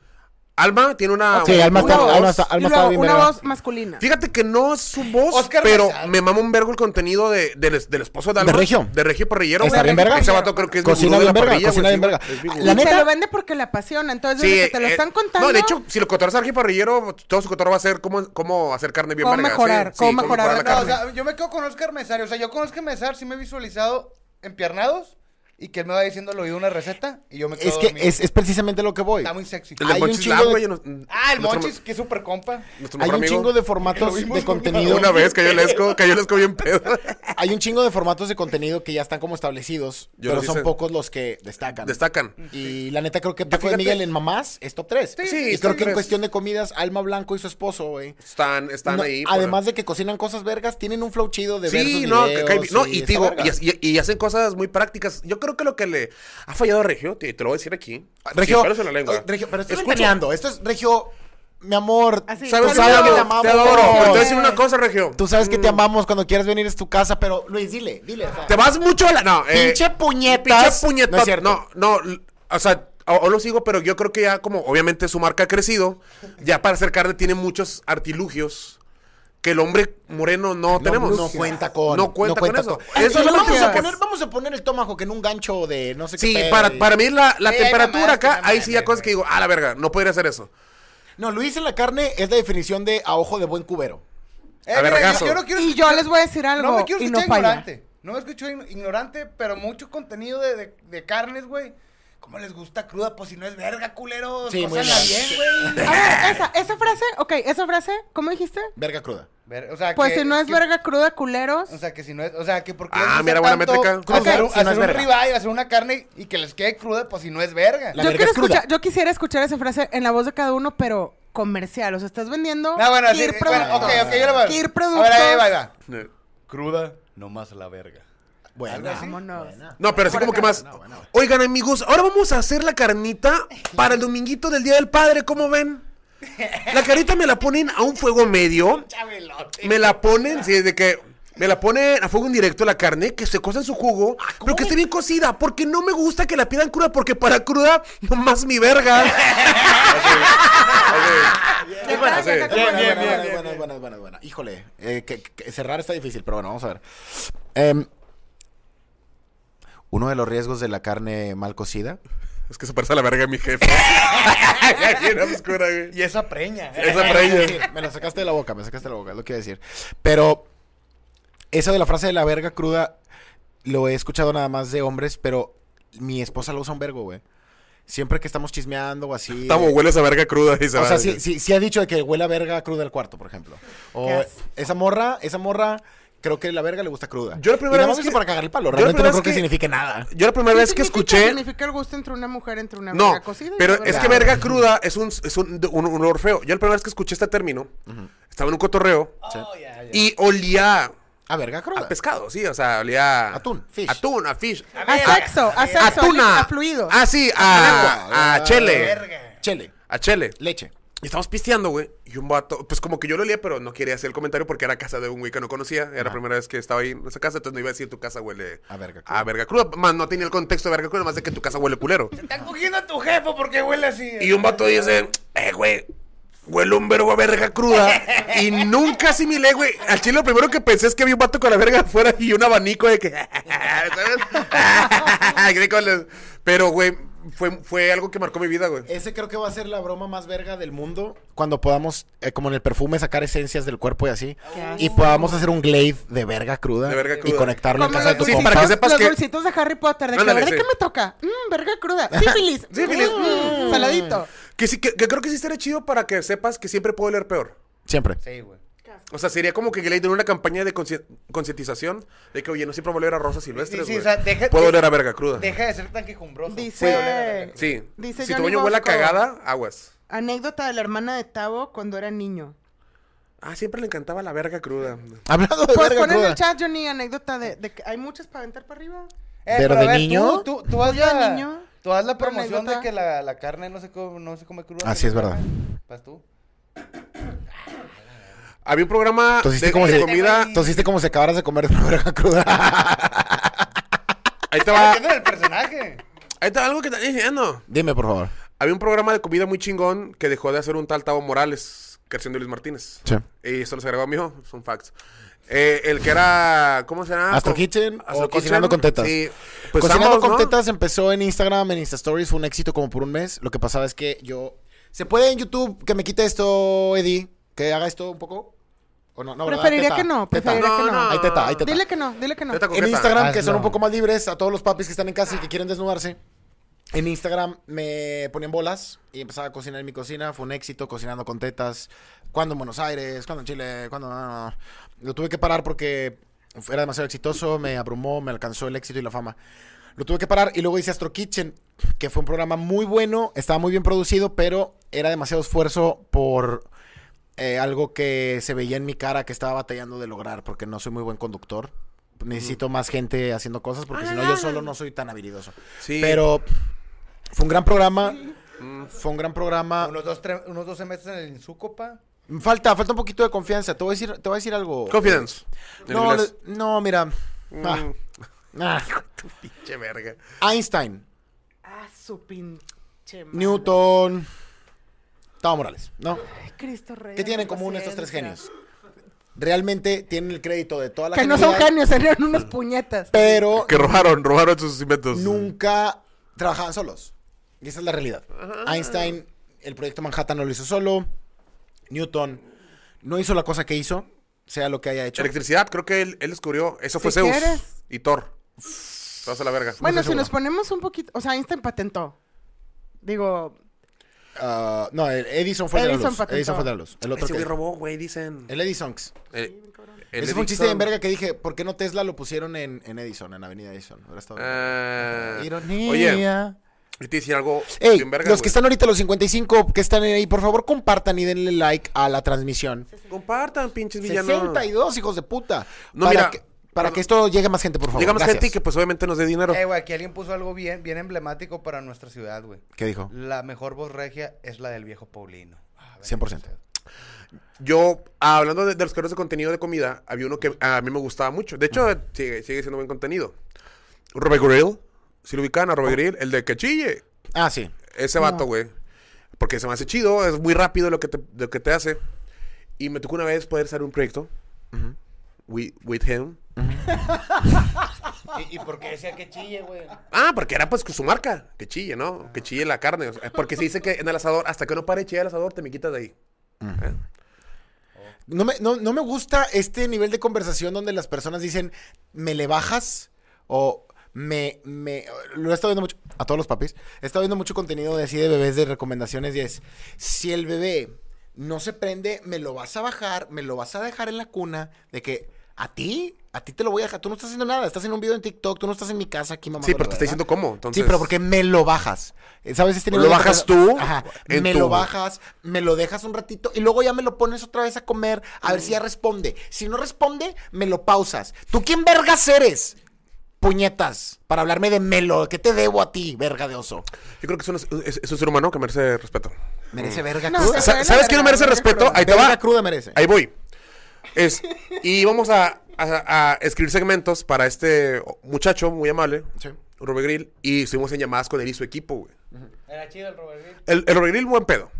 [SPEAKER 3] Alma tiene una.
[SPEAKER 2] Sí, Alma
[SPEAKER 5] Una
[SPEAKER 2] está,
[SPEAKER 5] voz,
[SPEAKER 2] Alma está,
[SPEAKER 5] y
[SPEAKER 2] Alma
[SPEAKER 5] luego
[SPEAKER 2] está bien
[SPEAKER 5] una
[SPEAKER 2] verga.
[SPEAKER 5] voz masculina.
[SPEAKER 3] Fíjate que no es su voz,
[SPEAKER 4] Oscar
[SPEAKER 3] pero
[SPEAKER 4] González.
[SPEAKER 3] me mama un vergo el contenido de, del, del esposo de Alma.
[SPEAKER 2] ¿De Regio?
[SPEAKER 3] De Regio Parrillero.
[SPEAKER 2] ¿Está
[SPEAKER 3] güey.
[SPEAKER 2] bien verga?
[SPEAKER 3] Ese vato creo que es mi
[SPEAKER 2] Cocina
[SPEAKER 3] gurú de la
[SPEAKER 2] bien verga,
[SPEAKER 3] parrilla,
[SPEAKER 2] cocina
[SPEAKER 3] güey,
[SPEAKER 2] bien
[SPEAKER 3] sí,
[SPEAKER 2] verga.
[SPEAKER 3] es mi gurú.
[SPEAKER 5] Y
[SPEAKER 2] La
[SPEAKER 5] te
[SPEAKER 2] neta-
[SPEAKER 5] lo vende porque le apasiona, entonces
[SPEAKER 3] Sí,
[SPEAKER 5] desde que te lo
[SPEAKER 3] eh,
[SPEAKER 5] están contando.
[SPEAKER 3] No, de hecho, si lo cotorras a Regio Parrillero, todo su cotorro va a ser cómo, cómo hacer carne bien
[SPEAKER 5] Cómo
[SPEAKER 3] verga. sí,
[SPEAKER 5] mejorar,
[SPEAKER 3] sí,
[SPEAKER 5] cómo mejorar la
[SPEAKER 4] No, o
[SPEAKER 5] carne.
[SPEAKER 4] sea, yo me quedo con Oscar Mesario. O sea, yo con Oscar Mesario sí me he visualizado empiernados y que él me va diciendo al oído una receta y yo me quedo
[SPEAKER 2] Es que
[SPEAKER 4] dormido.
[SPEAKER 2] es, es precisamente lo que voy.
[SPEAKER 4] Está muy sexy.
[SPEAKER 3] El de
[SPEAKER 2] Hay un
[SPEAKER 3] Monchis Lab,
[SPEAKER 2] chingo de-
[SPEAKER 3] güey, nos-
[SPEAKER 4] Ah, el
[SPEAKER 3] nuestro-
[SPEAKER 4] Monchis, que es súper compa. Eh,
[SPEAKER 3] nuestro mejor
[SPEAKER 2] Hay un
[SPEAKER 3] amigo.
[SPEAKER 2] chingo de
[SPEAKER 4] Lo
[SPEAKER 2] formatos
[SPEAKER 4] vimos
[SPEAKER 2] de contenido.
[SPEAKER 3] Una vez cayó el esco, cayó el esco
[SPEAKER 2] [LAUGHS]
[SPEAKER 3] bien pedo.
[SPEAKER 2] Hay un chingo de formatos de contenido que ya están como establecidos,
[SPEAKER 3] Yo
[SPEAKER 2] pero
[SPEAKER 3] los
[SPEAKER 2] son
[SPEAKER 3] hice.
[SPEAKER 2] pocos los que destacan.
[SPEAKER 3] Destacan.
[SPEAKER 2] Y la neta creo que Paco de
[SPEAKER 3] fíjate-
[SPEAKER 2] Miguel en mamás es top 3.
[SPEAKER 3] Sí,
[SPEAKER 2] y
[SPEAKER 3] sí,
[SPEAKER 2] creo que en
[SPEAKER 3] tres.
[SPEAKER 2] cuestión de comidas, Alma Blanco y su esposo, güey.
[SPEAKER 3] Están, están
[SPEAKER 2] no-
[SPEAKER 3] ahí. por-
[SPEAKER 2] además de que cocinan cosas vergas, tienen un flow chido de ver
[SPEAKER 3] Sí,
[SPEAKER 2] sus
[SPEAKER 3] no, que-
[SPEAKER 2] videos
[SPEAKER 3] que- no, y,
[SPEAKER 2] está
[SPEAKER 3] te digo,
[SPEAKER 2] verga.
[SPEAKER 3] y, y- y hacen cosas muy prácticas. Yo creo que lo que le ha fallado a Regio, te, te lo voy a decir aquí.
[SPEAKER 2] Regio,
[SPEAKER 3] sin pelos en la lengua.
[SPEAKER 2] oye, Regio, pero estoy
[SPEAKER 3] Escucho.
[SPEAKER 2] ventaneando. Esto es, Regio, mi amor,
[SPEAKER 5] Así,
[SPEAKER 2] sabes,
[SPEAKER 3] ¿Sabes
[SPEAKER 2] tú
[SPEAKER 5] saludos,
[SPEAKER 2] sabes que te
[SPEAKER 3] te
[SPEAKER 2] amamos.
[SPEAKER 3] amamos? Te adoro. Mm. Pero te voy a decir una cosa, Regio.
[SPEAKER 2] Tú sabes que te amamos cuando quieras venir es tu casa, pero Luis, dile, dile. o sea,
[SPEAKER 3] Te vas mucho a la. No, eh,
[SPEAKER 2] pinche puñetas.
[SPEAKER 3] pinche puñetón.
[SPEAKER 2] No es cierto.
[SPEAKER 3] No, no, l- o sea, o, o lo sigo, pero yo creo que ya, como obviamente su marca ha crecido, ya para hacer carne tiene muchos artilugios que el hombre moreno no, tenemos.
[SPEAKER 2] No cuenta con.
[SPEAKER 3] No cuenta, con eso.
[SPEAKER 2] Ay,
[SPEAKER 3] Eso
[SPEAKER 2] y
[SPEAKER 3] es lo
[SPEAKER 2] vamos,
[SPEAKER 3] que-
[SPEAKER 2] a poner, vamos a poner el tomajo que en un gancho de no sé qué.
[SPEAKER 3] Sí,
[SPEAKER 2] pedo
[SPEAKER 3] para,
[SPEAKER 2] y-
[SPEAKER 3] para mí la, la
[SPEAKER 4] Sí, hay
[SPEAKER 3] temperatura
[SPEAKER 4] mamadas que
[SPEAKER 3] acá,
[SPEAKER 4] no
[SPEAKER 3] ahí sí ya
[SPEAKER 4] mames,
[SPEAKER 3] cosas que
[SPEAKER 4] güey.
[SPEAKER 3] digo, ah, la verga, no podría hacer eso.
[SPEAKER 2] No, Luis en la carne es la definición de a ojo de buen cubero.
[SPEAKER 4] Eh,
[SPEAKER 3] A
[SPEAKER 4] mira,
[SPEAKER 3] vergazo.
[SPEAKER 4] yo, yo no quiero
[SPEAKER 5] Y yo les voy a decir algo
[SPEAKER 4] No me quiero
[SPEAKER 5] y no
[SPEAKER 4] escuchar
[SPEAKER 5] falla.
[SPEAKER 4] ignorante. No me escucho ign- ignorante, pero mucho contenido de, de, de carnes, güey. ¿Cómo les gusta cruda? Pues si no es verga, culeros.
[SPEAKER 2] Sí,
[SPEAKER 4] Sí,
[SPEAKER 2] muy bien.
[SPEAKER 4] bien, güey.
[SPEAKER 5] A ver, esa, esa frase, ok, esa frase, ¿cómo dijiste?
[SPEAKER 2] Verga cruda.
[SPEAKER 4] Ver- o sea,
[SPEAKER 5] Pues
[SPEAKER 4] que-
[SPEAKER 5] si no es
[SPEAKER 4] que-
[SPEAKER 5] verga cruda, culeros.
[SPEAKER 4] O sea, que si no es. O sea, que porque.
[SPEAKER 3] Ah,
[SPEAKER 4] les gusta
[SPEAKER 3] mira, buena métrica.
[SPEAKER 4] Cruda,
[SPEAKER 2] Cruda,
[SPEAKER 4] hacer un,
[SPEAKER 2] si no es
[SPEAKER 4] hacer un
[SPEAKER 2] verga.
[SPEAKER 4] ribeye, hacer una carne y que les quede cruda, pues si no es verga.
[SPEAKER 2] La-
[SPEAKER 5] yo,
[SPEAKER 2] verga
[SPEAKER 5] quiero
[SPEAKER 2] es cruda.
[SPEAKER 5] escuchar, yo quisiera escuchar esa frase en la voz de cada uno, pero comercial. O sea, estás vendiendo
[SPEAKER 4] No, bueno, sí,
[SPEAKER 5] Kir
[SPEAKER 4] eh, bueno,
[SPEAKER 5] productos.
[SPEAKER 4] ok, ok, yo lo veo.
[SPEAKER 5] Kir
[SPEAKER 4] A ver,
[SPEAKER 5] productos.
[SPEAKER 4] ahí va, ahí va.
[SPEAKER 3] No,
[SPEAKER 4] Cruda, no más la verga.
[SPEAKER 2] Bueno,
[SPEAKER 5] Vámonos.
[SPEAKER 3] pero así como que más. Oigan, amigos, ahora vamos a hacer la carnita para el dominguito del Día del Padre, ¿cómo ven? La carnita me la ponen a un fuego
[SPEAKER 4] [LAUGHS]
[SPEAKER 3] medio. Me la ponen, sí, de que. Me la ponen a fuego indirecto la carne, que se cosa en su jugo,
[SPEAKER 4] Ah,
[SPEAKER 3] pero que esté bien cocida, porque no me gusta que la pidan cruda, porque para cruda, nomás mi
[SPEAKER 4] [LAUGHS]
[SPEAKER 3] verga. [LAUGHS]
[SPEAKER 5] Ya está, ya está como
[SPEAKER 2] Buena,
[SPEAKER 5] la-
[SPEAKER 2] buena, buena, buena, buena, buena, buena. Híjole, eh, que- que cerrar está difícil, pero bueno, vamos a ver. Em, uno de los riesgos de la carne mal cocida.
[SPEAKER 3] Es que se parece a la verga de mi jefe. [LAUGHS] Bien oscura, güey.
[SPEAKER 4] Y esa preña.
[SPEAKER 3] Esa
[SPEAKER 2] Iba a [LAUGHS]
[SPEAKER 3] preña.
[SPEAKER 2] decir, me la sacaste de la boca, me sacaste de la boca, es lo que iba a decir. Pero eso de la frase de la verga cruda lo he escuchado nada más de hombres, pero mi esposa lo usa un vergo, güey. Siempre que estamos chismeando o así.
[SPEAKER 3] Tamo,
[SPEAKER 2] eh,
[SPEAKER 3] huele esa verga cruda y se
[SPEAKER 2] o
[SPEAKER 3] va.
[SPEAKER 2] sea, sí, sí, sí ha dicho de que huele a verga cruda el cuarto, por ejemplo. O
[SPEAKER 5] Qué asco.
[SPEAKER 2] esa morra, esa morra, creo que la verga le gusta cruda.
[SPEAKER 3] Yo la primera
[SPEAKER 2] Y nada más
[SPEAKER 3] vez
[SPEAKER 2] es
[SPEAKER 3] que-
[SPEAKER 2] para cagar el palo,
[SPEAKER 3] yo la
[SPEAKER 2] realmente no
[SPEAKER 3] primera
[SPEAKER 2] creo
[SPEAKER 3] vez
[SPEAKER 2] que,
[SPEAKER 3] que-
[SPEAKER 2] signifique nada.
[SPEAKER 3] Yo la primera vez que
[SPEAKER 5] Significa-
[SPEAKER 3] escuché.
[SPEAKER 5] Significa el gusto entre una mujer, entre una
[SPEAKER 3] No,
[SPEAKER 5] verga cocida. y
[SPEAKER 3] pero
[SPEAKER 5] una
[SPEAKER 3] es
[SPEAKER 5] verga-
[SPEAKER 3] que verga cruda es un, es un, un- un olor feo. Yo la primera vez que escuché este término, estaba en un cotorreo
[SPEAKER 4] Oh,
[SPEAKER 3] y olía
[SPEAKER 2] A verga cruda.
[SPEAKER 3] a pescado, sí, o sea, olía.
[SPEAKER 2] Atún, fish.
[SPEAKER 3] Atún, a fish.
[SPEAKER 5] A sexo, a
[SPEAKER 3] A
[SPEAKER 5] sexo,
[SPEAKER 3] tuna.
[SPEAKER 5] a Ah, fluido.
[SPEAKER 3] Ah, sí, a, a chele.
[SPEAKER 4] Verga.
[SPEAKER 2] Chele,
[SPEAKER 3] A chele.
[SPEAKER 2] leche.
[SPEAKER 3] Y estamos pisteando, güey. Y un vato, pues como que yo lo leía, pero no quería hacer el comentario porque era casa de un güey que no conocía. Era la primera vez que estaba ahí en esa casa, entonces no iba a decir tu casa huele
[SPEAKER 2] A verga cruda".
[SPEAKER 3] cruda. A verga cruda. Más no tenía el contexto de verga cruda, más de que tu casa huele culero.
[SPEAKER 4] Están cogiendo a tu jefe porque huele así.
[SPEAKER 3] Y un vato dice, eh, güey, huele un vergo a verga cruda. Y nunca asimilé, güey. Al chile lo primero que pensé es que había un vato con la verga afuera y un abanico de que, [LAUGHS] ¿sabes? Que con los- Pero, güey, fue, fue algo que marcó mi vida, güey.
[SPEAKER 2] Ese creo que va a ser la broma más verga del mundo cuando podamos, eh, como en el perfume, sacar esencias del cuerpo y así.
[SPEAKER 5] Qué asco.
[SPEAKER 2] Y podamos hacer un glade de verga cruda,
[SPEAKER 3] De verga
[SPEAKER 2] y
[SPEAKER 3] cruda.
[SPEAKER 2] conectarlo en
[SPEAKER 5] Como
[SPEAKER 2] casa de
[SPEAKER 5] los,
[SPEAKER 2] tu
[SPEAKER 3] Sí,
[SPEAKER 5] dulcitos,
[SPEAKER 2] compa.
[SPEAKER 3] para que sepas
[SPEAKER 5] los
[SPEAKER 3] que-
[SPEAKER 5] dulcitos de Harry Potter. De que,
[SPEAKER 3] Ándale,
[SPEAKER 5] ¿verdad
[SPEAKER 3] sí.
[SPEAKER 5] qué me toca? Mmm, verga
[SPEAKER 3] [LAUGHS]
[SPEAKER 5] cruda. Sífilis.
[SPEAKER 3] Sífilis,
[SPEAKER 5] Mm, saladito.
[SPEAKER 3] Que sí, que, que creo que sí estaría chido para que sepas que siempre puedo leer peor.
[SPEAKER 2] Siempre.
[SPEAKER 4] Sí, güey.
[SPEAKER 3] O sea, sería como que le dieron una campaña de consci- concientización de que, oye, no siempre volver a Rosa Silvestre.
[SPEAKER 4] Sí, sí, o sea, deja-
[SPEAKER 3] Puedo
[SPEAKER 4] de-
[SPEAKER 3] oler a verga cruda.
[SPEAKER 4] Deja de ser tan quejumbroso.
[SPEAKER 5] Dice-
[SPEAKER 4] Puede oler a verga.
[SPEAKER 3] Sí.
[SPEAKER 5] Dice
[SPEAKER 3] si tu
[SPEAKER 5] Johnny
[SPEAKER 3] baño huele a
[SPEAKER 5] Bosco.
[SPEAKER 3] cagada, aguas.
[SPEAKER 5] Anécdota de la hermana de Tavo cuando era niño.
[SPEAKER 3] Ah, siempre le encantaba la verga cruda.
[SPEAKER 2] Hablando de
[SPEAKER 5] Pues
[SPEAKER 2] verga
[SPEAKER 5] pon en
[SPEAKER 2] cruda.
[SPEAKER 5] el chat, Johnny, anécdota de, de que hay muchas para aventar para arriba.
[SPEAKER 2] ¿Pero
[SPEAKER 4] eh, a
[SPEAKER 2] de
[SPEAKER 4] ver,
[SPEAKER 2] niño?
[SPEAKER 4] Tú, tú, tú haz
[SPEAKER 5] Yo de
[SPEAKER 4] la,
[SPEAKER 5] niño,
[SPEAKER 4] tú haz la
[SPEAKER 5] una
[SPEAKER 4] promoción de
[SPEAKER 5] anécdota.
[SPEAKER 4] que la, la carne no se, come, no se come cruda.
[SPEAKER 2] Así
[SPEAKER 4] que
[SPEAKER 2] es
[SPEAKER 4] no se
[SPEAKER 2] verdad.
[SPEAKER 4] come. Vas tú.
[SPEAKER 3] Había un programa
[SPEAKER 2] Tosiste
[SPEAKER 3] de,
[SPEAKER 2] como
[SPEAKER 3] de
[SPEAKER 2] si-
[SPEAKER 3] comida.
[SPEAKER 4] Ay.
[SPEAKER 2] Tosiste como si acabaras de comer [LAUGHS] una verga cruda.
[SPEAKER 3] Ahí te va.
[SPEAKER 4] Ah, ¿qué es el personaje?
[SPEAKER 3] Ahí te va algo que te estoy diciendo.
[SPEAKER 2] Dime, por favor.
[SPEAKER 3] Había un programa de comida muy chingón que dejó de hacer un tal Tavo Morales, creación de Luis Martínez.
[SPEAKER 2] Sí.
[SPEAKER 3] Y eso los agregó a mi hijo, son facts. Eh, el que era, ¿cómo se llama?
[SPEAKER 2] Astro
[SPEAKER 3] Co-
[SPEAKER 2] Kitchen
[SPEAKER 3] Astro
[SPEAKER 2] o Cocinando con Tetas.
[SPEAKER 3] Sí, pues
[SPEAKER 2] Cocinando
[SPEAKER 3] ambos,
[SPEAKER 2] con
[SPEAKER 3] ¿no?
[SPEAKER 2] Tetas empezó en Instagram, en Insta Stories, fue un éxito como por un mes. Lo que pasaba es que yo. ¿Se puede en YouTube que me quite esto, Eddie? ¿Que haga esto un poco? ¿O no? no ¿verdad?
[SPEAKER 5] Preferiría
[SPEAKER 2] Teta,
[SPEAKER 5] que no,
[SPEAKER 2] teta.
[SPEAKER 5] preferiría que
[SPEAKER 3] No,
[SPEAKER 5] no.
[SPEAKER 3] no.
[SPEAKER 2] Hay teta, hay teta.
[SPEAKER 5] Dile que no, dile que no.
[SPEAKER 3] Teta
[SPEAKER 2] en
[SPEAKER 3] coqueta.
[SPEAKER 2] Instagram, que
[SPEAKER 4] Hazlo.
[SPEAKER 2] son un poco más libres, a todos los papis que están en casa y que quieren desnudarse. En Instagram me ponían bolas y empezaba a cocinar en mi cocina. Fue un éxito cocinando con tetas. Cuando en Buenos Aires, cuando en Chile, cuando. no, no, no. Lo tuve que parar porque era demasiado exitoso, me abrumó, me alcanzó el éxito y la fama. Lo tuve que parar y luego hice Astro Kitchen, que fue un programa muy bueno, estaba muy bien producido, pero era demasiado esfuerzo por eh, algo que se veía en mi cara que estaba batallando de lograr, porque no soy muy buen conductor. Necesito más gente haciendo cosas, porque
[SPEAKER 5] Ah,
[SPEAKER 2] si no yo solo no soy tan habilidoso.
[SPEAKER 3] Sí.
[SPEAKER 2] Pero fue un gran programa. Fue un gran programa.
[SPEAKER 4] Unos, dos, tre- unos 12 meses en el Insucopa.
[SPEAKER 2] Falta, falta un poquito de confianza. Te voy a decir, te voy a decir algo.
[SPEAKER 3] Confidence. En
[SPEAKER 2] No,
[SPEAKER 3] inglés.
[SPEAKER 2] le- no, mira.
[SPEAKER 3] Mm.
[SPEAKER 2] Ah, ah.
[SPEAKER 3] Che verga.
[SPEAKER 2] Einstein,
[SPEAKER 5] Ah, su pinche madre.
[SPEAKER 2] Newton, Tavo Morales, ¿no?
[SPEAKER 5] Ay, Cristo Rey.
[SPEAKER 2] ¿Qué tienen en común estos tres genios? Realmente tienen el crédito de toda la
[SPEAKER 5] Que no son
[SPEAKER 2] genialidad,
[SPEAKER 5] genios, serían unos puñetas.
[SPEAKER 2] pero
[SPEAKER 3] Que robaron, robaron sus inventos.
[SPEAKER 2] nunca trabajaban solos. Y esa es la realidad. Einstein, el proyecto Manhattan no lo hizo solo. Newton no hizo la cosa que hizo, sea lo que haya hecho.
[SPEAKER 3] Electricidad, creo que él, él descubrió. Eso fue
[SPEAKER 5] Si
[SPEAKER 3] Zeus
[SPEAKER 5] quieres.
[SPEAKER 3] y Thor. Te vas a la verga.
[SPEAKER 5] bueno, si
[SPEAKER 2] seguro.
[SPEAKER 5] nos ponemos un poquito. O sea, Einstein patentó. Digo,
[SPEAKER 2] Ah, no, el Edison fue el de la
[SPEAKER 5] Edison
[SPEAKER 2] luz.
[SPEAKER 5] patentó.
[SPEAKER 2] Edison fue el de la luz. El otro
[SPEAKER 3] Ese
[SPEAKER 2] que-
[SPEAKER 3] güey robó, güey, dicen.
[SPEAKER 2] El Edison.
[SPEAKER 3] Eh, el
[SPEAKER 2] Ese fue un chiste
[SPEAKER 3] Edison.
[SPEAKER 2] de verga que dije, ¿por qué no Tesla lo pusieron en, en Edison, en Avenida Edison? Hubiera estado-
[SPEAKER 3] Ah,
[SPEAKER 2] Ironía.
[SPEAKER 3] Oye, yo te decía algo
[SPEAKER 2] Ey,
[SPEAKER 3] bien verga,
[SPEAKER 2] los que
[SPEAKER 3] güey.
[SPEAKER 2] están ahorita, los 55 que están ahí, por favor compartan y denle like a la transmisión.
[SPEAKER 3] Compartan, pinches villanos.
[SPEAKER 2] 62, hijos de puta.
[SPEAKER 3] No,
[SPEAKER 2] para
[SPEAKER 3] mira,
[SPEAKER 2] que, para que esto llegue a más gente, por favor.
[SPEAKER 3] Llega más
[SPEAKER 2] Gracias.
[SPEAKER 3] gente y que pues obviamente nos dé dinero.
[SPEAKER 4] Eh, güey, aquí alguien puso algo bien, bien emblemático para nuestra ciudad, güey.
[SPEAKER 2] ¿Qué dijo?
[SPEAKER 4] La mejor voz regia es la del viejo Paulino. Ah, bendito
[SPEAKER 2] 100%.
[SPEAKER 4] sea.
[SPEAKER 3] Yo, ah, hablando de, de los creadores de contenido de comida, había uno que a mí me gustaba mucho. De hecho, sigue, sigue siendo buen contenido. Robert Grill. Si lo ubican a
[SPEAKER 2] Oh.
[SPEAKER 3] Robert Grill, el de que chille.
[SPEAKER 2] Ah, sí.
[SPEAKER 3] Ese vato, güey. Porque se me hace chido, es muy rápido lo que te, lo que te hace. Y me tocó una vez poder hacer un proyecto. with, with him.
[SPEAKER 4] ¿Y, y por qué decía que chille, güey?
[SPEAKER 3] Ah, porque era pues su marca. Que chille, ¿no? Que chille la carne. o sea, porque se dice que en el asador, hasta que no pare de chillar el asador, te me quitas de ahí. ¿Eh?
[SPEAKER 2] No me, no, no me gusta este nivel de conversación donde las personas dicen, ¿me le bajas? O me, me... Lo he estado viendo mucho... A todos los papis. He estado viendo mucho contenido de así de bebés, de recomendaciones, y es, si el bebé no se prende, me lo vas a bajar, me lo vas a dejar en la cuna, de que, ¿a ti? ¿A ti te lo voy a dejar? Tú no estás haciendo nada, estás en un video en TikTok, tú no estás en mi casa aquí, mamá.
[SPEAKER 3] Sí, pero te está diciendo cómo. Entonces,
[SPEAKER 2] Sí, pero porque me lo bajas. Eh, ¿Sabes? Este
[SPEAKER 3] ¿Lo
[SPEAKER 2] nivel de
[SPEAKER 3] bajas
[SPEAKER 2] conversa-
[SPEAKER 3] tú?
[SPEAKER 2] Ajá.
[SPEAKER 3] En
[SPEAKER 2] Me
[SPEAKER 3] tu-
[SPEAKER 2] lo bajas, me lo dejas un ratito y luego ya me lo pones otra vez a comer a ver si ya responde. Si no responde, me lo pausas. ¿Tú quién vergas eres? Puñetas. Para hablarme de melo. ¿Qué te debo a ti, verga de oso?
[SPEAKER 3] Yo creo que es, un- es- es un ser humano que merece respeto.
[SPEAKER 2] Merece verga
[SPEAKER 5] No,
[SPEAKER 2] cruda.
[SPEAKER 5] o sea,
[SPEAKER 3] Sa- ¿Sabes quién Mm. no merece respeto? Ahí te
[SPEAKER 2] verga
[SPEAKER 3] va.
[SPEAKER 2] cruda merece.
[SPEAKER 3] Ahí voy. Es, y vamos a, a- a escribir segmentos para este muchacho muy amable,
[SPEAKER 2] Sí.
[SPEAKER 3] Robert Grill, y estuvimos en llamadas con él y su equipo, güey.
[SPEAKER 4] Era chido el Robert Grill.
[SPEAKER 3] El, el Robert Grill, buen pedo.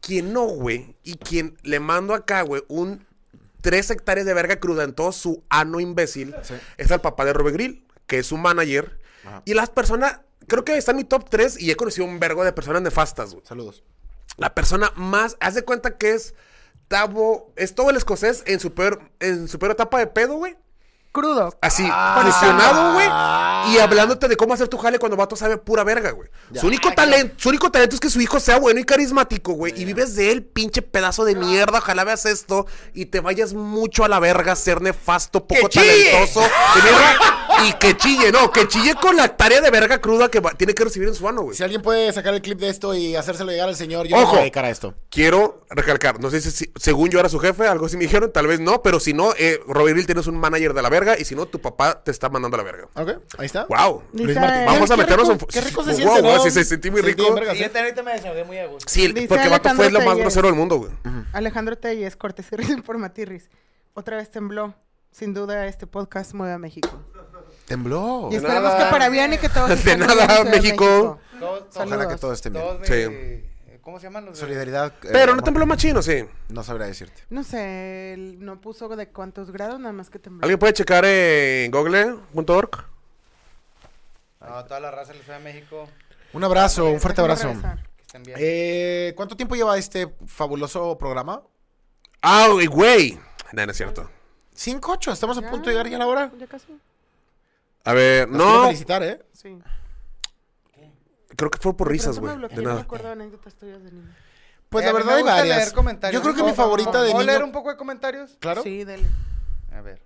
[SPEAKER 3] Quien no, güey, y quien le mando acá, güey, un tres hectáreas de verga cruda en todo su ano imbécil, es al papá de Robert Grill, que es su manager. Y las personas, creo que está en mi top 3 y he conocido un vergo de personas nefastas, güey.
[SPEAKER 2] Saludos.
[SPEAKER 3] La persona más. Haz de cuenta que es Tavo. Es todo el escocés en su peor, en su peor etapa de pedo, güey.
[SPEAKER 5] Crudo.
[SPEAKER 3] Así, presionado, güey. Y hablándote de cómo hacer tu jale cuando vato sabe pura verga, güey. Su único talento, su único talento es que su hijo sea bueno y carismático, güey. Y vives de él, pinche pedazo de mierda. Ojalá veas esto y te vayas mucho a la verga a ser nefasto, poco
[SPEAKER 4] chille!
[SPEAKER 3] talentoso. de mierda, y que chille, no, que chille con la tarea de verga cruda que va- tiene que recibir en su mano, güey.
[SPEAKER 2] Si alguien puede sacar el clip de esto y hacérselo llegar al señor, yo
[SPEAKER 3] Ojo.
[SPEAKER 2] me voy a dedicar a esto.
[SPEAKER 3] Quiero recalcar, no sé si, si- según yo era su jefe, algo así me dijeron, tal vez no, pero si no, eh, Robbie Grill tienes un manager de la verga y si no, tu papá te está mandando a la verga.
[SPEAKER 2] Ok, ahí está.
[SPEAKER 3] ¡Wow!
[SPEAKER 5] Dice-
[SPEAKER 2] Luis Martín.
[SPEAKER 3] Vamos a
[SPEAKER 2] Qué
[SPEAKER 3] meternos
[SPEAKER 2] rico-
[SPEAKER 3] en.
[SPEAKER 2] Qué rico se
[SPEAKER 3] wow,
[SPEAKER 2] siente,
[SPEAKER 3] wow,
[SPEAKER 2] ¿no?
[SPEAKER 3] sí, se sentí muy
[SPEAKER 2] Sentí
[SPEAKER 3] rico.
[SPEAKER 2] en verga,
[SPEAKER 4] Y
[SPEAKER 2] sí.
[SPEAKER 4] yo también ahorita me desahogué muy a gusto.
[SPEAKER 3] Sí,
[SPEAKER 5] Dice
[SPEAKER 3] porque Vato fue lo más
[SPEAKER 5] Alejandro
[SPEAKER 3] grosero del mundo, güey.
[SPEAKER 5] Alejandro Telles, cortes y risa por Matirris. Otra vez tembló. Sin duda, este podcast mueve a México.
[SPEAKER 2] Tembló.
[SPEAKER 5] Y esperemos
[SPEAKER 4] nada.
[SPEAKER 5] que para bien y
[SPEAKER 2] [LAUGHS]
[SPEAKER 5] que todos.
[SPEAKER 3] De
[SPEAKER 5] estén
[SPEAKER 3] nada,
[SPEAKER 5] bien en Ciudad de
[SPEAKER 3] México.
[SPEAKER 4] Todos, todos-
[SPEAKER 2] Ojalá que
[SPEAKER 5] Saludos.
[SPEAKER 2] todo esté bien.
[SPEAKER 4] todos
[SPEAKER 3] Sí.
[SPEAKER 4] me- ¿Cómo se llaman los? de-
[SPEAKER 2] Solidaridad. eh,
[SPEAKER 3] Pero no
[SPEAKER 2] amor,
[SPEAKER 3] tembló más chino, sí.
[SPEAKER 2] No sabría decirte.
[SPEAKER 5] No sé, él no puso de cuántos grados, nada más que tembló.
[SPEAKER 3] ¿Alguien puede checar eh, en google.org?
[SPEAKER 4] No, toda la raza de la Ciudad de México.
[SPEAKER 2] Un abrazo, un fuerte
[SPEAKER 5] Déjame
[SPEAKER 2] abrazo.
[SPEAKER 5] regresar.
[SPEAKER 4] Que estén bien.
[SPEAKER 2] Eh, ¿Cuánto tiempo lleva este fabuloso programa?
[SPEAKER 3] ¡Ah, güey! No, no es cierto.
[SPEAKER 2] 5-8, estamos a
[SPEAKER 5] Ya.
[SPEAKER 2] punto de llegar ya a la hora.
[SPEAKER 5] Ya casi.
[SPEAKER 3] A ver,
[SPEAKER 2] Los quiero
[SPEAKER 3] no.
[SPEAKER 2] felicitar, ¿eh?
[SPEAKER 5] Sí.
[SPEAKER 3] Creo que fue por risas, güey.
[SPEAKER 5] No
[SPEAKER 3] De
[SPEAKER 5] me
[SPEAKER 3] nada.
[SPEAKER 5] acuerdo de anécdotas tuyas de niño.
[SPEAKER 2] Pues
[SPEAKER 4] Eh,
[SPEAKER 2] la
[SPEAKER 4] a mí
[SPEAKER 2] verdad
[SPEAKER 4] me
[SPEAKER 2] hay
[SPEAKER 4] gusta
[SPEAKER 2] varias.
[SPEAKER 4] leer comentarios.
[SPEAKER 2] Yo creo que mi
[SPEAKER 4] ¿Puedo-
[SPEAKER 2] favorita de
[SPEAKER 4] ¿Puedo leer
[SPEAKER 2] niño.
[SPEAKER 4] un poco de comentarios?
[SPEAKER 2] Claro.
[SPEAKER 5] Sí, dele.
[SPEAKER 4] A ver.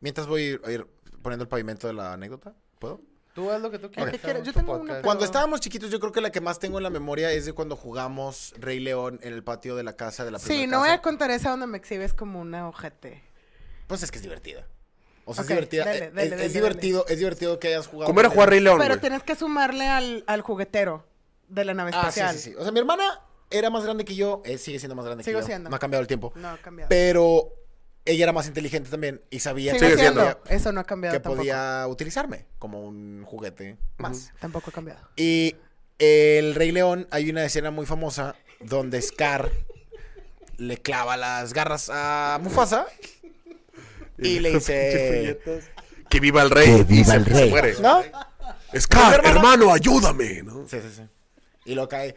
[SPEAKER 2] Mientras voy a ir poniendo el pavimento de la anécdota, ¿puedo?
[SPEAKER 4] Tú haz lo que tú quieras.
[SPEAKER 5] que quieras.
[SPEAKER 4] en
[SPEAKER 5] Yo
[SPEAKER 4] tu
[SPEAKER 5] tengo uno,
[SPEAKER 4] podcast.
[SPEAKER 5] pero-
[SPEAKER 2] Cuando estábamos chiquitos, yo creo que la que más tengo en la memoria es de cuando jugamos Rey León en el patio de la casa de la primera
[SPEAKER 5] Sí, no voy
[SPEAKER 2] casa.
[SPEAKER 5] a contar esa donde me exhibes como una ojete.
[SPEAKER 2] Pues es que es divertida. O sea,
[SPEAKER 5] Ok,
[SPEAKER 2] es divertida.
[SPEAKER 5] dale,
[SPEAKER 2] eh,
[SPEAKER 5] dale,
[SPEAKER 2] es,
[SPEAKER 5] dale,
[SPEAKER 2] es divertido, es divertido que hayas jugado.
[SPEAKER 3] ¿Cómo era
[SPEAKER 2] con
[SPEAKER 3] jugar
[SPEAKER 2] él.
[SPEAKER 3] Rey León,
[SPEAKER 5] Pero
[SPEAKER 3] güey?
[SPEAKER 5] tienes que sumarle al, al juguetero de la nave
[SPEAKER 2] Ah, sí,
[SPEAKER 5] espacial.
[SPEAKER 2] sí, sí. O sea, mi hermana era más grande que yo, eh, sigue siendo más grande
[SPEAKER 5] Sigo
[SPEAKER 2] que yo.
[SPEAKER 5] siendo. Mm.
[SPEAKER 2] No ha cambiado el tiempo.
[SPEAKER 5] No ha cambiado.
[SPEAKER 2] Pero ella era más inteligente también y sabía
[SPEAKER 5] Sigue
[SPEAKER 3] Sigue
[SPEAKER 2] que,
[SPEAKER 3] siendo.
[SPEAKER 5] siendo. Eso no ha cambiado
[SPEAKER 2] que
[SPEAKER 5] tampoco.
[SPEAKER 2] podía utilizarme como un juguete más.
[SPEAKER 5] Tampoco ha cambiado.
[SPEAKER 2] Y el Rey León, hay una escena muy famosa donde Scar le clava las garras a Mufasa y le dice,
[SPEAKER 3] Que viva el rey.
[SPEAKER 2] Que viva el
[SPEAKER 3] Se-
[SPEAKER 2] rey.
[SPEAKER 3] Se muere.
[SPEAKER 2] ¿no?
[SPEAKER 3] Scar,
[SPEAKER 2] Hermano.
[SPEAKER 3] hermano, ayúdame. ¿no?
[SPEAKER 2] Sí, sí, sí. Y lo cae,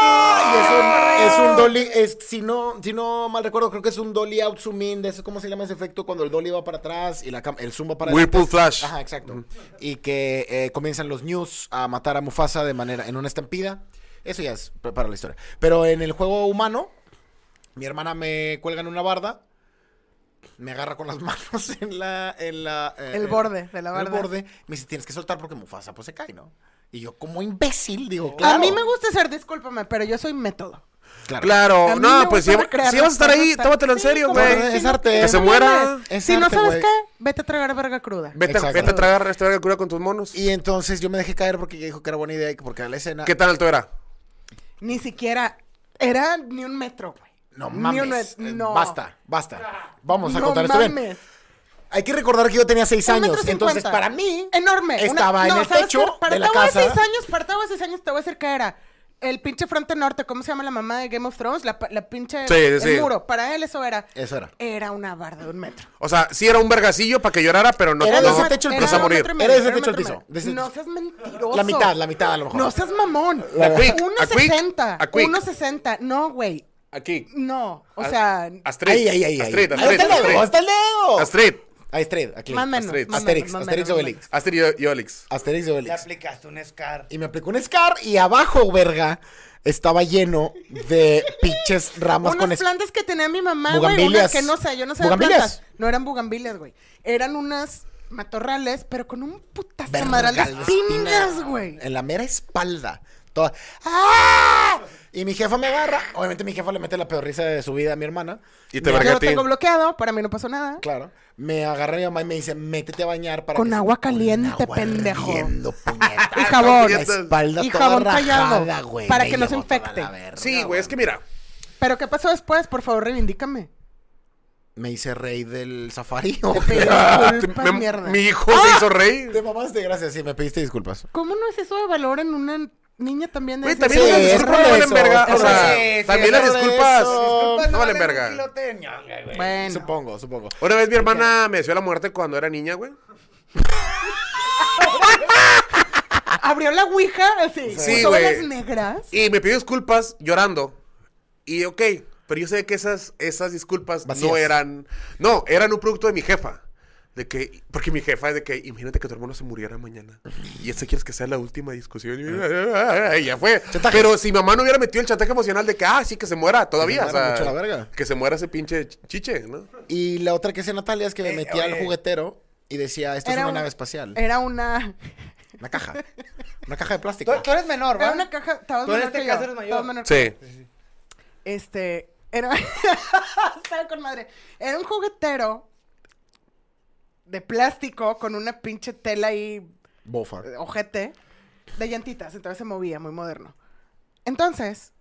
[SPEAKER 2] ¡Papá! Y es un, es un dolly, es, si, no, si no mal recuerdo, creo que es un dolly out zoom in, de eso, ¿cómo se llama ese efecto? Cuando el dolly va para atrás y la cam- el zoom va para adelante.
[SPEAKER 3] Whirlpool Flash.
[SPEAKER 2] Ajá, exacto. Y que eh, comienzan los news a matar a Mufasa de manera en una estampida. Eso ya es pa- para la historia. Pero en el juego humano, mi hermana me cuelga en una barda, me agarra con las [LAUGHS] manos en la en la eh,
[SPEAKER 5] El
[SPEAKER 2] eh,
[SPEAKER 5] borde de la
[SPEAKER 2] en el
[SPEAKER 5] barda.
[SPEAKER 2] borde, me dice, "Tienes que soltar porque Mufasa pues se cae, ¿no?" Y yo como imbécil digo,
[SPEAKER 5] A
[SPEAKER 2] "Claro."
[SPEAKER 5] mí me gusta ser, discúlpame, pero yo soy método. A
[SPEAKER 3] Claro,
[SPEAKER 5] mí me
[SPEAKER 3] no, pues si,
[SPEAKER 5] gusta recrear
[SPEAKER 3] si vas a estar
[SPEAKER 5] las
[SPEAKER 3] ahí,
[SPEAKER 5] cosas.
[SPEAKER 3] tómatelo en
[SPEAKER 5] Sí,
[SPEAKER 3] serio,
[SPEAKER 5] como
[SPEAKER 3] güey.
[SPEAKER 5] que
[SPEAKER 2] Es
[SPEAKER 5] si no
[SPEAKER 2] arte.
[SPEAKER 5] tienes
[SPEAKER 3] Que se
[SPEAKER 5] una
[SPEAKER 3] muera.
[SPEAKER 5] madre.
[SPEAKER 2] Es
[SPEAKER 5] si no
[SPEAKER 2] arte,
[SPEAKER 5] sabes
[SPEAKER 2] güey.
[SPEAKER 5] qué, vete a tragar verga cruda.
[SPEAKER 3] Vete, a-
[SPEAKER 2] Exacto.
[SPEAKER 3] vete a tragar esta verga cura con tus monos.
[SPEAKER 2] Y entonces yo me dejé caer porque ella dijo que era buena idea y que porque era la escena.
[SPEAKER 3] ¿Qué tan alto era?
[SPEAKER 5] Ni siquiera era ni un metro, güey.
[SPEAKER 2] No
[SPEAKER 5] Ni
[SPEAKER 2] mames.
[SPEAKER 5] un met-
[SPEAKER 2] eh,
[SPEAKER 5] no.
[SPEAKER 2] Basta, basta. Vamos a
[SPEAKER 5] No
[SPEAKER 2] contar esto bien.
[SPEAKER 5] mames.
[SPEAKER 2] Hay que recordar que yo tenía seis
[SPEAKER 5] Un metro
[SPEAKER 2] años,
[SPEAKER 5] cincuenta.
[SPEAKER 2] entonces para mí
[SPEAKER 5] enorme Una-
[SPEAKER 2] estaba en
[SPEAKER 5] no,
[SPEAKER 2] el
[SPEAKER 5] ¿sabes qué?
[SPEAKER 2] techo
[SPEAKER 5] Para
[SPEAKER 2] de la
[SPEAKER 5] Tabo
[SPEAKER 2] casa.
[SPEAKER 5] de seis años, para Tabo de seis años te voy a decir que era el pinche fronte norte, ¿cómo se llama la mamá de Game of Thrones? La, pa- la pinche
[SPEAKER 3] Sí,
[SPEAKER 5] el
[SPEAKER 3] sí.
[SPEAKER 5] muro. Para él eso era.
[SPEAKER 2] Eso era.
[SPEAKER 5] Era una barda de un metro.
[SPEAKER 3] O sea, sí era un vergacillo para que llorara, pero no.
[SPEAKER 2] Era de
[SPEAKER 3] no,
[SPEAKER 2] ese
[SPEAKER 5] un-
[SPEAKER 2] techo el
[SPEAKER 5] era
[SPEAKER 3] no
[SPEAKER 2] piso.
[SPEAKER 3] se va a
[SPEAKER 5] un
[SPEAKER 3] morir.
[SPEAKER 5] metro y
[SPEAKER 2] Era de ese
[SPEAKER 5] medio,
[SPEAKER 2] techo el
[SPEAKER 5] un metro
[SPEAKER 2] piso,
[SPEAKER 5] y
[SPEAKER 2] de ese-
[SPEAKER 5] medio. No seas mentiroso.
[SPEAKER 2] La mitad, la mitad a lo mejor.
[SPEAKER 5] No seas mamón.
[SPEAKER 3] A quick, a quick,
[SPEAKER 5] 1.60.
[SPEAKER 3] a quick.
[SPEAKER 5] 1.60. No, güey.
[SPEAKER 3] Aquí.
[SPEAKER 5] No. O
[SPEAKER 3] A-
[SPEAKER 5] sea,
[SPEAKER 3] Astrid.
[SPEAKER 2] Ahí, ahí, ahí. ahí.
[SPEAKER 3] Astrid,
[SPEAKER 2] Ahí está
[SPEAKER 3] Astrid.
[SPEAKER 2] el dedo,
[SPEAKER 3] Astrid.
[SPEAKER 2] está el dedo.
[SPEAKER 3] Astrid.
[SPEAKER 2] Ahí Astrid, aquí.
[SPEAKER 5] más o menos.
[SPEAKER 3] Astrid.
[SPEAKER 5] más
[SPEAKER 2] Asterix,
[SPEAKER 5] menos, más
[SPEAKER 2] Asterix
[SPEAKER 5] menos,
[SPEAKER 2] Obelix.
[SPEAKER 5] más
[SPEAKER 3] Astrid y- y Olix.
[SPEAKER 2] Asterix y
[SPEAKER 4] Le
[SPEAKER 2] Obelix.
[SPEAKER 4] aplicaste un Scar.
[SPEAKER 2] Y me aplicó un Scar y abajo, verga, estaba lleno de [LAUGHS] pinches ramas
[SPEAKER 5] menos.
[SPEAKER 2] con
[SPEAKER 5] Unas
[SPEAKER 2] es-
[SPEAKER 5] plantas que tenía mi mamá, güey.
[SPEAKER 2] Bugambilias.
[SPEAKER 5] Unas que no sé, yo no sé
[SPEAKER 2] Bugambilias.
[SPEAKER 5] plantas. No eran bugambilias, güey. Eran unas matorrales, pero con un putazo
[SPEAKER 2] verga,
[SPEAKER 5] madral de
[SPEAKER 2] la espina
[SPEAKER 5] espinas, güey.
[SPEAKER 2] En la mera espalda. Toda- ¡Ah! Y mi jefa me agarra. Obviamente mi jefa le mete la peor risa de su vida a mi hermana.
[SPEAKER 3] Y te
[SPEAKER 2] Me-
[SPEAKER 5] Yo
[SPEAKER 3] verga a
[SPEAKER 5] lo
[SPEAKER 3] ti.
[SPEAKER 5] tengo bloqueado, para mí no pasó nada.
[SPEAKER 2] Claro. Me agarra mi mamá y me dice, métete a bañar para
[SPEAKER 5] Con
[SPEAKER 2] que se-
[SPEAKER 5] agua
[SPEAKER 2] con
[SPEAKER 5] caliente,
[SPEAKER 2] agua
[SPEAKER 5] pendejo. [LAUGHS]
[SPEAKER 2] hirviendo, puñeta.
[SPEAKER 5] Y jabón.
[SPEAKER 2] La espalda
[SPEAKER 5] Y
[SPEAKER 2] toda
[SPEAKER 5] jabón
[SPEAKER 2] rajada,
[SPEAKER 5] tallado,
[SPEAKER 2] güey.
[SPEAKER 5] para
[SPEAKER 2] Me
[SPEAKER 5] que no se
[SPEAKER 2] llevó toda la
[SPEAKER 5] infecte.
[SPEAKER 2] verga,
[SPEAKER 3] Sí, güey, es que mira.
[SPEAKER 5] Pero ¿qué pasó después? Por favor, reivindícame.
[SPEAKER 2] Me hice rey del safari. [LAUGHS] o- Ah,
[SPEAKER 5] Disculpa,
[SPEAKER 3] Ah, me-
[SPEAKER 5] mierda.
[SPEAKER 3] mi hijo se hizo rey.
[SPEAKER 2] Te mamaste, gracias. Sí, me pediste disculpas.
[SPEAKER 5] ¿Cómo no es eso de valor en una niña también de
[SPEAKER 3] Güey,
[SPEAKER 5] decir,
[SPEAKER 3] también
[SPEAKER 5] "Sí,
[SPEAKER 3] las
[SPEAKER 2] es
[SPEAKER 3] disculpas
[SPEAKER 2] por
[SPEAKER 3] no valen
[SPEAKER 2] eso,
[SPEAKER 3] verga. O
[SPEAKER 2] es
[SPEAKER 3] sea,
[SPEAKER 2] por
[SPEAKER 4] eso.
[SPEAKER 3] también
[SPEAKER 2] Es
[SPEAKER 3] las
[SPEAKER 2] por
[SPEAKER 3] disculpas.
[SPEAKER 2] eso.
[SPEAKER 3] No valen
[SPEAKER 4] Pues Un
[SPEAKER 3] verga.
[SPEAKER 4] kilote de ñonga, güey.
[SPEAKER 5] Bueno.
[SPEAKER 2] Supongo, supongo.
[SPEAKER 3] Una vez mi hermana me deseó la muerte cuando era niña, güey.
[SPEAKER 5] Abrió la ouija, así.
[SPEAKER 3] Sí,
[SPEAKER 5] todas
[SPEAKER 3] güey.
[SPEAKER 5] las negras.
[SPEAKER 3] Y me pidió disculpas llorando. Y ok, Pero yo sé que esas, esas disculpas no
[SPEAKER 2] Vacías.
[SPEAKER 3] eran. No, eran un producto de mi jefa. De que, porque mi jefa es de que, imagínate que tu hermano se muriera mañana. Y esta quieres que sea la última discusión. [LAUGHS] Y ya fue.
[SPEAKER 2] Ah. Chantaje.
[SPEAKER 3] Pero si mi mamá no hubiera metido el chantaje emocional de que, ah, sí, que se muera todavía.
[SPEAKER 2] Que se
[SPEAKER 3] o
[SPEAKER 2] muera
[SPEAKER 3] sea,
[SPEAKER 2] mucho la verga.
[SPEAKER 3] Que se muera ese pinche ch- chiche, ¿no?
[SPEAKER 2] Y la otra que hacía Natalia es que me
[SPEAKER 4] Eh,
[SPEAKER 2] metía al
[SPEAKER 4] oye.
[SPEAKER 2] juguetero y decía, esto es
[SPEAKER 5] Era
[SPEAKER 2] una
[SPEAKER 5] una-
[SPEAKER 2] nave espacial.
[SPEAKER 5] Era una.
[SPEAKER 2] Una caja. Una caja de
[SPEAKER 4] Tú,
[SPEAKER 2] plástico.
[SPEAKER 4] tú eres menor,
[SPEAKER 5] Era
[SPEAKER 4] ¿va?
[SPEAKER 5] una caja. Estabas
[SPEAKER 4] Tú en
[SPEAKER 5] menor
[SPEAKER 4] este
[SPEAKER 5] que
[SPEAKER 4] caso
[SPEAKER 5] yo,
[SPEAKER 4] eres mayor.
[SPEAKER 5] estabas menor que
[SPEAKER 3] Sí.
[SPEAKER 5] yo. Este. Era. [LAUGHS] Estaba con madre. Era un juguetero de plástico con una pinche tela ahí
[SPEAKER 2] Bofa.
[SPEAKER 5] eh, ojete de llantitas, entonces se movía, muy moderno. Entonces,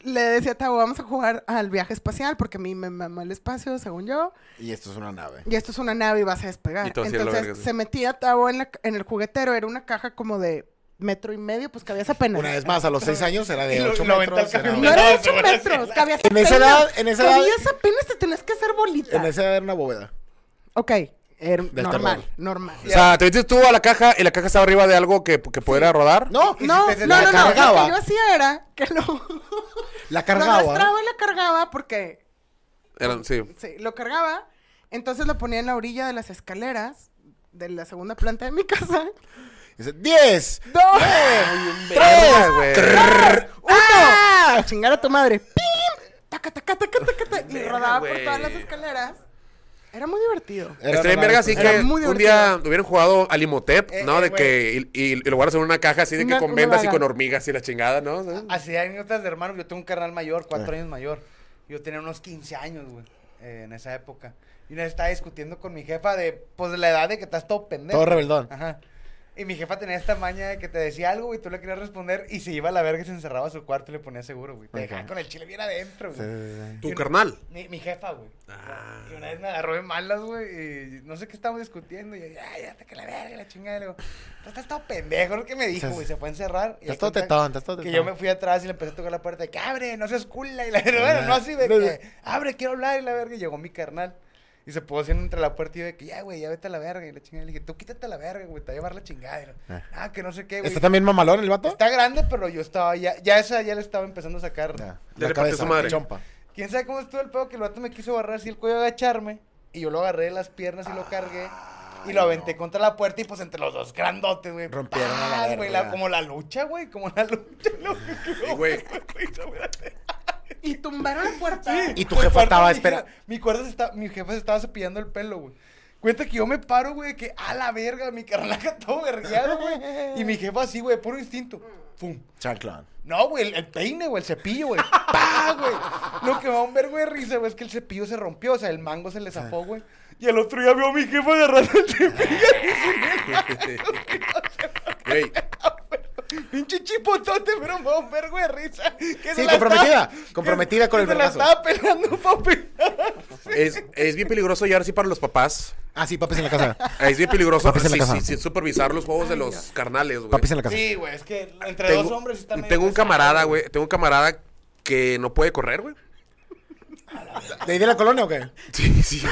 [SPEAKER 5] le decía a Tavo, vamos a jugar al viaje espacial, porque a mí me mamó el espacio, según yo,
[SPEAKER 2] Y esto es una nave.
[SPEAKER 5] y esto es una nave y vas a despegar.
[SPEAKER 3] Y todo así a la
[SPEAKER 5] Entonces,
[SPEAKER 3] verga, sí.
[SPEAKER 5] se metía Tavo en, la ca- en el juguetero, era una caja como de metro y medio, pues cabías apenas.
[SPEAKER 2] Una vez más, a los seis años era de
[SPEAKER 4] Y lo-
[SPEAKER 2] ocho
[SPEAKER 4] lo aventó
[SPEAKER 2] metros.
[SPEAKER 4] al
[SPEAKER 2] era-
[SPEAKER 5] No era
[SPEAKER 4] No,
[SPEAKER 5] de ocho
[SPEAKER 4] seguro sí.
[SPEAKER 5] metros, cabías
[SPEAKER 2] En esa
[SPEAKER 5] apenas.
[SPEAKER 2] edad- en esa edad-
[SPEAKER 5] Cabías apenas, te tenías que hacer bolita.
[SPEAKER 2] En esa este edad era una bóveda.
[SPEAKER 5] Ok, era
[SPEAKER 2] Del
[SPEAKER 5] normal,
[SPEAKER 2] terror.
[SPEAKER 5] normal.
[SPEAKER 3] O sea, te metiste tú a la caja y la caja estaba arriba de algo que, que pudiera rodar.
[SPEAKER 2] No,
[SPEAKER 5] No,
[SPEAKER 4] te-
[SPEAKER 5] no,
[SPEAKER 4] te
[SPEAKER 5] no,
[SPEAKER 2] la
[SPEAKER 5] no, lo que
[SPEAKER 2] cargaba.
[SPEAKER 5] yo hacía era que lo... [LAUGHS]
[SPEAKER 2] la
[SPEAKER 5] Lo
[SPEAKER 2] cargaba.
[SPEAKER 5] arrastraba y la cargaba porque
[SPEAKER 3] Eran, sí.
[SPEAKER 5] sí, lo cargaba. Entonces lo ponía en la orilla de las escaleras de la segunda planta de mi casa. [LAUGHS]
[SPEAKER 2] Dice, ¡Diez!
[SPEAKER 5] ¡Dos!
[SPEAKER 2] ¡Tres! ¡Ah!
[SPEAKER 3] güey.
[SPEAKER 2] trrr,
[SPEAKER 5] ¡Uno! ¡Chingar a tu madre! ¡Pim! ¡Taca, taca, taca, taca, taca! Y rodaba por todas las escaleras. Era muy divertido.
[SPEAKER 2] Era
[SPEAKER 3] Estaría en verga,
[SPEAKER 2] una nave
[SPEAKER 3] así
[SPEAKER 5] Era
[SPEAKER 3] que
[SPEAKER 5] muy
[SPEAKER 3] un día
[SPEAKER 5] divertido.
[SPEAKER 3] hubieran jugado al Imhotep,
[SPEAKER 4] Eh,
[SPEAKER 3] ¿no?
[SPEAKER 4] eh,
[SPEAKER 3] de que, y, y- y lo guardas en una caja así de que
[SPEAKER 5] Una-
[SPEAKER 3] con
[SPEAKER 5] una
[SPEAKER 3] vendas y
[SPEAKER 5] vaga.
[SPEAKER 3] con hormigas y la chingada, ¿no? O sea,
[SPEAKER 4] Así hay anécdotas de hermanos. Yo tengo un carnal mayor, cuatro
[SPEAKER 2] Eh.
[SPEAKER 4] años mayor. Yo tenía unos 15 años, güey, eh, en esa época. Y una vez estaba discutiendo con mi jefa de, pues, de la edad de que estás todo pendejo.
[SPEAKER 2] Todo rebeldón.
[SPEAKER 4] Ajá. Y mi jefa tenía esta maña de que te decía algo, güey, tú le querías responder y se iba a la verga y se encerraba a su cuarto y le ponía seguro, güey. Te dejaba con el chile bien adentro, güey.
[SPEAKER 2] ah,
[SPEAKER 3] Tu carnal.
[SPEAKER 4] Mi, mi jefa, güey.
[SPEAKER 3] Ah,
[SPEAKER 4] Y una vez me agarró de malas, güey. Y no sé qué estábamos discutiendo. Y yo, ya, ya, te que la verga, la chingada. Y luego, tú estás todo pendejo, lo que me dijo,
[SPEAKER 2] Sí,
[SPEAKER 4] güey.
[SPEAKER 2] sí.
[SPEAKER 4] Se fue a encerrar. y
[SPEAKER 2] Estás
[SPEAKER 4] haz
[SPEAKER 2] todo
[SPEAKER 4] cuenta
[SPEAKER 2] tetón, estás todo
[SPEAKER 4] Que yo
[SPEAKER 2] tetón.
[SPEAKER 4] me fui atrás y le empecé a tocar la puerta de que abre, no seas cula. Y la bueno, no así de
[SPEAKER 2] No,
[SPEAKER 4] que abre, quiero hablar. Y la verga. Y llegó mi carnal. Y se puso haciendo entre la puerta y yo de que ya, güey, ya vete a la verga. Y la chingada. Le dije, tú quítate a la verga, güey, te va a llevar la chingada. Y lo, ah, que no sé qué, güey.
[SPEAKER 2] ¿Está también mamalón el vato?
[SPEAKER 4] Está grande, pero yo estaba ya, ya esa ya le estaba empezando a sacar.
[SPEAKER 2] Ya,
[SPEAKER 3] le partió su madre.
[SPEAKER 2] Chompa.
[SPEAKER 4] ¿Quién sabe cómo estuvo el pedo que el vato me quiso barrar así el cuello agacharme? Y yo lo agarré de las piernas y lo cargué. Y lo aventé contra la puerta y pues entre los dos grandotes, güey.
[SPEAKER 2] Rompieron a la
[SPEAKER 4] ¡paz,
[SPEAKER 2] verga.
[SPEAKER 4] güey, la- Como la lucha, güey. Como la [LAUGHS] lucha, loco.
[SPEAKER 3] Sí, güey.
[SPEAKER 5] Y tumbaron la puerta.
[SPEAKER 2] Y tu
[SPEAKER 4] Fue
[SPEAKER 2] jefa
[SPEAKER 4] parte
[SPEAKER 2] estaba
[SPEAKER 4] de mi
[SPEAKER 2] espera.
[SPEAKER 4] jefa- Mi, cuerda se está- mi jefa se estaba cepillando el pelo, güey. Cuenta que yo me paro, güey, que a la verga, mi carnalaca [LAUGHS] todo vergueado, güey. Y mi jefa así, güey, puro instinto. Fum.
[SPEAKER 2] Chanclón.
[SPEAKER 4] No, güey, el, el peine, güey, el cepillo, güey. [LAUGHS] ¡Pah, güey! Lo que me da un vergo de risa, güey, es que el cepillo se rompió, o sea, el mango se le zafó, güey. Y el otro día vio a mi jefa agarrando el cepillo. [LAUGHS]
[SPEAKER 3] Güey,
[SPEAKER 4] Pinche chipotote, pero me da un vergo de risa. Que
[SPEAKER 2] Sí, comprometida,
[SPEAKER 4] [LAUGHS]
[SPEAKER 2] comprometida con el
[SPEAKER 4] vergazo.
[SPEAKER 2] vergazo.
[SPEAKER 4] Se la estaba pelando, papi.
[SPEAKER 3] es, es bien peligroso y ahora sí para los papás.
[SPEAKER 2] Ah, sí, papis en la casa.
[SPEAKER 4] [LAUGHS]
[SPEAKER 3] Es bien peligroso
[SPEAKER 2] Papás en la
[SPEAKER 3] sin-
[SPEAKER 2] casa.
[SPEAKER 3] sin, sin supervisar los juegos de los carnales, güey.
[SPEAKER 2] Papis en la casa.
[SPEAKER 4] Sí, güey, es que entre dos
[SPEAKER 3] Tengo,
[SPEAKER 4] hombres está medio
[SPEAKER 3] tengo un
[SPEAKER 4] pesado,
[SPEAKER 3] camarada, güey. Tengo un camarada que no puede correr, güey.
[SPEAKER 2] ¿De ahí de la colonia o qué? [LAUGHS]
[SPEAKER 3] Sí, sí, sí.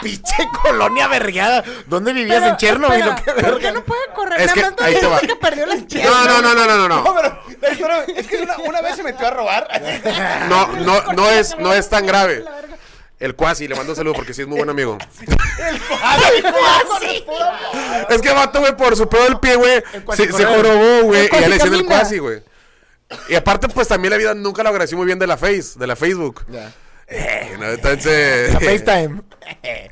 [SPEAKER 2] Pinche colonia vergueada. ¿Dónde vivías en Chernobyl?
[SPEAKER 5] espera,
[SPEAKER 2] ¿O qué
[SPEAKER 5] ¿Por qué
[SPEAKER 2] verga?
[SPEAKER 5] no puede correr?
[SPEAKER 3] Es
[SPEAKER 5] Nada
[SPEAKER 3] que-
[SPEAKER 5] más no
[SPEAKER 3] ahí te
[SPEAKER 5] dice
[SPEAKER 3] va.
[SPEAKER 5] que
[SPEAKER 3] [LAUGHS]
[SPEAKER 5] perdió las
[SPEAKER 3] No,
[SPEAKER 5] piernas.
[SPEAKER 3] no, no, no, no, no,
[SPEAKER 4] [LAUGHS] [LAUGHS] No,
[SPEAKER 3] no.
[SPEAKER 4] pero la historia, es que es una, una vez se metió
[SPEAKER 3] [LAUGHS]
[SPEAKER 4] a robar.
[SPEAKER 3] No, no, no es, no es tan grave.
[SPEAKER 5] La verga.
[SPEAKER 3] El cuasi, le mando un saludo porque sí es muy buen amigo.
[SPEAKER 4] Con el puro amor.
[SPEAKER 3] Es que vato, güey, por su pedo del pie, güey,
[SPEAKER 2] cuasi
[SPEAKER 3] se, se
[SPEAKER 2] correr.
[SPEAKER 3] jorobó, güey,
[SPEAKER 5] El
[SPEAKER 3] y ya le decían el cuasi,
[SPEAKER 5] cuasi
[SPEAKER 3] güey. Y aparte, pues también la vida nunca lo agradeció muy bien de la Face, de la Facebook.
[SPEAKER 2] Ya.
[SPEAKER 3] Eh, ¿no? Entonces,
[SPEAKER 2] La FaceTime.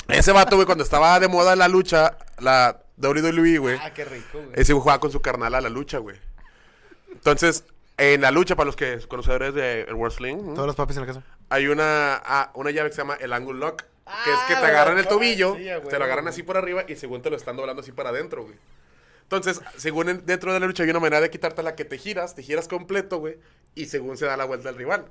[SPEAKER 3] ese vato, güey, cuando estaba de moda la lucha, la WWE, güey,
[SPEAKER 4] Ah, qué rico, güey.
[SPEAKER 3] ese güey jugaba con su carnal a la lucha, güey. Entonces, en la lucha, para los que conocedores de el wrestling, ¿no?
[SPEAKER 2] Todos los papis en la casa.
[SPEAKER 3] hay una, ah, una llave que se llama el angle lock, que es que
[SPEAKER 4] Ah,
[SPEAKER 3] te agarran el
[SPEAKER 4] güey,
[SPEAKER 3] tobillo,
[SPEAKER 4] sí, güey,
[SPEAKER 3] te lo agarran
[SPEAKER 4] güey.
[SPEAKER 3] así por arriba y según te lo están doblando así para adentro, güey. Entonces, según en- dentro de la lucha hay una manera de quitarte la que te giras, te giras completo, güey, y según se da la vuelta al rival.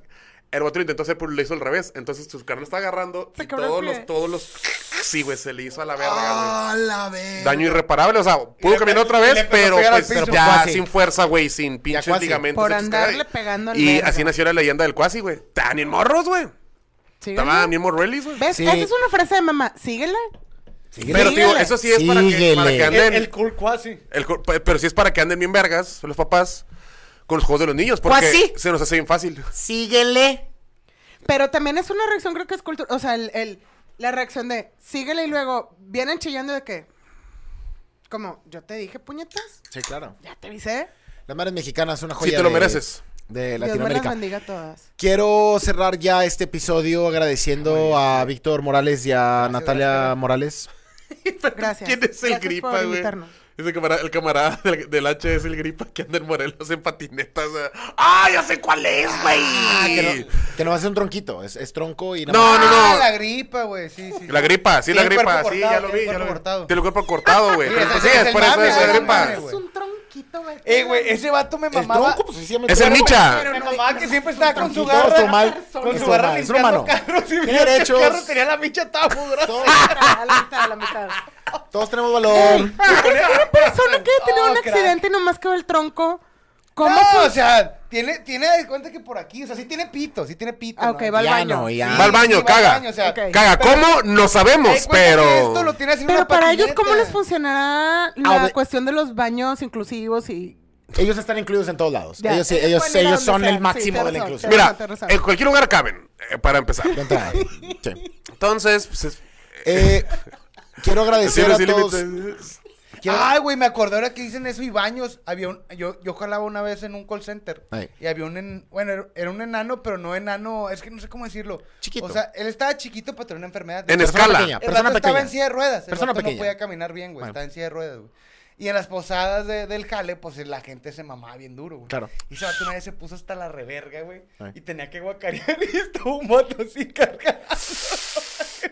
[SPEAKER 3] El otro intentó hacer, pero lo hizo al revés. Entonces, su carnal está agarrando
[SPEAKER 5] Se
[SPEAKER 3] y
[SPEAKER 5] quebró el
[SPEAKER 3] todos los,
[SPEAKER 5] pie.
[SPEAKER 3] todos los... Sí, güey, se le hizo a la verga, güey.
[SPEAKER 2] Ah, la verga!
[SPEAKER 3] Daño irreparable, o sea,
[SPEAKER 4] Ah. le
[SPEAKER 3] pudo caminar
[SPEAKER 4] pe-
[SPEAKER 3] otra
[SPEAKER 4] y le
[SPEAKER 3] vez,
[SPEAKER 4] pe-
[SPEAKER 3] pero
[SPEAKER 4] pega al
[SPEAKER 3] pues
[SPEAKER 4] piso.
[SPEAKER 3] ya
[SPEAKER 2] Cuasi.
[SPEAKER 3] sin fuerza, güey, sin pinches
[SPEAKER 2] cuasi.
[SPEAKER 3] ligamentos.
[SPEAKER 5] Por
[SPEAKER 3] se te
[SPEAKER 5] andarle
[SPEAKER 3] cae.
[SPEAKER 5] pegando al
[SPEAKER 3] Y
[SPEAKER 5] verga.
[SPEAKER 3] así nació la leyenda del cuasi, güey. Tan en morros, güey. Estaban
[SPEAKER 5] Síguela.
[SPEAKER 3] bien morrelis, güey.
[SPEAKER 5] ¿Ves?
[SPEAKER 2] Sí.
[SPEAKER 5] Esa es una frase de mamá. Síguela.
[SPEAKER 3] Pero, tío, eso sí es para que, para que
[SPEAKER 2] Síguele.
[SPEAKER 3] anden.
[SPEAKER 4] El, el cool quasi.
[SPEAKER 3] el cor- pe- pero sí es para que anden bien vergas los papás. con los juegos de los niños, porque
[SPEAKER 1] Pues sí.
[SPEAKER 3] se nos hace bien fácil.
[SPEAKER 1] Síguele.
[SPEAKER 5] Pero también es una reacción, creo que es cultural. O sea, el, el- la reacción de síguele y luego vienen chillando de que. Como, yo te dije, puñetas,
[SPEAKER 2] Sí, claro.
[SPEAKER 5] ya te avisé.
[SPEAKER 2] La madre mexicana es una
[SPEAKER 3] Si
[SPEAKER 2] joya.
[SPEAKER 3] te lo
[SPEAKER 2] de-
[SPEAKER 3] mereces.
[SPEAKER 2] De
[SPEAKER 5] Dios me las
[SPEAKER 2] Latinoamérica.
[SPEAKER 5] bendiga a todas.
[SPEAKER 3] [LAUGHS]
[SPEAKER 2] Quiero cerrar ya este episodio agradeciendo a Víctor Morales y a Natalia Morales.
[SPEAKER 3] [LAUGHS]
[SPEAKER 5] Gracias.
[SPEAKER 3] ¿Quién es el
[SPEAKER 5] Gracias por
[SPEAKER 3] gripa, güey?
[SPEAKER 5] invitarnos.
[SPEAKER 3] Es el camarada, el camarada del, del H es el gripa que anda en Morelos en patinetas. o sea, ¡Ah, ya sé cuál es, güey!
[SPEAKER 4] Ah,
[SPEAKER 2] Ah, Que no, que no va a ser un tronquito, es, es tronco y nada
[SPEAKER 3] No,
[SPEAKER 2] más.
[SPEAKER 3] no, no.
[SPEAKER 4] Ah, la gripa, güey. Sí, sí.
[SPEAKER 3] La gripa, sí, la
[SPEAKER 4] Tiene el
[SPEAKER 3] gripa,
[SPEAKER 4] cuerpo
[SPEAKER 3] sí,
[SPEAKER 4] cortado,
[SPEAKER 3] ya lo
[SPEAKER 4] tiene
[SPEAKER 3] vi.
[SPEAKER 4] el
[SPEAKER 3] ya lo
[SPEAKER 4] cuerpo
[SPEAKER 3] vi.
[SPEAKER 4] cortado.
[SPEAKER 3] Tiene el cuerpo cortado, güey.
[SPEAKER 4] Sí,
[SPEAKER 3] Pero
[SPEAKER 4] ese-
[SPEAKER 3] sí,
[SPEAKER 4] ese
[SPEAKER 3] es
[SPEAKER 4] es
[SPEAKER 3] por
[SPEAKER 4] el
[SPEAKER 3] eso
[SPEAKER 4] mame,
[SPEAKER 5] Pues,
[SPEAKER 3] es la
[SPEAKER 4] ese es el
[SPEAKER 3] gripa.
[SPEAKER 4] mame,
[SPEAKER 5] Es un tronquito, güey.
[SPEAKER 4] Eh, güey, ese vato me
[SPEAKER 2] El
[SPEAKER 4] mamaba.
[SPEAKER 2] tronco, pues sí se llama
[SPEAKER 3] Es el
[SPEAKER 2] tronco.
[SPEAKER 3] micha.
[SPEAKER 5] Pero
[SPEAKER 4] Mi
[SPEAKER 5] de
[SPEAKER 4] mamá
[SPEAKER 5] que
[SPEAKER 4] que
[SPEAKER 5] no
[SPEAKER 4] siempre
[SPEAKER 5] es
[SPEAKER 4] estaba
[SPEAKER 5] un
[SPEAKER 4] con su
[SPEAKER 2] tronquito,
[SPEAKER 4] garra.
[SPEAKER 2] es normal,
[SPEAKER 4] Con
[SPEAKER 2] es
[SPEAKER 4] su garra
[SPEAKER 2] normal, es
[SPEAKER 4] limpiando
[SPEAKER 2] humano.
[SPEAKER 4] carros y
[SPEAKER 2] Tiene
[SPEAKER 4] veías que el
[SPEAKER 2] derechos.
[SPEAKER 4] carro tenía la pinche tabla.
[SPEAKER 2] Todos,
[SPEAKER 3] Ah.
[SPEAKER 5] A la mitad, a la mitad.
[SPEAKER 2] todos tenemos valor.
[SPEAKER 3] Ah.
[SPEAKER 5] Una persona que ha tenido
[SPEAKER 4] Oh,
[SPEAKER 5] un
[SPEAKER 4] crack.
[SPEAKER 5] accidente y nomás quedó el tronco. ¿Cómo? pues?
[SPEAKER 4] No,
[SPEAKER 5] fue?
[SPEAKER 4] o sea, tiene, tiene haz de cuenta que por aquí, o sea, sí tiene pito, sí tiene pito.
[SPEAKER 5] Ah,
[SPEAKER 4] ¿no?
[SPEAKER 5] ok, va al
[SPEAKER 2] Ya
[SPEAKER 5] baño.
[SPEAKER 2] no, ya.
[SPEAKER 4] Sí,
[SPEAKER 3] Va al baño,
[SPEAKER 4] sí, va
[SPEAKER 3] caga.
[SPEAKER 4] o sea,
[SPEAKER 5] Ok.
[SPEAKER 4] haz de
[SPEAKER 3] Caga, ¿cómo? No sabemos,
[SPEAKER 4] cuenta que Esto
[SPEAKER 3] pero.
[SPEAKER 4] lo tiene así en
[SPEAKER 5] Pero
[SPEAKER 4] una
[SPEAKER 5] para ellos, ¿cómo
[SPEAKER 4] patineta. Ah,
[SPEAKER 5] les funcionará
[SPEAKER 2] A
[SPEAKER 5] la
[SPEAKER 2] ver.
[SPEAKER 5] cuestión de los baños inclusivos y
[SPEAKER 2] Ellos están incluidos en todos lados.
[SPEAKER 5] Ya.
[SPEAKER 2] Ellos, sí,
[SPEAKER 5] Ellos
[SPEAKER 2] ellos,
[SPEAKER 5] pueden ir a
[SPEAKER 2] ellos
[SPEAKER 5] donde
[SPEAKER 2] son
[SPEAKER 5] sea.
[SPEAKER 2] el máximo
[SPEAKER 5] Sí,
[SPEAKER 2] de la
[SPEAKER 5] tienes
[SPEAKER 2] inclusión.
[SPEAKER 5] razón,
[SPEAKER 3] Mira,
[SPEAKER 5] te resalto.
[SPEAKER 3] en cualquier lugar caben, eh, para
[SPEAKER 2] [LAUGHS]
[SPEAKER 3] empezar.
[SPEAKER 2] De entrada. Sí.
[SPEAKER 3] Entonces, pues. es-
[SPEAKER 2] Eh, quiero agradecer a
[SPEAKER 3] sí,
[SPEAKER 2] todos.
[SPEAKER 3] límites.
[SPEAKER 2] Quiero-
[SPEAKER 4] Ay, güey, me acordé ahora que dicen eso y baños. Había un, yo, yo jalaba una vez en un call center.
[SPEAKER 2] Ay.
[SPEAKER 4] Y había un, en- bueno, era- era un enano, pero no enano, es que no sé cómo decirlo.
[SPEAKER 2] Chiquito.
[SPEAKER 4] O sea, él estaba chiquito para tener una enfermedad.
[SPEAKER 3] En
[SPEAKER 4] El
[SPEAKER 2] Persona
[SPEAKER 3] escala.
[SPEAKER 2] pequeña,
[SPEAKER 4] vato
[SPEAKER 2] persona
[SPEAKER 4] estaba
[SPEAKER 2] pequeña.
[SPEAKER 4] en silla de ruedas. El
[SPEAKER 2] Persona
[SPEAKER 4] vato
[SPEAKER 2] pequeña.
[SPEAKER 4] no podía caminar bien, güey.
[SPEAKER 2] Bueno.
[SPEAKER 4] Estaba en silla de ruedas, güey. Y en las posadas de- del jale, pues la gente se mamaba bien duro, güey.
[SPEAKER 2] Claro.
[SPEAKER 4] Y ese vato una vez se puso hasta la reverga, güey.
[SPEAKER 2] Ay.
[SPEAKER 4] Y tenía que guacarear [LAUGHS] y estuvo un moto sin cargar.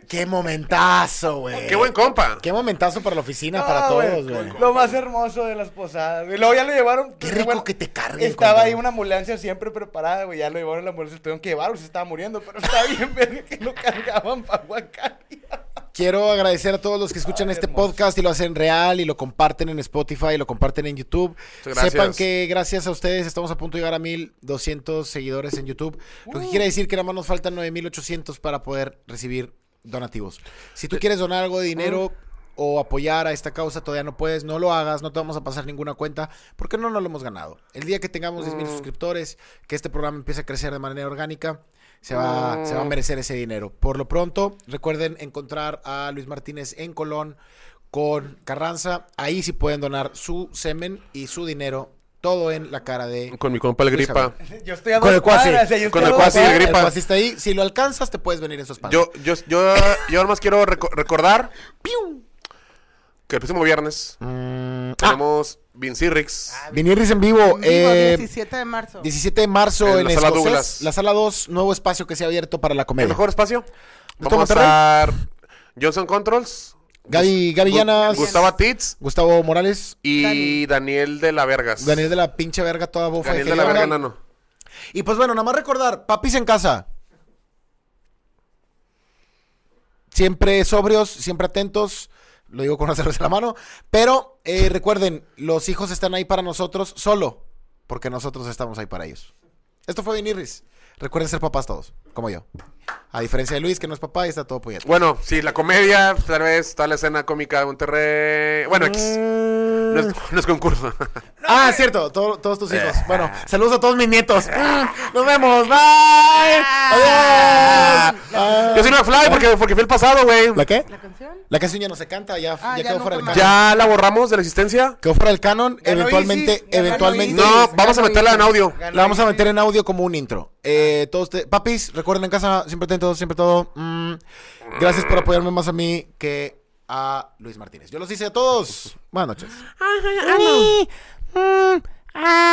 [SPEAKER 2] Qué momentazo, güey.
[SPEAKER 3] Qué buen compa.
[SPEAKER 2] eh, Qué momentazo para la oficina, para
[SPEAKER 4] Ah,
[SPEAKER 2] todos,
[SPEAKER 4] güey,
[SPEAKER 2] güey.
[SPEAKER 4] Lo más hermoso de las posadas, güey. Luego ya lo llevaron. pues,
[SPEAKER 2] Qué rico
[SPEAKER 4] bueno,
[SPEAKER 2] que te carguen.
[SPEAKER 4] Estaba
[SPEAKER 2] cuando-
[SPEAKER 4] ahí una ambulancia siempre preparada, güey. Ya lo llevaron a la ambulancia, lo tuvieron que llevar, güey, se estaba muriendo, pero estaba [LAUGHS] bien verga que lo cargaban para Huacari.
[SPEAKER 2] Quiero agradecer a todos los que escuchan
[SPEAKER 4] Ay,
[SPEAKER 2] este
[SPEAKER 4] hermoso.
[SPEAKER 2] podcast y lo hacen real y lo comparten en Spotify y lo comparten en YouTube.
[SPEAKER 3] Muchas gracias.
[SPEAKER 2] Sepan que gracias a ustedes estamos a punto de llegar a 1200 seguidores en YouTube. Lo que quiere decir que nada más nos faltan 9800 para poder recibir donativos. Si tú quieres donar algo de dinero o apoyar a esta causa, todavía no puedes, no lo hagas, no te vamos a pasar ninguna cuenta porque no nos lo hemos ganado. El día que tengamos 10.000 suscriptores, que este programa empiece a crecer de manera orgánica, se va, se va a merecer ese dinero. Por lo pronto, recuerden encontrar a Luis Martínez en Colón con Carranza. Ahí sí pueden donar su semen y su dinero, todo en la cara de...
[SPEAKER 3] Con mi compa el
[SPEAKER 2] Luis
[SPEAKER 3] gripa.
[SPEAKER 4] Yo estoy a
[SPEAKER 2] Con
[SPEAKER 4] dos
[SPEAKER 2] el cuasi,
[SPEAKER 4] cuadras, o sea, yo
[SPEAKER 3] con
[SPEAKER 4] estoy
[SPEAKER 3] el
[SPEAKER 4] a dos
[SPEAKER 3] cuasi,
[SPEAKER 4] cuadras.
[SPEAKER 3] el gripa.
[SPEAKER 2] El cuasista ahí, si lo alcanzas, te puedes venir en sus pasos.
[SPEAKER 3] Yo, yo, yo, yo nada más quiero reco- recordar que el próximo viernes
[SPEAKER 2] Mm, ah,
[SPEAKER 3] tenemos Vinci Rix.
[SPEAKER 2] Vinirris en
[SPEAKER 4] Oh,
[SPEAKER 2] vivo.
[SPEAKER 5] Vivo,
[SPEAKER 2] eh,
[SPEAKER 5] 17 de marzo.
[SPEAKER 2] 17 de marzo
[SPEAKER 3] En
[SPEAKER 2] en,
[SPEAKER 3] la sala
[SPEAKER 2] Escocés,
[SPEAKER 3] Douglas.
[SPEAKER 2] La sala 2, nuevo espacio que se ha abierto para la comedia.
[SPEAKER 3] El mejor espacio.
[SPEAKER 2] ¿Gustavo
[SPEAKER 3] Vamos a estar Johnson Controls.
[SPEAKER 2] Gaby, Gaby
[SPEAKER 3] Gu-
[SPEAKER 2] Llanas,
[SPEAKER 3] Gustavo Tits
[SPEAKER 2] Gustavo Morales,
[SPEAKER 3] y Daniel de la Vergas.
[SPEAKER 2] Daniel de la pinche verga, toda bofa.
[SPEAKER 3] Daniel
[SPEAKER 2] que
[SPEAKER 3] de la
[SPEAKER 2] lleva.
[SPEAKER 3] Verga, nano.
[SPEAKER 2] Y pues bueno, nada más recordar, papis en casa. Siempre sobrios, siempre atentos. Lo digo con una cerveza en la mano. Pero eh, recuerden, los hijos están ahí para nosotros solo. Porque nosotros estamos ahí para ellos. Esto fue Vinirris. Recuerden ser papás todos, como yo. A diferencia de Luis, que no es papá y está todo puñetado.
[SPEAKER 3] Bueno, sí, la comedia, tal vez, está la escena cómica de Monterrey. Bueno, X. No es, no es concurso.
[SPEAKER 2] Ah, es cierto, todo- todos tus hijos. Bueno, saludos a todos mis nietos. Mm, Nos vemos, bye. Ah. Adiós.
[SPEAKER 3] Yo soy McFly porque, porque fui el pasado, güey.
[SPEAKER 2] Ah. ¿La qué?
[SPEAKER 5] ¿La canción?
[SPEAKER 2] La canción ya no se canta, ya, ya
[SPEAKER 5] Ah, ya
[SPEAKER 2] quedó
[SPEAKER 5] no
[SPEAKER 2] fuera del
[SPEAKER 5] fue
[SPEAKER 2] canon.
[SPEAKER 5] más.
[SPEAKER 3] ¿Ya la borramos de la existencia?
[SPEAKER 2] Quedó fuera del canon,
[SPEAKER 4] Ya lo
[SPEAKER 2] eventualmente,
[SPEAKER 4] hiciste, ya lo
[SPEAKER 2] eventualmente.
[SPEAKER 4] hiciste.
[SPEAKER 3] No, vamos a meterla en audio.
[SPEAKER 4] Ganó
[SPEAKER 2] La vamos a
[SPEAKER 4] Isis.
[SPEAKER 2] meter en audio como un intro. Eh, todos te- Papis, recuerden en casa, siempre atentos, siempre todo. Mm, gracias por apoyarme más a mí que a
[SPEAKER 4] Ah,
[SPEAKER 5] Mm, ah,
[SPEAKER 2] Luis Martínez. Yo los hice a todos. Buenas noches.